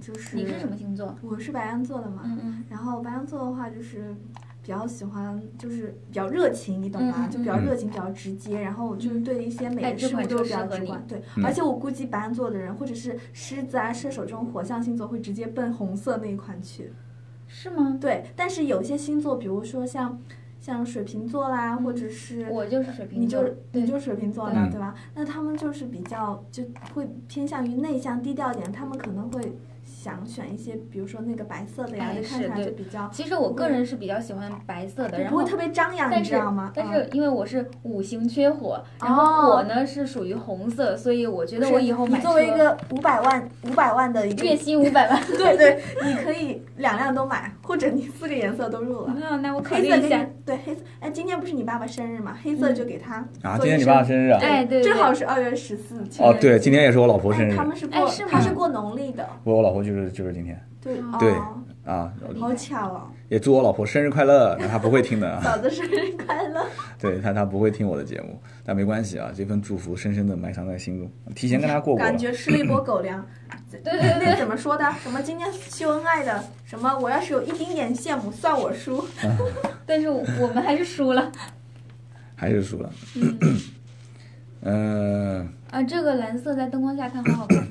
S3: 就是
S2: 你是什么？星座？
S3: 我是白羊座的嘛，
S2: 嗯嗯，
S3: 然后白羊座的话就是比较喜欢，就是比较热情，你懂吗？
S2: 嗯嗯
S3: 就比较
S1: 嗯
S3: 热情，比较直接。然后就是对一些美
S2: 哎
S3: 的
S2: 这
S3: 事物
S2: 款
S3: 都
S2: 车
S3: 比较
S2: 适合
S3: 直
S2: 你
S3: 观。对，
S1: 嗯
S3: 而且我估计白羊座的人，或者是狮子啊、射手这种火象星座，会直接奔红色那一款去。
S2: 是吗？
S3: 对，但是有些星座，比如说像像水瓶座啦，或者是
S2: 嗯我就是水瓶
S3: 你
S2: 座
S3: 就，
S2: 对
S3: 你就是水瓶座嘛，
S1: 嗯
S3: 对吧？那他们就是比较就会偏向于内向低调一点，他们可能会想选一些，比如说那个白色的呀，
S2: 哎
S3: 就看起
S2: 是
S3: 来
S2: 对
S3: 就比较
S2: 其实我个人是比较喜欢白色的，然
S3: 不
S2: 后
S3: 会特别张扬，
S2: 但
S3: 你知
S2: 是
S3: 道吗？
S2: 但
S3: 嗯哦
S2: 是因为我是五行缺火，然后火呢是属于红色，所以我觉得
S3: 不
S2: 我
S3: 是
S2: 以后
S3: 你
S2: 买车
S3: 作为一个五百万五百万的一个
S2: 月，薪五百万，
S3: 对对，你可以两辆都买，或者你四个颜色都入了。
S2: 那那我嗯考
S3: 黑
S2: 虑
S3: 色
S2: 一
S3: 给你
S2: 下。嗯
S3: 对黑色，哎，今天不是你爸爸生日嘛？黑色就给他
S1: 啊，
S3: 做
S1: 今
S3: 一
S1: 天你
S3: 身
S1: 爸爸生日啊？
S2: 哎对对
S3: 正好是二月十四。情
S1: 哦，
S3: 人
S1: 对，
S3: 节
S1: 今天也是我老婆生日
S3: 哎、他。们是过、
S2: 哎是吗
S3: 他是过农历的，
S1: 我我老婆就是就是今天
S3: 对、
S1: 对
S3: 哦，
S1: 啊，
S3: 好巧哦，
S1: 也祝我老婆生日快乐。那她不会听的啊，
S3: 嫂子生日快乐！
S1: 对她她不会听我的节目，但没关系啊，这份祝福深深的埋藏在心中，提前跟她过过
S3: 感
S1: 了。
S3: 觉吃了一波狗粮。
S2: 对对
S3: 那个怎么说的？什么今天秀恩爱的？什么我要是有一丁点羡慕，算我输。
S2: 但是我们还是输了。
S1: 还是输了。
S2: 嗯
S1: 嗯、
S2: 啊，这个蓝色在灯光下看好好看。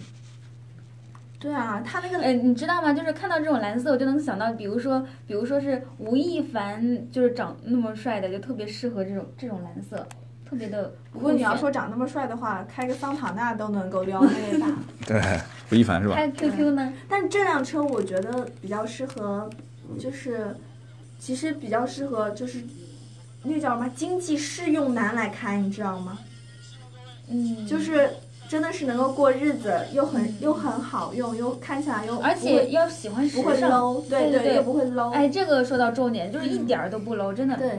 S3: 对啊，他那个
S2: 呃，你知道吗？就是看到这种蓝色，我就能想到，比如说，比如说是吴亦凡，就是长那么帅的，就特别适合这种这种蓝色，特别的。
S3: 不过你要说长那么帅的话，开个桑塔纳都能够撩妹 吧？
S1: 对，吴亦凡是吧？
S2: 还有 QQ 呢？
S3: 但这辆车我觉得比较适合，就是其实比较适合就是那叫什么经济适用男来开，你知道吗？
S2: 嗯，
S3: 就是真的是能够过日子，又很
S2: 嗯
S3: 又很好用，又看起来又
S2: 而
S3: 不
S2: 且
S3: 会
S2: 要喜欢时
S3: 不会
S2: 尚。
S3: low，对
S2: 对对
S3: 又不会 low，
S2: 哎，这个说到重点，就是一点儿都不 low，真的。
S3: 对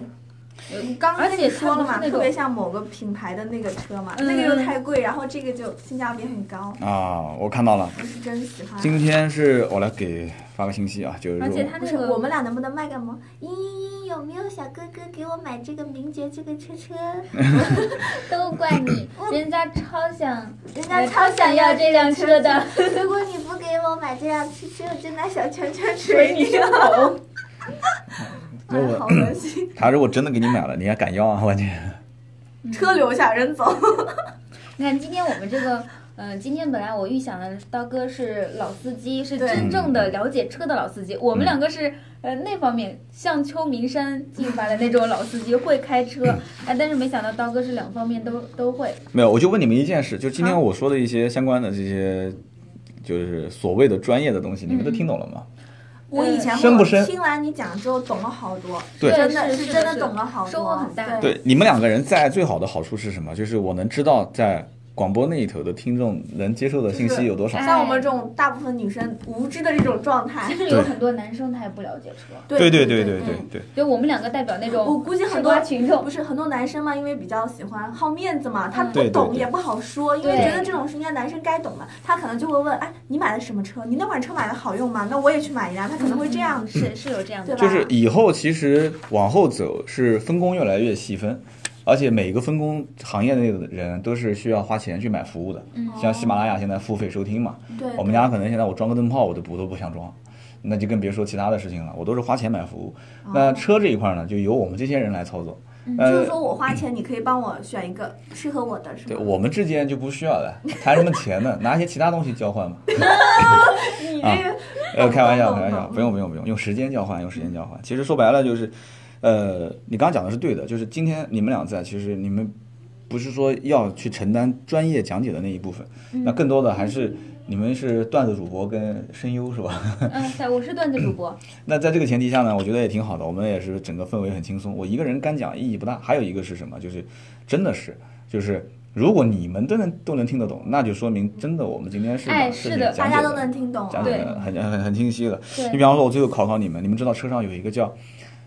S2: 呃。
S3: 你刚刚
S2: 而
S3: 跟
S2: 且
S3: 你
S2: 它
S3: 说了嘛，
S2: 不是那
S3: 特别
S2: 种
S3: 像某个品牌的那个车嘛，
S2: 嗯
S3: 那个又太贵，然后这个就性价比很高，
S1: 啊，我看到了，
S3: 我是真喜欢。
S1: 今天是我来给发个信息啊，就是
S2: 而且
S1: 说
S2: 它
S3: 不
S2: 那
S3: 是，
S2: 个
S3: 我们俩能不能卖个萌？咦，有没有小哥哥给我买这个名爵这个车车？
S2: 都怪你，
S3: 嗯
S2: 人家超想，
S3: 人
S2: 人
S3: 家
S2: 超
S3: 超
S2: 哎想
S3: 想
S2: 要
S3: 要
S2: 这
S3: 这
S2: 辆
S3: 辆
S2: 车
S3: 车
S2: 的
S3: 的。 如果你不给我买这辆车车，我就拿小 拳拳捶你胸口。
S1: 那
S3: 哎，
S1: 我
S3: 好恶心！
S1: 他如果真的给你买了，你还敢要啊？关键
S2: 嗯
S3: 车留下人走。
S2: 你看今天我们这个。嗯，今天本来我预想的刀哥是老司机，是
S3: 对
S2: 真正的了解车的老
S3: 嗯
S2: 司机。我们两个是呃那方面像秋名山进发的那种老司机，会开车。
S3: 嗯
S2: 哎，但是没想到刀哥是两方面都都会。
S1: 没有，我就问你们一件事，就今天
S2: 好
S1: 我说的一些相关的这些，就是所谓的专业的东西，你们都
S2: 嗯
S1: 听懂了吗？
S3: 我以前
S1: 深不
S3: 我
S1: 深
S3: 听完你讲之后懂了好多，
S1: 对
S3: 真的
S2: 是
S3: 是
S2: 是
S3: 真
S2: 的
S3: 的
S2: 是
S3: 懂了好多，
S2: 收获很大
S3: 对，
S1: 对，你们两个人在最好的好处是什么？就是我能知道在广播那一头的听众能接受的信息有多少。
S2: 就是哎
S3: 像我们这种大部分女生无知的这种状态
S2: 其，实有很多男生他也不了解车，
S1: 对
S3: 对
S1: 对
S3: 对
S1: 对
S3: 嗯
S1: 对，
S2: 就我们两个代表那
S3: 我
S2: 种
S3: 估计很
S2: 吃
S3: 多
S2: 瓜群众
S3: 哦不。是很多男生嘛，因为比较喜欢好面子嘛，他
S2: 嗯
S3: 不
S1: 对对
S3: 懂
S1: 对
S3: 也不好说，因为
S2: 对
S3: 觉得这种是应该男生该懂的，他可能就会问，哎，你买的什么车？你那款车买的好用吗？那我也去买一辆，他可能会这样子。
S2: 是是有这样的
S3: 对吧，
S1: 就是以后其实往后走是分工越来越细分，而且每个分工行业内的人都是需要花钱去买服务的。
S2: 嗯
S1: 像喜马拉雅现在付费收听嘛，
S3: 对，
S1: 嗯我们家可能现在我装个灯泡我都不都不想装，那就更别说其他的事情了。我都是花钱买服务。那车这一块呢，就由我们这些人来操作。
S3: 哦嗯就是
S1: 呃，
S3: 说我花钱，你可以帮我选一个适合我的，是
S1: 对
S3: 吗？
S1: 我们之间就不需要了，谈什么钱呢？拿一些其他东西交换 嘛。
S3: 你
S1: 啊
S3: 这个
S1: 呃，开玩笑，
S3: 懂
S1: 开玩笑，
S3: 懂
S1: 不用不用不用，用时间交换，用时间交换。其实说白了就是，呃，你刚刚讲的是对的，就是今天你们俩在，其实你们不是说要去承担专业讲解的那一部分，
S3: 嗯
S1: 那更多的还是你们是段子主播跟声优是吧？
S2: 嗯，对，我是段子主播，
S1: 那在这个前提下呢，我觉得也挺好的，我们也是整个氛围很轻松。我一个人干讲意义不大。还有一个是什么？就是真的是就是。如果你们都能都能听得懂，那就说明真的我们今天是把
S2: 哎
S1: 事
S2: 是
S1: 情
S2: 的
S1: 讲
S3: 大
S1: 解
S3: 家
S1: 得
S3: 都能听懂
S1: 讲
S3: 啊。
S1: 解
S2: 对
S1: 得很很很清晰的。你比
S2: 对，
S1: 方说，我最后考考你们，你们知道车上有一个叫，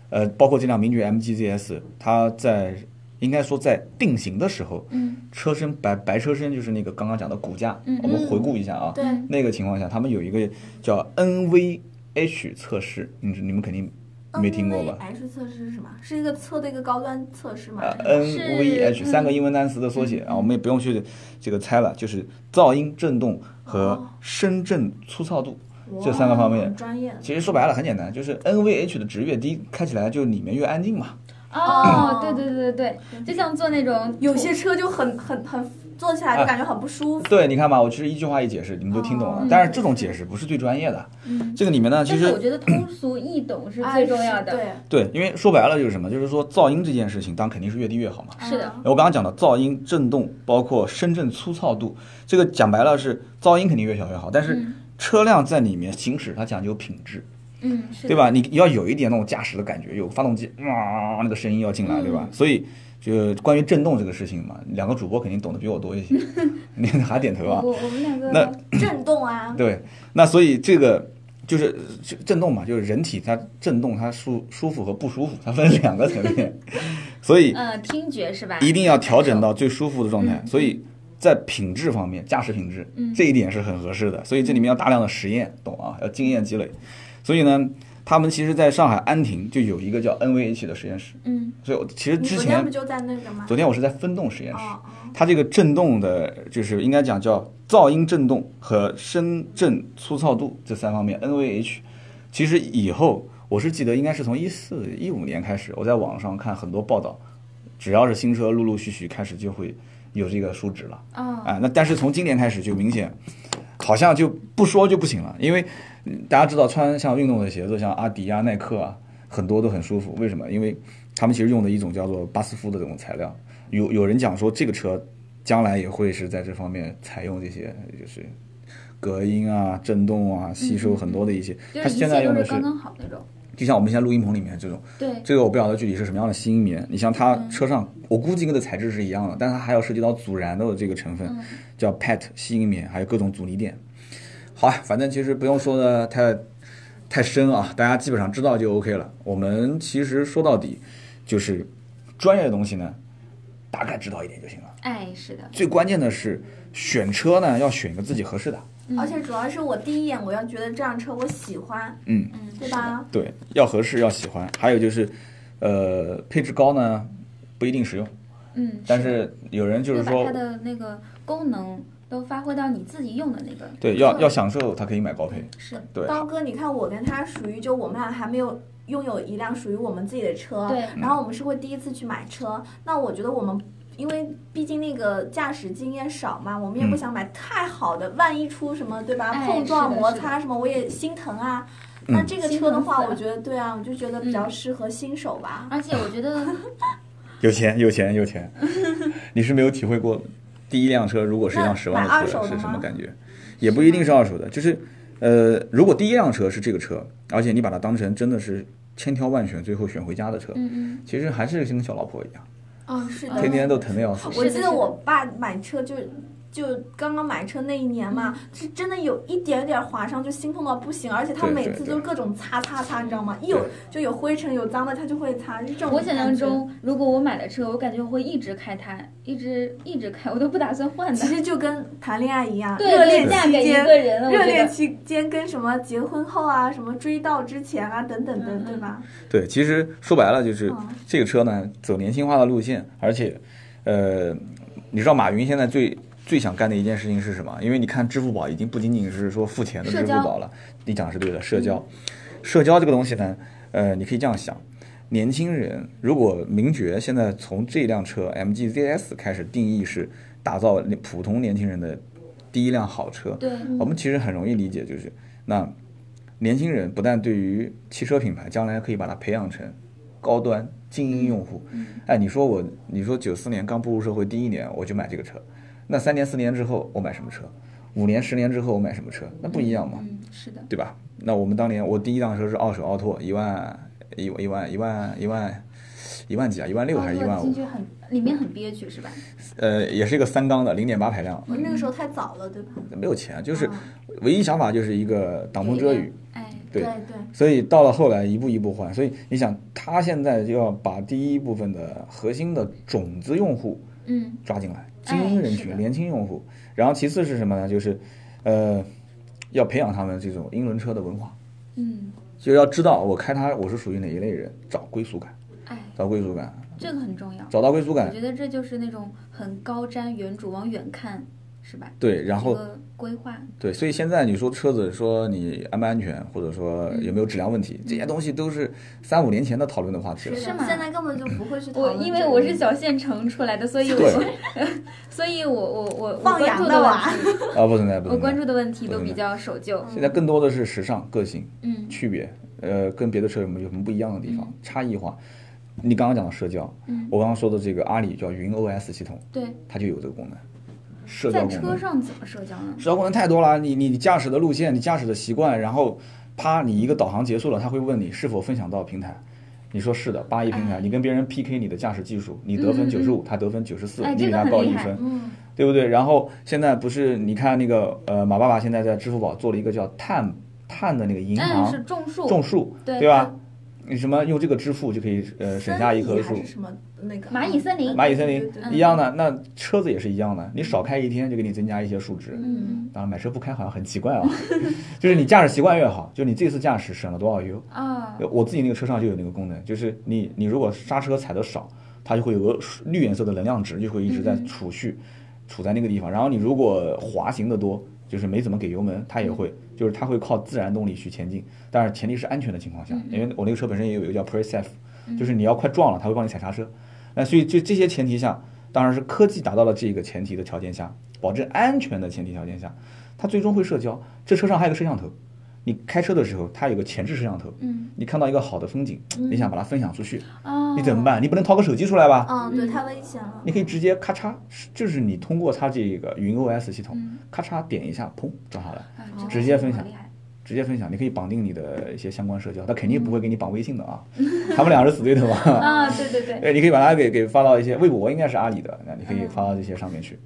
S1: 呃，包括这辆名爵 MGZS，它在应该说在定型的时候，
S2: 嗯
S1: 车身白白车身就是那个刚刚讲的骨架，
S2: 嗯
S1: 我们回顾一下啊，
S3: 对，
S1: 那个情况下，他们有一个叫 NVH 测试，你你们肯定
S3: 嗯
S1: 没听过吧？
S3: ？H 测试是什么？是一个测的一个高端测试吗？
S1: 呃
S2: 是
S1: ，NVH
S2: 嗯
S1: 三个英文单词的缩写啊，我们也不用去这个猜了，就是噪音、震动和
S3: 哦
S1: 声振粗糙度。
S3: 哇
S1: 这三个方面
S3: 很专业的。
S1: 其实说白了很简单，就是 NVH 的值越低，开起来就里面越安静嘛。
S2: 哦，对对对对对，就像做那种
S3: 有些车就很很很坐起
S1: 啊
S3: 来就感觉很不舒服。
S1: 对，你看吧，我其实一句话一解释，你们就听懂了。
S2: 哦
S1: 但是这种解释不是最专业的，
S2: 嗯
S1: 这个里面呢，其
S2: 但是我
S1: 实
S2: 觉得通俗易懂是
S3: 哎
S2: 最重要的。
S3: 对，
S1: 对，因为说白了就是什么，就是说噪音这件事情，当然肯定是越低越好嘛。
S2: 是的
S3: 嗯，
S1: 哎我刚刚讲的噪音、震动，包括声振粗糙度，这个讲白了是噪音肯定越小越好，但是
S2: 嗯
S1: 车辆在里面行驶它讲究品质，
S2: 嗯，是的
S1: 对？吧？你要有一点那种驾驶的感觉，有发动机哇那个声音要进来，对吧？所以就关于震动这个事情嘛，两个主播肯定懂得比我多一些，你还点头啊？
S2: 我我们两个
S1: 那
S3: 震动啊，
S1: 对，那所以这个就是就震动嘛，就是人体它震动它舒舒服和不舒服，它分两个层面，所以
S2: 呃，听觉是吧？
S1: 一定
S3: 嗯
S1: 要调整到最舒服的状态。所以在品质方面，驾驶品质
S2: 嗯
S1: 这一点是很合适的，所以这里面要大量的实验，懂啊？要经验积累。所以呢，他们其实在上海安亭就有一个叫 NVH 的实验室，
S2: 嗯
S1: 所以我其实
S3: 你
S1: 之
S3: 昨天
S1: 前
S3: 不就在那个吗？
S1: 昨天我是在分动实验室。
S3: 哦，
S1: 它这个震动的，就是应该讲叫噪音震动和声振粗糙度这三方面，NVH。其实以后我是记得应该是从一四一五年开始，我在网上看很多报道，只要是新车陆陆续续开始就会有这个数值了。
S2: 哦，
S1: 啊，那但是从今年开始就明显，好像就不说就不行了，因为嗯大家知道穿像运动的鞋子，像阿迪啊、耐克啊，很多都很舒服。为什么？因为他们其实用的一种叫做巴斯夫的这种材料，有有人讲说这个车将来也会是在这方面采用这些，就是隔音啊、震动啊，吸收很多的一些。
S2: 嗯就是
S1: 它
S2: 一
S1: 现在
S2: 切
S1: 用
S2: 都
S1: 的
S2: 是
S1: 是，
S2: 刚刚好那种。
S1: 就像我们现在录音棚里面这种。
S2: 对，
S1: 这个我不晓得具体是什么样的新棉，你像它车上，我估计跟的材质是一样的，但它还要涉及到阻燃的这个成分，叫 PET 吸音棉，还有各种阻尼垫。好啊，反正其实不用说的太太深啊，大家基本上知道就 OK 了。我们其实说到底就是专业的东西呢，大概知道一点就行了。
S2: 哎，是的，
S1: 最关键的是选车呢，要选一个自己合适的。
S2: 嗯
S3: 而且主要是我第一眼我要觉得这辆车我喜欢，
S1: 嗯，
S2: 嗯，
S3: 对吧？
S1: 对，要合适，要喜欢。还有就是，呃，配置高呢不一定实用。
S2: 嗯，
S1: 但是有人就是
S2: 要把
S1: 说
S2: 它，的那个功能都发挥到你自己用的那个。
S1: 对，要要享受，他可以买高配。
S2: 是，
S1: 对，
S3: 刀哥，你看我跟他属于就我们俩还没有。拥有一辆属于我们自己的车，
S2: 对
S3: 然后我们是会第一次去买车。那我觉得我们因为毕竟那个驾驶经验少嘛，我们也
S1: 嗯
S3: 不想买太好的，万一出什么对吧？
S2: 哎
S3: 碰撞、
S2: 是的
S3: 摩
S2: 是的
S3: 擦什么，我也心疼啊。
S1: 嗯
S3: 那这个车的
S2: 心疼
S3: 话，
S2: 死了嗯
S3: 我觉得对啊，我就觉得比较适合新手吧。
S2: 而且我觉得
S1: 有钱有钱有 钱，你是没有体会过第一辆车如果是一辆
S3: 那
S1: 十万
S3: 买
S1: 的
S3: 二
S1: 车
S3: 手的
S1: 是什么
S3: 吗
S1: 感觉，也不一定是二手的，就是呃，如果第一辆车是这个车，而且你把它当成真的是千挑万选最后选回家的车，
S2: 嗯
S1: 其实还是跟小老婆一样，
S3: 嗯，是
S2: 哦的
S1: 天天都疼得要死。
S3: 我
S2: 是的
S3: 记
S2: 是的
S3: 得我爸买车就就刚刚买车那一年嘛，
S1: 嗯
S3: 是真的有一点点划伤就心痛到不行，而且他
S1: 对
S3: 每
S1: 对
S3: 次
S1: 对
S3: 都各种擦擦擦，你知道吗？一有
S1: 对
S3: 就有灰尘有脏的，他就会擦，是这种
S2: 我想象
S3: 感觉。
S2: 中，如果我买了车，我感觉我会一直开它，一直一直开，我 都不打算换的
S3: 其。实就跟谈恋爱一样，
S2: 对
S3: 热恋
S2: 对嫁
S3: 期
S2: 给一
S3: 间
S2: 个人了我
S3: 热
S2: 觉
S3: 恋
S2: 得
S3: 期间跟什么结婚后啊，什么追到之前啊，等等的，
S2: 嗯嗯
S3: 对吧？
S1: 对，其实说白了就是
S3: 嗯
S1: 这个车呢走年轻化的路线，而且，呃，你知道马云现在最最想干的一件事情是什么？因为你看支付宝已经不仅仅是说付钱的
S2: 社
S1: 支付
S2: 交嗯
S1: 宝了，你讲是对的，社交，社交这个东西呢，呃，你可以这样想。年轻人如果名爵现在从这辆车 MG ZS 开始定义是打造普通年轻人的第一辆好车，
S2: 对，
S1: 我们其实很容易理解，就是那年轻人不但对于汽车品牌将来可以把它培养成高端精英用户，哎，你说我，你说九四年刚步入社会第一年我就买这个车，那三年四年之后我买什么车？五年十年之后我买什么车？那不一样嘛，
S2: 嗯，是的，
S1: 对吧？那我们当年我第一辆车是二手奥拓，一万一一万一万一万一万几啊，一万六还是一
S2: 哦
S1: 万
S2: 进
S1: 五？
S2: 去很里面很憋屈是吧？
S1: 呃，也是一个三缸的零点八排量，
S3: 那个时候太早了，对吧？
S1: 没有钱，就是
S3: 嗯啊
S1: 唯一想法就是一个挡风遮雨。，
S2: 哎，
S1: 对
S3: 对，
S1: 所以到了后来一步一步换，所以你想，他现在就要把第一部分的核心的种子用户
S2: 嗯，
S1: 抓进来，
S2: 哎
S1: 精英人
S2: 是
S1: 群、
S2: 的
S1: 年轻用户，然后其次是什么呢？就是，呃，要培养他们这种英伦车的文化，
S2: 嗯，
S1: 就要知道我开它我是属于哪一类人，找归属感，
S2: 哎，
S1: 找归属感，
S2: 这个很重要。
S1: 找到归属
S2: 我
S1: 感，
S2: 觉得这就是那种很高瞻远瞩、往远看，是吧？
S1: 对，然
S2: 这
S1: 后
S2: 个规划，
S1: 对，所以现在你说车子说你安不安全，或者说有没有质量问题，这些东西都是三五年前的讨论的话题了。
S2: 是吗
S3: 现在根本就不会去讨
S2: 我
S3: 论这个。
S2: 因为我是小县城出来的，所以我
S1: 对，
S2: 所以我我我我
S3: 放
S2: 关
S3: 羊
S2: 注
S3: 的
S2: 的问
S3: 娃
S2: 题，
S1: 啊，不存在，不存在。
S2: 我关注的问题都
S1: 不存在
S2: 比较守旧。
S1: 现在更多的是时尚、个性、
S2: 嗯
S1: 区别，呃，跟别的车有什么有什么不一样的地方，差异化。你刚刚讲的社交，
S2: 嗯，
S1: 我刚刚说的这个阿里叫云 OS 系统，
S2: 对，
S1: 它就有这个功能，社交
S2: 在
S1: 功
S2: 车
S1: 能。
S2: 上怎么社交呢？
S1: 社交功能太多了，你你你驾驶的路线，你驾驶的习惯，然后啪，你一个导航结束了，它会问你是否分享到平台。你说是的，八一平台，
S2: 哎
S1: 你跟别人 PK 你的驾驶技术，你得分
S2: 嗯嗯嗯
S1: 九十五，他得分九十四
S2: 哎，
S1: 你比
S2: 这个
S1: 他
S2: 很
S1: 高
S2: 厉
S1: 一
S2: 害
S1: 分，
S3: 嗯，
S1: 对不对？然后现在不是你看那个呃，马爸爸现在在支付宝做了一个叫碳碳的那个银
S2: 嗯，
S1: 行
S2: 是种树，
S1: 种树，
S2: 对
S1: 吧？你什么用这个支付就可以呃省下一棵
S3: 森
S1: 树
S3: 林还是，什么那个
S2: 蚂蚁森林
S1: 蚂蚁森林
S3: 对对嗯
S2: 嗯
S3: 对
S1: 一样的。那车子也是一样的，你少开一天就给你增加一些数值。
S2: 嗯
S1: 当然买车不开好像很奇怪啊， 就是你驾驶习惯越好，就你这次驾驶省了多少油。
S2: 啊，
S1: 呃我自己那个车上就有那个功能，就是你你如果刹车踩的少，它就会有个绿颜色的能量值，就会一直在
S2: 嗯嗯
S1: 储蓄，储在那个地方。然后你如果滑行的多，就是没怎么给油门，
S2: 嗯
S1: 它也会，就是它会靠自然动力去前进，但是前提是安全的情况下
S2: 嗯，
S1: 因
S2: 嗯
S1: 为我那个车本身也有一个叫 PreSafe，
S2: 嗯
S1: 就是你要快撞了，它会帮你踩刹车。那所以就这些前提下，当然是科技达到了这个前提的条件下，保证安全的前提条件下，它最终会社交。这车上还有个摄像头，你开车的时候它有个前置摄像头。
S2: 嗯
S1: 你看到一个好的风景，你想把它分享出去，
S2: 啊，
S1: 你怎么？办？你不能掏个手机出来吧？
S3: 嗯，对，太危险了。
S1: 你可以直接咔嚓，是就是你通过它这个云 OS 系统
S2: 嗯，
S1: 咔嚓点一下，砰，转好了，
S2: 啊这个
S1: 直接
S2: 好
S1: 分享
S2: 厉害
S1: 直接分享。你可以绑定你的一些相关社交，它肯定不会给你绑微信的啊，他们俩是死对头 嘛。
S2: 啊！对对对，
S1: 呃，你可以把它给给发到一些微博，应该是阿里的，那你可以发到这些上面去。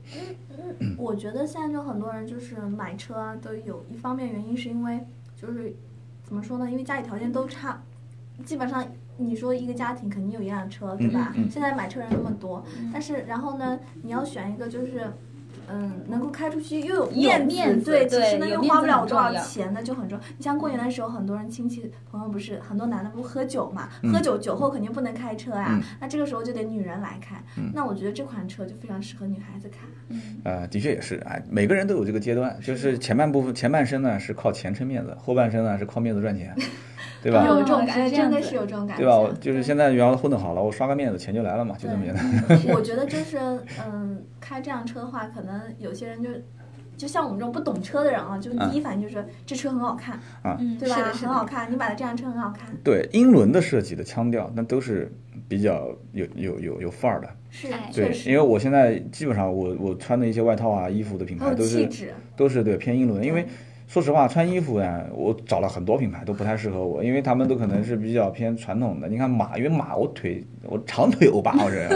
S1: 嗯
S3: 我觉得现在就很多人就是买车啊，都有一方面原因是因为就是怎么说呢？因为家里条件都差，基本上你说一个家庭肯定有一辆车，对吧？
S1: 嗯嗯
S3: 现在买车人那么多，
S2: 嗯
S3: 但是然后呢，你要选一个就是。嗯，能够开出去又有
S2: 有
S3: 面
S2: 面子
S3: 对，
S2: 对
S3: 其实呢
S2: 有
S3: 又
S2: 面子
S3: 花不了
S2: 很
S3: 多
S2: 重
S3: 少
S2: 要
S3: 钱，那就很重要。你像过年的时候，很多人亲戚朋友不是很多男的不喝酒嘛，喝酒酒后肯定不能开车啊，
S1: 嗯
S3: 那这个时候就得女人来开。
S1: 嗯
S3: 那我觉得这款车就非常适合女孩子开。
S2: 嗯
S1: 呃，的确也是，哎，每个人都有这个阶段，就是前半部分前半生呢是靠钱撑面子，后半生呢是靠面子赚钱。对吧？
S3: 有这种
S2: 哦
S3: 感
S2: 是
S3: 觉，
S2: 这
S3: 真
S2: 样
S3: 的
S2: 子
S3: 是有这种感觉。
S1: 对吧？就是现在然后混得好了，我刷个面子，钱就来了嘛，就这么简单。
S3: 我觉得就是，嗯，开这辆车的话，可能有些人就，就像我们这种不懂车的人啊，就
S1: 嗯
S3: 第一反应就是、这车很好看，
S2: 嗯，
S3: 对吧？
S2: 是的，是
S3: 很好
S2: 的，
S3: 看，你买的这辆车很好看，
S1: 对，英伦的设计的腔调，那都是比较有有有有范儿的。
S3: 是
S2: 哎
S1: 对
S3: 确，实
S1: 因为我现在基本上我我穿的一些外套啊、衣服的品
S3: 很
S1: 牌
S3: 有
S1: 都
S3: 哦气
S1: 是
S3: 质。嗯
S1: 都是对偏英伦，因为说实话穿衣服呀，我找了很多品牌都不太适合我，因为他们都可能是比较偏传统的。你看马，因为马我腿我长腿欧巴，我这 人啊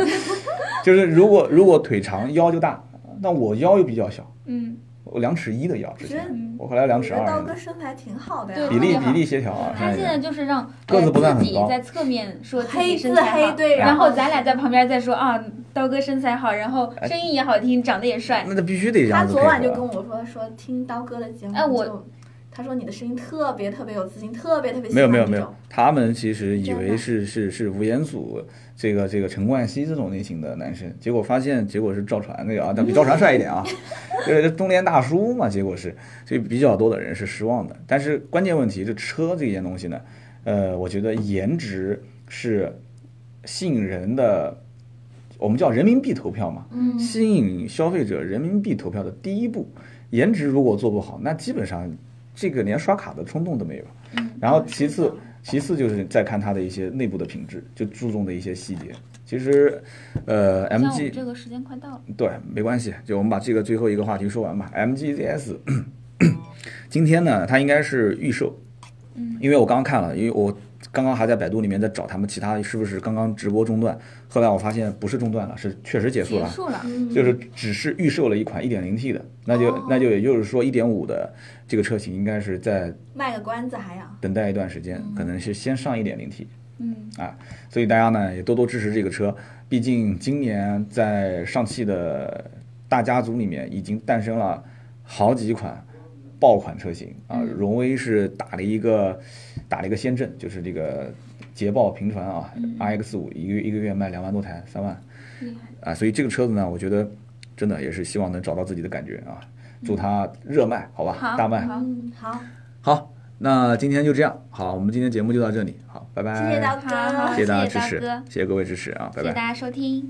S1: 就是如果如果腿长腰就大，但我腰又比较小，
S2: 嗯
S1: 我两尺一的腰之
S3: 其实
S1: 前，
S2: 嗯。
S1: 我后来两
S3: 我
S1: 尺
S3: 觉得刀
S1: 二
S3: 哥，身材挺好的
S2: 对
S3: 呀，
S1: 比例
S2: 特别
S1: 比
S2: 好
S1: 例协调
S3: 嗯
S1: 啊。
S2: 他现在就是让
S1: 个子不算
S2: 呃
S1: 很
S2: 自己
S1: 高
S2: 在侧面说自己
S3: 黑
S2: 身
S3: 字
S2: 材
S3: 黑
S2: 好，
S3: 对，
S2: 然后
S3: 后
S2: 咱俩在旁边再说啊，刀哥身材好，然后
S1: 哎
S2: 声音也好听，长得也帅。
S1: 那他必须得这
S3: 他
S1: 样子
S3: 昨
S1: 配
S3: 晚就跟
S1: 合。啊
S3: 我说说听刀哥的节目，
S2: 哎我
S3: 就他说你的声音特别特别有自信，特别特别喜
S1: 没有
S3: 欢
S1: 没有
S3: 这
S1: 没有
S3: 种，
S1: 他们其实以
S3: 真
S1: 为
S3: 的
S1: 是是是吴彦祖这个这个陈冠希这种类型的男生，结果发现结果是赵传那个啊，但比赵传帅一点 啊，就是中年大叔嘛，结果是，所以比较多的人是失望的。但是关键问题，这车这件东西呢，呃，我觉得颜值是吸引人的，我们叫人民币投票嘛，
S3: 嗯，
S1: 吸引消费者人民币投票的第一步，颜值如果做不好，那基本上这个连刷卡的冲动都没有。
S2: 嗯
S1: 然后其次，其次就是再看它的一些内部的品质，就注重的一些细节。其实，呃
S2: 像我
S1: ，MG
S2: 们这个时间快到了，
S1: 对，没关系，就我们把这个最后一个话题说完吧。MGZS，今
S2: 哦
S1: 天呢，它应该是预售，
S2: 嗯，
S1: 因为我刚刚看了，因为我刚刚还在百度里面在找他们其他是不是刚刚直播中断，后来我发现不是中断了，是确实结束
S2: 结
S1: 了。
S2: 束了。
S3: 嗯
S1: 啊就是只是预售了一款 1.0T 的，那就
S3: 哦
S1: 那就也就是说1.5的这个车型应该是在
S3: 卖个关子还要。
S1: 等待一段时间，可能是先上 1.0T，
S2: 嗯，
S1: 啊所以大家呢也多多支持这个车，毕竟今年在上汽的大家族里面已经诞生了好几款爆款车型啊，
S2: 嗯
S1: 荣威是打了一个打了一个先阵，就是这个捷豹平传啊、
S2: 嗯
S1: RX 五一个一个月卖两万多台，三万
S2: 厉害。
S1: 啊，所以这个车子呢，我觉得真的也是希望能找到自己的感觉啊，祝它热卖，好吧，
S2: 好
S1: 大卖
S2: 好
S3: 嗯，好，
S1: 好。那今天就这样，好，我们今天节目就到这里，好，拜拜，
S3: 谢谢刀
S2: 好好
S3: 哥
S1: 谢。大家
S2: 谢谢
S1: 支持
S2: 大哥，
S1: 谢谢各位支持啊，拜
S2: 谢
S1: 拜。
S2: 谢大家收听。